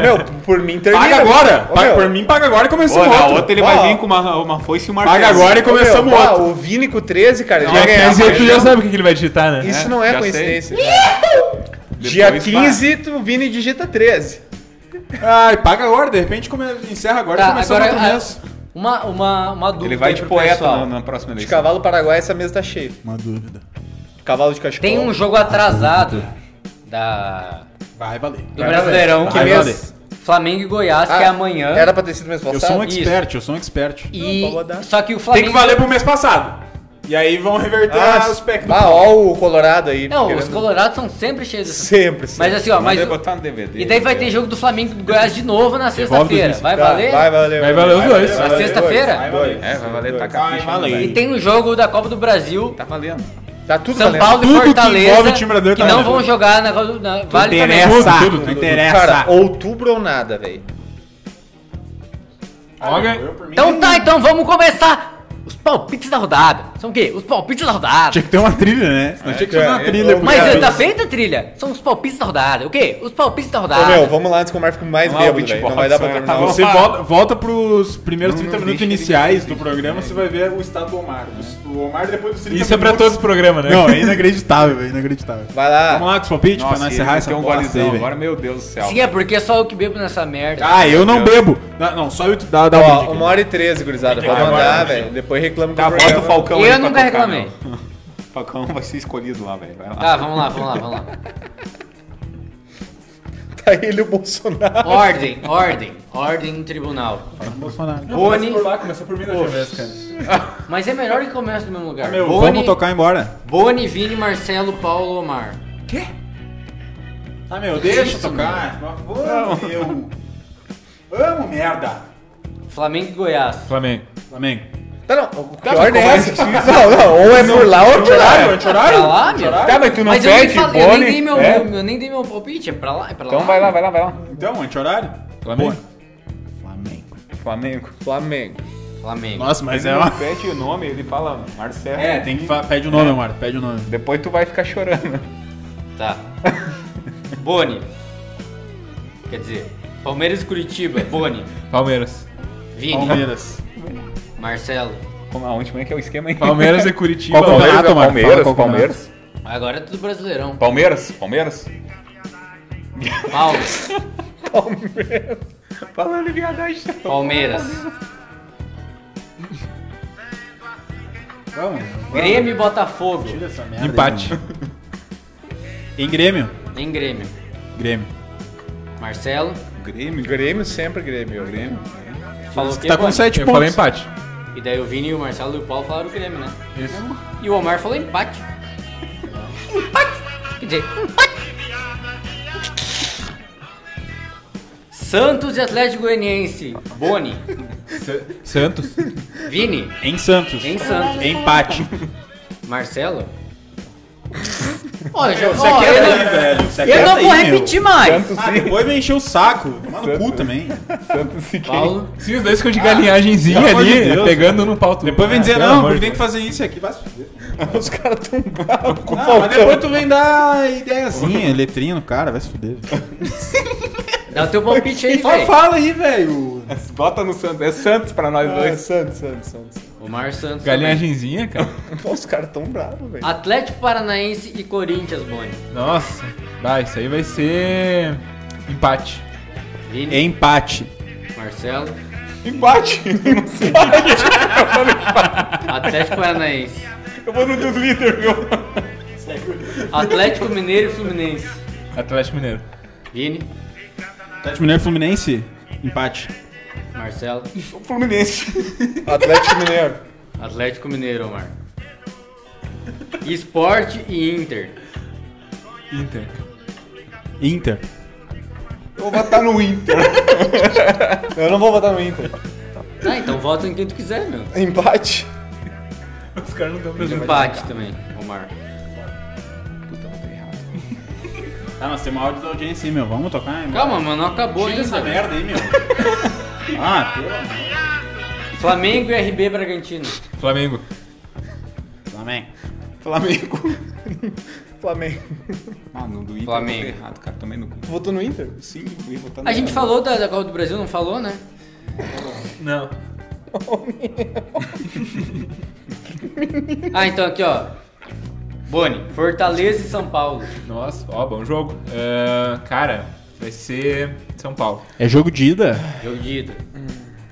[SPEAKER 2] Meu, por mim termina.
[SPEAKER 4] Paga agora!
[SPEAKER 2] Ô,
[SPEAKER 4] Paga
[SPEAKER 2] meu.
[SPEAKER 4] por mim, paga agora e começamos
[SPEAKER 5] Ou na
[SPEAKER 4] outro.
[SPEAKER 5] outra ele
[SPEAKER 2] Ó.
[SPEAKER 5] vai vir com uma, uma foice e um martelo.
[SPEAKER 4] Paga agora e
[SPEAKER 2] Ô, meu,
[SPEAKER 4] começamos
[SPEAKER 2] bah,
[SPEAKER 4] outro.
[SPEAKER 2] O Vini com 13, cara, ele
[SPEAKER 5] Dia
[SPEAKER 2] vai ganhar.
[SPEAKER 5] 15
[SPEAKER 2] cara.
[SPEAKER 6] tu já sabe o que que ele vai digitar, né?
[SPEAKER 2] Isso não é
[SPEAKER 5] já sei.
[SPEAKER 2] coincidência.
[SPEAKER 5] Depois
[SPEAKER 2] Dia
[SPEAKER 5] vai.
[SPEAKER 2] 15, tu, o Vini digita 13.
[SPEAKER 4] Ai, paga agora, de repente come... encerra agora e
[SPEAKER 3] Tá,
[SPEAKER 4] começamos
[SPEAKER 3] agora
[SPEAKER 4] outro
[SPEAKER 3] a-
[SPEAKER 4] mês.
[SPEAKER 3] uma, uma, uma dúvida.
[SPEAKER 5] Ele vai
[SPEAKER 3] aí
[SPEAKER 5] de
[SPEAKER 3] pro
[SPEAKER 5] poeta né?
[SPEAKER 3] pessoal.
[SPEAKER 5] na, na próxima
[SPEAKER 2] De
[SPEAKER 5] eleição.
[SPEAKER 2] cavalo paraguai, essa mesa tá cheia.
[SPEAKER 4] Uma dúvida.
[SPEAKER 2] Cavalo de cachorro.
[SPEAKER 3] Tem um jogo atrasado da,
[SPEAKER 4] Vai valer.
[SPEAKER 3] do Brasileirão
[SPEAKER 2] Que
[SPEAKER 3] que é
[SPEAKER 4] Vai valer.
[SPEAKER 2] mês?
[SPEAKER 3] Flamengo e Goiás, que é amanhã.
[SPEAKER 2] Ah, Era pra ter sido mês
[SPEAKER 4] Eu sou um
[SPEAKER 2] passado?
[SPEAKER 3] Isso.
[SPEAKER 4] expert, eu sou um expert.
[SPEAKER 3] E,
[SPEAKER 2] Não, pode dar.
[SPEAKER 3] só que o
[SPEAKER 4] Tem
[SPEAKER 3] Flamengo.
[SPEAKER 4] que valer pro mês passado. E aí vão reverter o aspecto.
[SPEAKER 2] Ah, ó o Colorado aí.
[SPEAKER 3] Não,
[SPEAKER 2] querendo-
[SPEAKER 3] os colorados são sempre cheios dessas.
[SPEAKER 2] Sempre, sempre.
[SPEAKER 3] Mas assim, ó, mas.
[SPEAKER 5] Vai botar no DVD.
[SPEAKER 3] E daí vai ter jogo do Flamengo e do Goiás de novo na sexta-feira. Vai
[SPEAKER 2] Tá,
[SPEAKER 3] valer?
[SPEAKER 2] Vai valer.
[SPEAKER 6] Vai valer os dois.
[SPEAKER 3] Na sexta-feira?
[SPEAKER 4] Vai valer.
[SPEAKER 5] É, vai valer, tá
[SPEAKER 4] Vai valer.
[SPEAKER 3] E tem o jogo da Copa do Brasil,
[SPEAKER 5] Tá valendo.
[SPEAKER 2] Tá tudo
[SPEAKER 3] São
[SPEAKER 2] valendo.
[SPEAKER 3] Paulo e
[SPEAKER 4] Tudo que envolve
[SPEAKER 3] Fortaleza,
[SPEAKER 4] o time brasileiro
[SPEAKER 3] que
[SPEAKER 4] tá
[SPEAKER 3] não
[SPEAKER 4] valendo.
[SPEAKER 3] vão jogar na Copa do na- Vale também.
[SPEAKER 4] Interessa,
[SPEAKER 6] Tudo, tudo,
[SPEAKER 4] não
[SPEAKER 6] tudo.
[SPEAKER 4] interessa.
[SPEAKER 2] Cara, outubro ou nada, velho.
[SPEAKER 4] Eu, por mim,
[SPEAKER 3] Então tá, então vamos começar os palpites da rodada. São o quê? Os palpites da rodada.
[SPEAKER 4] Tipo,
[SPEAKER 7] Tinha que ter uma trilha, né? Não tinha que ter uma
[SPEAKER 5] é,
[SPEAKER 7] trilha.
[SPEAKER 5] eu-
[SPEAKER 7] pro
[SPEAKER 3] Mas
[SPEAKER 7] cara.
[SPEAKER 3] tá feita a trilha? São os palpites da rodada. O quê? Os palpites da
[SPEAKER 2] Ô, meu,
[SPEAKER 3] rodada.
[SPEAKER 2] vamos lá antes que o Mar fique mais
[SPEAKER 5] Vamos lá,
[SPEAKER 2] bêbado,
[SPEAKER 5] o
[SPEAKER 2] velho.
[SPEAKER 5] beatbox,
[SPEAKER 2] Não vai dar pra
[SPEAKER 5] vai,
[SPEAKER 2] terminar.
[SPEAKER 5] tá
[SPEAKER 2] o-
[SPEAKER 5] bom.
[SPEAKER 4] Você volta, volta pros primeiros
[SPEAKER 5] Não, não
[SPEAKER 4] 30 minutos
[SPEAKER 5] deixa ele-
[SPEAKER 4] iniciais do programa, você vai ver o estado do Omar. O- O Omar depois dos 30
[SPEAKER 6] Isso é pra
[SPEAKER 4] minutos-
[SPEAKER 6] todos os programas, né?
[SPEAKER 7] Não, é inacreditável, é inacreditável.
[SPEAKER 2] Vai lá.
[SPEAKER 4] Vamos lá com os palpites pra não
[SPEAKER 5] Nossa,
[SPEAKER 4] encerrar essa
[SPEAKER 5] tem um
[SPEAKER 4] bosta é aí,
[SPEAKER 5] golezão
[SPEAKER 4] velho.
[SPEAKER 5] agora, meu Deus do céu.
[SPEAKER 3] Sim, é porque é só eu que bebo nessa merda.
[SPEAKER 4] Ah, eu não bebo. Não, não, só eu te dá, dá
[SPEAKER 2] Ó,
[SPEAKER 4] um
[SPEAKER 2] uma hora e treze, gurizada. Pode
[SPEAKER 5] agora,
[SPEAKER 2] mandar,
[SPEAKER 5] né?
[SPEAKER 2] velho. Depois reclama
[SPEAKER 5] Tá,
[SPEAKER 2] com o
[SPEAKER 5] bota o
[SPEAKER 4] então
[SPEAKER 2] programa.
[SPEAKER 5] Falcão
[SPEAKER 3] Eu
[SPEAKER 5] aí pra
[SPEAKER 3] nunca
[SPEAKER 5] tocar,
[SPEAKER 3] reclamei.
[SPEAKER 5] meu. Falcão vai ser escolhido lá, velho. Vai lá.
[SPEAKER 3] Tá, vamos lá, vamos lá, vamos lá.
[SPEAKER 2] Tá ele e o Bolsonaro.
[SPEAKER 3] Ordem, ordem, ordem no tribunal. Boni,
[SPEAKER 6] começou Ah, por mim né, da vez, cara.
[SPEAKER 3] mas é melhor que comece no mesmo lugar.
[SPEAKER 4] Meu,
[SPEAKER 3] Boni,
[SPEAKER 4] vamos tocar embora.
[SPEAKER 3] Boni, Vini, Marcelo, Paulo, Omar.
[SPEAKER 4] Ah, meu, deixa
[SPEAKER 3] Isso,
[SPEAKER 4] tocar. Vamos, meu. Vamos, merda.
[SPEAKER 3] Flamengo e Goiás.
[SPEAKER 6] Flamengo.
[SPEAKER 4] Flamengo.
[SPEAKER 2] Tá, não. O que ordem
[SPEAKER 4] né?
[SPEAKER 2] é essa? Não, não.
[SPEAKER 5] um
[SPEAKER 2] Ou é por lá ou é por lá.
[SPEAKER 4] Horário, horário?
[SPEAKER 3] Pra lá, meu?
[SPEAKER 5] Tá, mas tu não
[SPEAKER 3] Mas eu nem,
[SPEAKER 5] pede,
[SPEAKER 3] falei, eu nem dei meu,
[SPEAKER 5] É.
[SPEAKER 3] eu nem dei meu palpite, é pra lá, é pra lá.
[SPEAKER 5] Então vai lá, vai lá, vai lá.
[SPEAKER 4] Então, anti-horário?
[SPEAKER 6] Flamengo.
[SPEAKER 7] Flamengo.
[SPEAKER 5] Flamengo.
[SPEAKER 2] Flamengo.
[SPEAKER 3] Flamengo.
[SPEAKER 7] Nossa, mas é
[SPEAKER 5] Ele
[SPEAKER 7] uma.
[SPEAKER 5] não pede o nome, ele fala Marcelo.
[SPEAKER 4] É, tem que. fa- Pede o nome, Omar. Pede o nome.
[SPEAKER 5] Depois tu vai ficar chorando.
[SPEAKER 3] Tá. Boni. Quer dizer, Palmeiras e Curitiba, Boni.
[SPEAKER 6] Palmeiras.
[SPEAKER 3] Vini.
[SPEAKER 4] Palmeiras.
[SPEAKER 3] Marcelo.
[SPEAKER 5] Como a última é que é o esquema aí?
[SPEAKER 6] Palmeiras e Curitiba.
[SPEAKER 5] Qual
[SPEAKER 6] Palmeiras. é
[SPEAKER 5] campeonato,
[SPEAKER 4] é campeonato, mano?
[SPEAKER 5] mano? Palmeiras,
[SPEAKER 4] Fala qual
[SPEAKER 5] Palmeiras.
[SPEAKER 3] Agora é tudo brasileirão.
[SPEAKER 5] Palmeiras, Palmeiras.
[SPEAKER 3] Paulo.
[SPEAKER 5] Falando viadagem.
[SPEAKER 3] Palmeiras.
[SPEAKER 4] Vamos.
[SPEAKER 3] Grêmio e Botafogo.
[SPEAKER 4] Tira essa merda.
[SPEAKER 6] Empate.
[SPEAKER 4] Em Grêmio?
[SPEAKER 3] Em Grêmio.
[SPEAKER 4] Grêmio.
[SPEAKER 3] Marcelo.
[SPEAKER 5] Grêmio,
[SPEAKER 2] Grêmio sempre Grêmio.
[SPEAKER 5] Grêmio.
[SPEAKER 3] Falou que
[SPEAKER 4] Tá com 7
[SPEAKER 6] Eu
[SPEAKER 4] pontos.
[SPEAKER 6] falei empate.
[SPEAKER 3] E daí o Vini, o Marcelo e o Paulo falaram Grêmio, né?
[SPEAKER 6] Isso.
[SPEAKER 3] E o Omar falou empate. empate! Quer dizer, empate! Santos e Atlético Goianiense. Boni.
[SPEAKER 6] Santos.
[SPEAKER 3] Vini.
[SPEAKER 4] Em Santos.
[SPEAKER 3] Em Santos.
[SPEAKER 4] Empate.
[SPEAKER 3] Marcelo. Olha, já,
[SPEAKER 4] Você
[SPEAKER 3] ó,
[SPEAKER 4] quer
[SPEAKER 2] né?
[SPEAKER 3] eu,
[SPEAKER 4] aí,
[SPEAKER 3] não-
[SPEAKER 4] velho. Você
[SPEAKER 3] eu
[SPEAKER 4] quer
[SPEAKER 3] não
[SPEAKER 4] aí,
[SPEAKER 3] vou
[SPEAKER 4] meu.
[SPEAKER 3] repetir mais.
[SPEAKER 5] Santos
[SPEAKER 4] Ah,
[SPEAKER 5] e
[SPEAKER 4] depois vem encher o saco. Tomar no cu também.
[SPEAKER 5] Santos e quem?
[SPEAKER 3] Paulo.
[SPEAKER 6] Se os dois ficam de galinhagemzinha
[SPEAKER 4] pelo amor
[SPEAKER 6] ali,
[SPEAKER 4] de Deus,
[SPEAKER 6] pegando no pau. É,
[SPEAKER 4] Depois vem dizer,
[SPEAKER 6] Ah,
[SPEAKER 4] não, porque tem que fazer isso e aqui. Vai se fuder.
[SPEAKER 2] Os caras tão bravos com o
[SPEAKER 4] Não, mas
[SPEAKER 2] Falcão.
[SPEAKER 4] depois tu vem dar ideiazinha, letrinha no cara, vai se fuder. velho.
[SPEAKER 3] Dá o teu palpite É aí,
[SPEAKER 4] Só
[SPEAKER 3] velho.
[SPEAKER 4] fala aí, velho.
[SPEAKER 5] Bota no Santos. É Santos pra nós
[SPEAKER 2] Ah,
[SPEAKER 5] dois.
[SPEAKER 2] Santos, Santos, Santos.
[SPEAKER 3] Omar Santos. também.
[SPEAKER 6] Galinhagemzinha, cara.
[SPEAKER 2] Pô, os caras tão bravos, velho.
[SPEAKER 3] Atlético Paranaense e Corinthians, Boni.
[SPEAKER 6] Nossa. Vai, isso aí vai ser. Empate.
[SPEAKER 3] Vini.
[SPEAKER 4] É Empate.
[SPEAKER 3] Marcelo.
[SPEAKER 5] Empate.
[SPEAKER 3] Atlético Paranaense.
[SPEAKER 5] Eu vou no dos líderes, meu.
[SPEAKER 3] Atlético Mineiro e Fluminense.
[SPEAKER 6] Atlético Mineiro.
[SPEAKER 3] Vini.
[SPEAKER 4] Atlético Mineiro e Fluminense, empate.
[SPEAKER 3] Marcelo.
[SPEAKER 5] O Fluminense.
[SPEAKER 2] Atlético Mineiro.
[SPEAKER 3] Atlético Mineiro, Omar. Esporte e Inter.
[SPEAKER 6] Inter.
[SPEAKER 4] Inter.
[SPEAKER 5] Eu vou botar no Inter.
[SPEAKER 2] Eu não vou votar no Inter.
[SPEAKER 3] Tá, então vota em quem tu quiser, meu.
[SPEAKER 2] Empate.
[SPEAKER 6] Os caras não estão
[SPEAKER 3] Empate também, Omar.
[SPEAKER 4] Ah, mas tem uma áudio da audiência aí, meu. Vamos tocar, hein?
[SPEAKER 3] Calma, mano, não acabou
[SPEAKER 4] Tira essa
[SPEAKER 3] ainda. velho.
[SPEAKER 4] merda aí, meu. Ah, pelo amor de
[SPEAKER 3] Flamengo e RB Bragantino.
[SPEAKER 6] Flamengo.
[SPEAKER 4] Deus. Amém.
[SPEAKER 5] Flamengo.
[SPEAKER 2] Flamengo.
[SPEAKER 5] Mano, do Ah, Inter.
[SPEAKER 3] Flamengo.
[SPEAKER 5] eu botei errado, cara. Tomei no cu.
[SPEAKER 2] Votou no Inter?
[SPEAKER 5] Sim, eu ia botar no
[SPEAKER 3] A gente
[SPEAKER 5] errado.
[SPEAKER 3] falou da, da Copa do Brasil, não falou, né?
[SPEAKER 6] Não.
[SPEAKER 3] Ah, então aqui, ó. Boni, Fortaleza e São Paulo.
[SPEAKER 6] Nossa, ó, bom jogo. É, cara, vai ser São Paulo.
[SPEAKER 4] É jogo de ida?
[SPEAKER 3] Jogo de ida.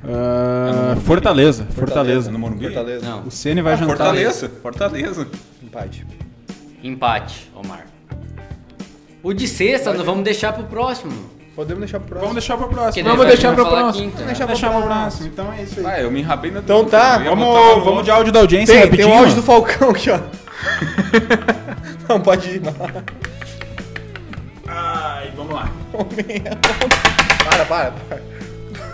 [SPEAKER 4] Ah, Fortaleza, Ah, Fortaleza.
[SPEAKER 5] É no Morumbi?
[SPEAKER 2] Fortaleza.
[SPEAKER 3] Não.
[SPEAKER 4] O Ceni vai jantar.
[SPEAKER 5] Fortaleza. Fortaleza.
[SPEAKER 2] Empate.
[SPEAKER 3] Empate, Omar. O de sexta nós vamos deixar pro próximo.
[SPEAKER 2] Podemos deixar pro próximo.
[SPEAKER 4] Vamos deixar pra próxima.
[SPEAKER 6] Não,
[SPEAKER 3] Vamos
[SPEAKER 6] vou deixar
[SPEAKER 3] pra
[SPEAKER 6] pro
[SPEAKER 3] falar
[SPEAKER 6] próximo.
[SPEAKER 3] quinta, né?
[SPEAKER 4] Vamos deixar pra próxima. Então é isso aí.
[SPEAKER 5] Ah, eu me enrabei na
[SPEAKER 2] Então
[SPEAKER 5] dúvida,
[SPEAKER 2] tá,
[SPEAKER 5] eu ia
[SPEAKER 4] Vamos,
[SPEAKER 5] botar no
[SPEAKER 4] vamos
[SPEAKER 5] outro.
[SPEAKER 4] de áudio da audiência
[SPEAKER 2] Tem, tem o
[SPEAKER 4] rapidinho.
[SPEAKER 2] áudio do Falcão aqui, ó. Não, pode ir. Não.
[SPEAKER 4] Ai, vamos lá.
[SPEAKER 2] Para, para, para.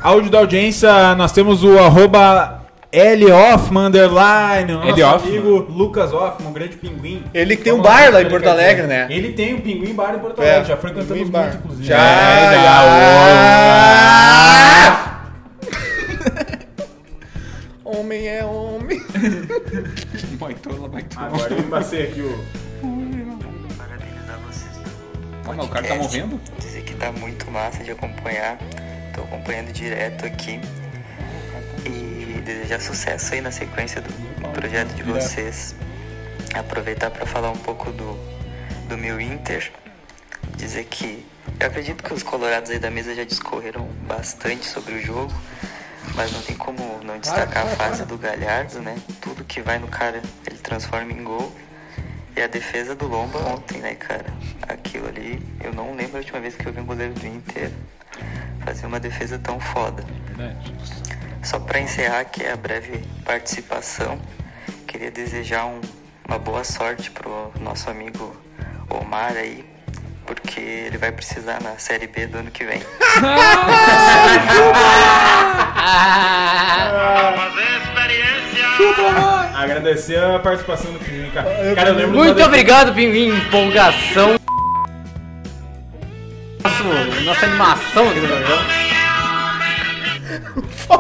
[SPEAKER 4] Áudio da audiência, nós temos o arroba L Hoffman, underline, o nosso
[SPEAKER 6] L. Hoffman.
[SPEAKER 4] amigo Lucas Hoffman, um grande pinguim.
[SPEAKER 2] Ele que tem
[SPEAKER 4] Vamos
[SPEAKER 2] um bar lá em
[SPEAKER 4] ver se ele
[SPEAKER 2] Porto
[SPEAKER 4] quer dizer.
[SPEAKER 2] Alegre, né?
[SPEAKER 4] Ele tem o Pinguim Bar em Porto
[SPEAKER 2] É,
[SPEAKER 4] Alegre, já
[SPEAKER 2] Pinguim
[SPEAKER 4] frequentamos muito,
[SPEAKER 2] Bar.
[SPEAKER 4] inclusive.
[SPEAKER 2] Já,
[SPEAKER 4] É,
[SPEAKER 2] já. Homem é homem.
[SPEAKER 5] Baitola, baitola.
[SPEAKER 4] Agora eu embacei aqui o...
[SPEAKER 8] Parabenizar vocês pelo
[SPEAKER 5] Ah, mas o cara tá
[SPEAKER 8] podcast.
[SPEAKER 5] morrendo?
[SPEAKER 8] Dizer que tá muito massa de acompanhar. Tô acompanhando direto aqui. E desejar sucesso aí na sequência do projeto de vocês. Aproveitar para falar um pouco do, do meu Inter. Dizer que eu acredito que os colorados aí da mesa já discorreram bastante sobre o jogo. Mas não tem como não destacar a fase do Galhardo, né? Tudo que vai no cara, ele transforma em gol. E a defesa do Lomba ontem, né, cara? Aquilo ali, eu não lembro a última vez que eu vi um goleiro do Inter fazer uma defesa tão foda. Só pra encerrar aqui a breve participação, queria desejar um- uma boa sorte pro nosso amigo Omar aí, porque ele vai precisar na Série B do ano que vem.
[SPEAKER 4] Agradecer a participação do Pinguim, cara. Cara, eu lembro
[SPEAKER 3] Muito
[SPEAKER 4] do...
[SPEAKER 3] obrigado, Pinguim. Empolgação. Nosso- nossa animação aqui no programa.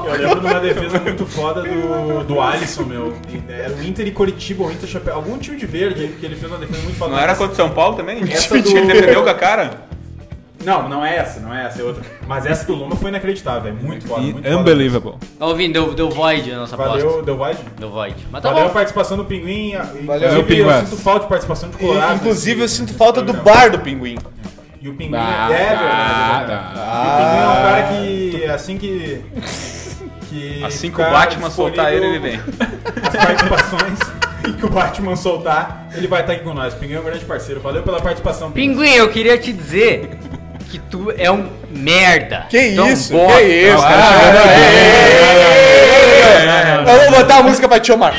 [SPEAKER 4] Eu lembro de uma defesa muito foda do, do Alisson, meu. E Era o Inter e Coritiba, ou Inter Chapéu. Algum time de verde aí, porque ele fez uma defesa muito foda.
[SPEAKER 5] Não era contra o São Paulo também?
[SPEAKER 4] Essa
[SPEAKER 5] Ele
[SPEAKER 4] do-
[SPEAKER 5] defendeu com a cara?
[SPEAKER 4] Não, não é essa, não é essa, é outra. Mas essa do Lomba foi inacreditável, é muito foda. Muito foda.
[SPEAKER 6] Unbelievable.
[SPEAKER 3] Tá ouvindo? Deu, deu void a nossa
[SPEAKER 4] Valeu,
[SPEAKER 3] aposta.
[SPEAKER 4] deu wide.
[SPEAKER 3] Deu void. Mas tá
[SPEAKER 4] Valeu a
[SPEAKER 3] bom.
[SPEAKER 4] participação do Pinguim.
[SPEAKER 2] Valeu,
[SPEAKER 4] Inclusive, eu
[SPEAKER 6] Pinguim.
[SPEAKER 4] sinto falta de participação de Colorado. né?
[SPEAKER 2] Inclusive, eu sinto falta do bar do pinguim.
[SPEAKER 4] E o Pinguim é
[SPEAKER 6] Ah,
[SPEAKER 4] verdade.
[SPEAKER 6] tá,
[SPEAKER 4] é verdade.
[SPEAKER 5] ah,
[SPEAKER 6] tá.
[SPEAKER 4] E o Pinguim é
[SPEAKER 2] ah.
[SPEAKER 4] um cara que, assim que... que
[SPEAKER 5] Assim que
[SPEAKER 4] ficar
[SPEAKER 5] o Batman soltar ele,
[SPEAKER 4] disponível
[SPEAKER 5] ele vem.
[SPEAKER 4] As participações e que o Batman soltar, ele vai estar aqui com nós. O Pinguim é um grande parceiro. Valeu pela participação.
[SPEAKER 3] Pinguim, eu queria te dizer que tu é um merda.
[SPEAKER 2] Que
[SPEAKER 3] Tu é um
[SPEAKER 2] isso?
[SPEAKER 3] bosta.
[SPEAKER 2] Que isso? cara, chegando aí. né? Eu vou botar a música pra te chamar.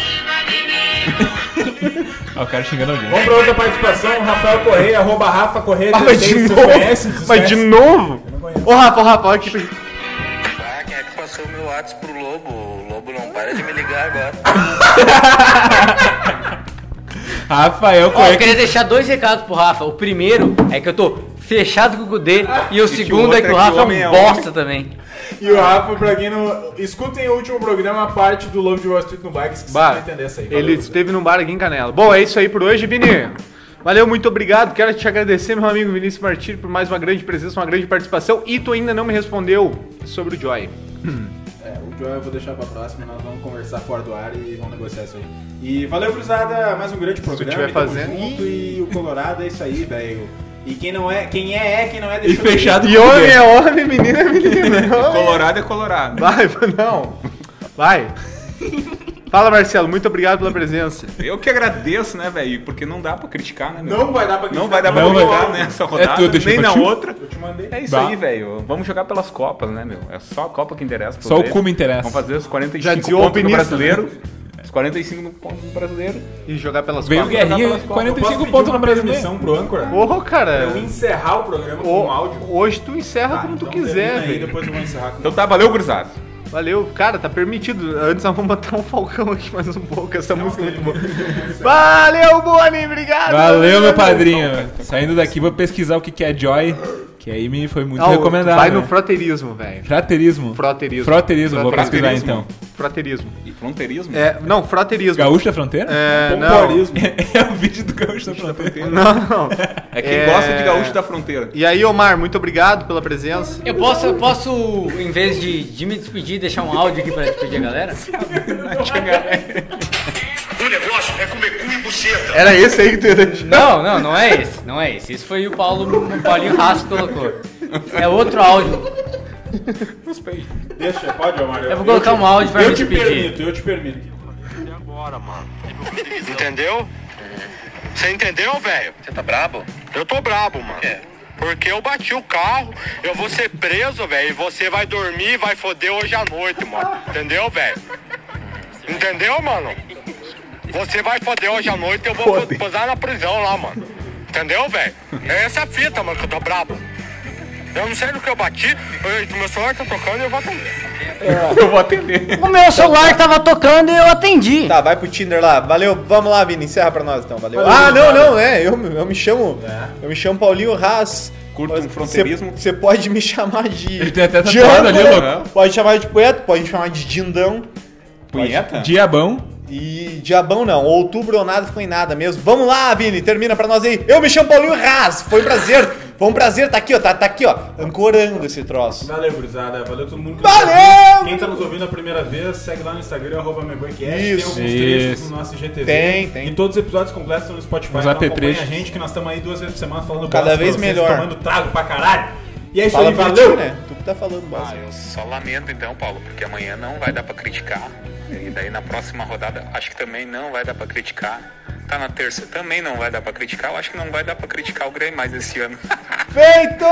[SPEAKER 6] Ah, o cara xingando alguém.
[SPEAKER 4] Vamos pra outra participação. Rafael Correia, arroba Rafa Correia.
[SPEAKER 2] Ah, mas de
[SPEAKER 4] 16,
[SPEAKER 2] novo?
[SPEAKER 4] vocês conhecem? Vocês
[SPEAKER 2] Mas de
[SPEAKER 4] conhecem?
[SPEAKER 2] novo?
[SPEAKER 4] Eu não conheço.
[SPEAKER 2] Ô, Rafa, ô, Rafa, olha aqui pra gente.
[SPEAKER 8] Ah, quem é que passou meu WhatsApp pro Lobo? O Lobo não para de me ligar agora.
[SPEAKER 6] Rafael
[SPEAKER 5] É
[SPEAKER 3] Ó, eu
[SPEAKER 6] Correia.
[SPEAKER 3] queria deixar dois recados pro Rafa. O primeiro é que eu tô fechado com o Gudê e o segundo
[SPEAKER 5] outro
[SPEAKER 3] é que
[SPEAKER 5] é
[SPEAKER 3] o
[SPEAKER 5] que
[SPEAKER 3] Rafa é
[SPEAKER 5] homem é
[SPEAKER 3] um
[SPEAKER 5] homem.
[SPEAKER 3] bosta também.
[SPEAKER 4] E o Rafa, pra quem não. Escutem o último programa, a parte do Love de Wall Street no Bikes, que
[SPEAKER 2] Bah,
[SPEAKER 4] vocês vão entender essa aí. Valeu.
[SPEAKER 2] Ele esteve num bar aqui em Canela. Bom, é isso aí por hoje, Vini. Valeu, muito obrigado. Quero te agradecer, meu amigo Vinícius Martins, por mais uma grande presença, uma grande participação. E tu ainda não me respondeu sobre o Joy.
[SPEAKER 4] É, o Joel eu vou deixar pra próxima, nós vamos conversar fora do ar e vamos negociar isso aí. E valeu, cruzada, mais um grande programa.
[SPEAKER 2] tiver
[SPEAKER 4] tamo
[SPEAKER 2] fazendo.
[SPEAKER 4] Junto, e o Colorado é isso aí, velho. E quem não é, quem é, é, quem não é,
[SPEAKER 6] E
[SPEAKER 4] deixa eu ver.
[SPEAKER 6] fechado
[SPEAKER 2] E
[SPEAKER 6] com o
[SPEAKER 2] homem
[SPEAKER 6] Gudê.
[SPEAKER 2] é homem, menino é menino. Homem é
[SPEAKER 5] Colorado é colorado.
[SPEAKER 2] Vai, não. Vai. Fala, Marcelo. Muito obrigado pela presença.
[SPEAKER 5] Eu que agradeço, né, velho? Porque não dá pra criticar, né, meu?
[SPEAKER 4] Não vai dar pra
[SPEAKER 5] Não vai dar pra né?
[SPEAKER 6] Não vai
[SPEAKER 5] criticar
[SPEAKER 6] dar.
[SPEAKER 5] nessa
[SPEAKER 6] É
[SPEAKER 5] rodada,
[SPEAKER 6] tudo, deixa
[SPEAKER 5] nem
[SPEAKER 6] eu
[SPEAKER 5] na
[SPEAKER 6] contigo.
[SPEAKER 5] outra.
[SPEAKER 4] Eu te mandei.
[SPEAKER 5] É isso
[SPEAKER 6] Bah.
[SPEAKER 5] aí, velho. Vamos jogar pelas Copas, né, meu? É só a Copa que interessa. pra
[SPEAKER 6] Só
[SPEAKER 5] vocês.
[SPEAKER 6] o cume interessa.
[SPEAKER 5] Vamos fazer os
[SPEAKER 2] Já
[SPEAKER 5] 45
[SPEAKER 2] dizia o
[SPEAKER 5] pontos no
[SPEAKER 2] alpinista, né?
[SPEAKER 5] brasileiro. Os 45 pontos no brasileiro.
[SPEAKER 2] E jogar pelas
[SPEAKER 6] Veio o
[SPEAKER 2] quatro.
[SPEAKER 6] Guerrinha,
[SPEAKER 4] Eu posso
[SPEAKER 6] 45
[SPEAKER 4] pedir
[SPEAKER 6] pontos
[SPEAKER 4] uma
[SPEAKER 6] no Brasileiro.
[SPEAKER 4] permissão pro âncora?
[SPEAKER 2] Ô, cara.
[SPEAKER 4] Eu encerrar o programa com
[SPEAKER 2] ô,
[SPEAKER 4] um áudio.
[SPEAKER 2] hoje tu encerra
[SPEAKER 4] Ah,
[SPEAKER 2] como tu
[SPEAKER 4] então
[SPEAKER 2] quiser,
[SPEAKER 4] termina aí,
[SPEAKER 2] velho.
[SPEAKER 4] Depois eu vou encerrar com
[SPEAKER 5] Então tá, valeu, gurizada.
[SPEAKER 2] Valeu. Cara, tá permitido. Antes nós vamos botar um falcão aqui mais um pouco. Essa música é muito boa. Valeu, Boni. Obrigado.
[SPEAKER 6] Valeu,
[SPEAKER 4] né?
[SPEAKER 6] meu padrinho. Saindo daqui, vou pesquisar o que que é Joy, que aí me foi muito
[SPEAKER 2] Ah, o-
[SPEAKER 6] recomendado.
[SPEAKER 2] Vai
[SPEAKER 6] né?
[SPEAKER 2] no froterismo, velho.
[SPEAKER 6] Fraterismo.
[SPEAKER 2] Froterismo.
[SPEAKER 6] Froterismo, vou pesquisar
[SPEAKER 5] Froterismo.
[SPEAKER 6] então.
[SPEAKER 2] Froterismo.
[SPEAKER 5] E fronteirismo.
[SPEAKER 2] É, não, froterismo.
[SPEAKER 6] Gaúcho da Fronteira?
[SPEAKER 2] É, não.
[SPEAKER 4] Pompoarismo.
[SPEAKER 6] É o vídeo do Gaúcho da Fronteira.
[SPEAKER 2] Não, não.
[SPEAKER 5] É quem gosta de gaúcho da fronteira.
[SPEAKER 2] E aí, Omar, muito obrigado pela presença.
[SPEAKER 3] Eu posso, eu posso em vez de, de me despedir, deixar um áudio aqui pra despedir a galera?
[SPEAKER 9] O negócio é comer cu e buceta.
[SPEAKER 2] Era esse aí que né? tu ia deixar.
[SPEAKER 3] Não, não, não é esse, não é esse. Esse foi o Paulo, o Paulinho Rasco colocou. É outro áudio.
[SPEAKER 4] Deixa, pode, Omar.
[SPEAKER 3] Eu vou colocar um áudio pra
[SPEAKER 4] Eu
[SPEAKER 3] me
[SPEAKER 4] te
[SPEAKER 3] despedir.
[SPEAKER 4] permito, eu te permito.
[SPEAKER 9] Entendeu? Você entendeu, velho? Você tá brabo? Eu tô brabo, mano. É.
[SPEAKER 8] Porque eu bati o carro, eu vou ser preso, velho. E você vai dormir e vai foder hoje à noite, mano. Entendeu, velho? Entendeu, mano? Você vai foder hoje à noite e eu vou posar na prisão lá, mano. Entendeu, velho? É essa a fita, mano, que eu tô brabo. Eu não sei no que eu bati, eu- meu celular tá tocando e eu vou atender.
[SPEAKER 5] Eu vou atender.
[SPEAKER 3] O meu celular tava tocando e eu atendi.
[SPEAKER 2] Tá, vai pro Tinder lá. Valeu, vamos lá, Vini. Encerra pra nós então, valeu. ah, não, não, é. Eu, eu me chamo.
[SPEAKER 6] É.
[SPEAKER 2] Eu me chamo Paulinho Haas.
[SPEAKER 5] Curto um fronteirismo.
[SPEAKER 2] Você pode me chamar de.
[SPEAKER 6] Ele tem até
[SPEAKER 2] de
[SPEAKER 6] tatuado ali,
[SPEAKER 2] âncora,
[SPEAKER 6] louco.
[SPEAKER 2] Pode chamar de poeta, pode me chamar de Dindão.
[SPEAKER 5] Punheta?
[SPEAKER 6] Diabão.
[SPEAKER 2] E diabão não, outubro ou nada ficou em nada mesmo. Vamos lá, Vini, termina pra nós aí. Eu me chamo Paulinho Haas, foi um prazer. Foi um prazer, tá aqui, ó, tá, tá aqui, ó, ancorando esse troço.
[SPEAKER 4] Valeu, gurizada. Valeu todo mundo que
[SPEAKER 2] Valeu!
[SPEAKER 4] Quem tá nos ouvindo a primeira vez, segue lá no Instagram, arroba MyBoyCast. Tem
[SPEAKER 2] Isso.
[SPEAKER 4] alguns trechos no nosso IGTV.
[SPEAKER 2] Tem, tem.
[SPEAKER 4] E todos os episódios completos estão no Spotify.
[SPEAKER 6] Os
[SPEAKER 4] Então
[SPEAKER 6] app
[SPEAKER 4] acompanha a
[SPEAKER 6] trechos.
[SPEAKER 4] gente, que nós estamos aí duas vezes por semana falando
[SPEAKER 2] Cada
[SPEAKER 4] bosta pra
[SPEAKER 2] vez
[SPEAKER 4] vocês,
[SPEAKER 2] melhor.
[SPEAKER 4] Tomando trago pra caralho. E é isso
[SPEAKER 2] Fala
[SPEAKER 4] aí,
[SPEAKER 2] pra
[SPEAKER 4] valeu!
[SPEAKER 2] ti, né? Tu que tá falando,
[SPEAKER 8] Ah,
[SPEAKER 2] base.
[SPEAKER 8] eu só lamento então, Paulo, porque amanhã não vai dar pra criticar. E daí na próxima rodada acho que também não vai dar pra criticar. Tá na terça também não vai dar pra criticar. Eu acho que não vai dar pra criticar o Grêmio mais esse ano.
[SPEAKER 2] Feito!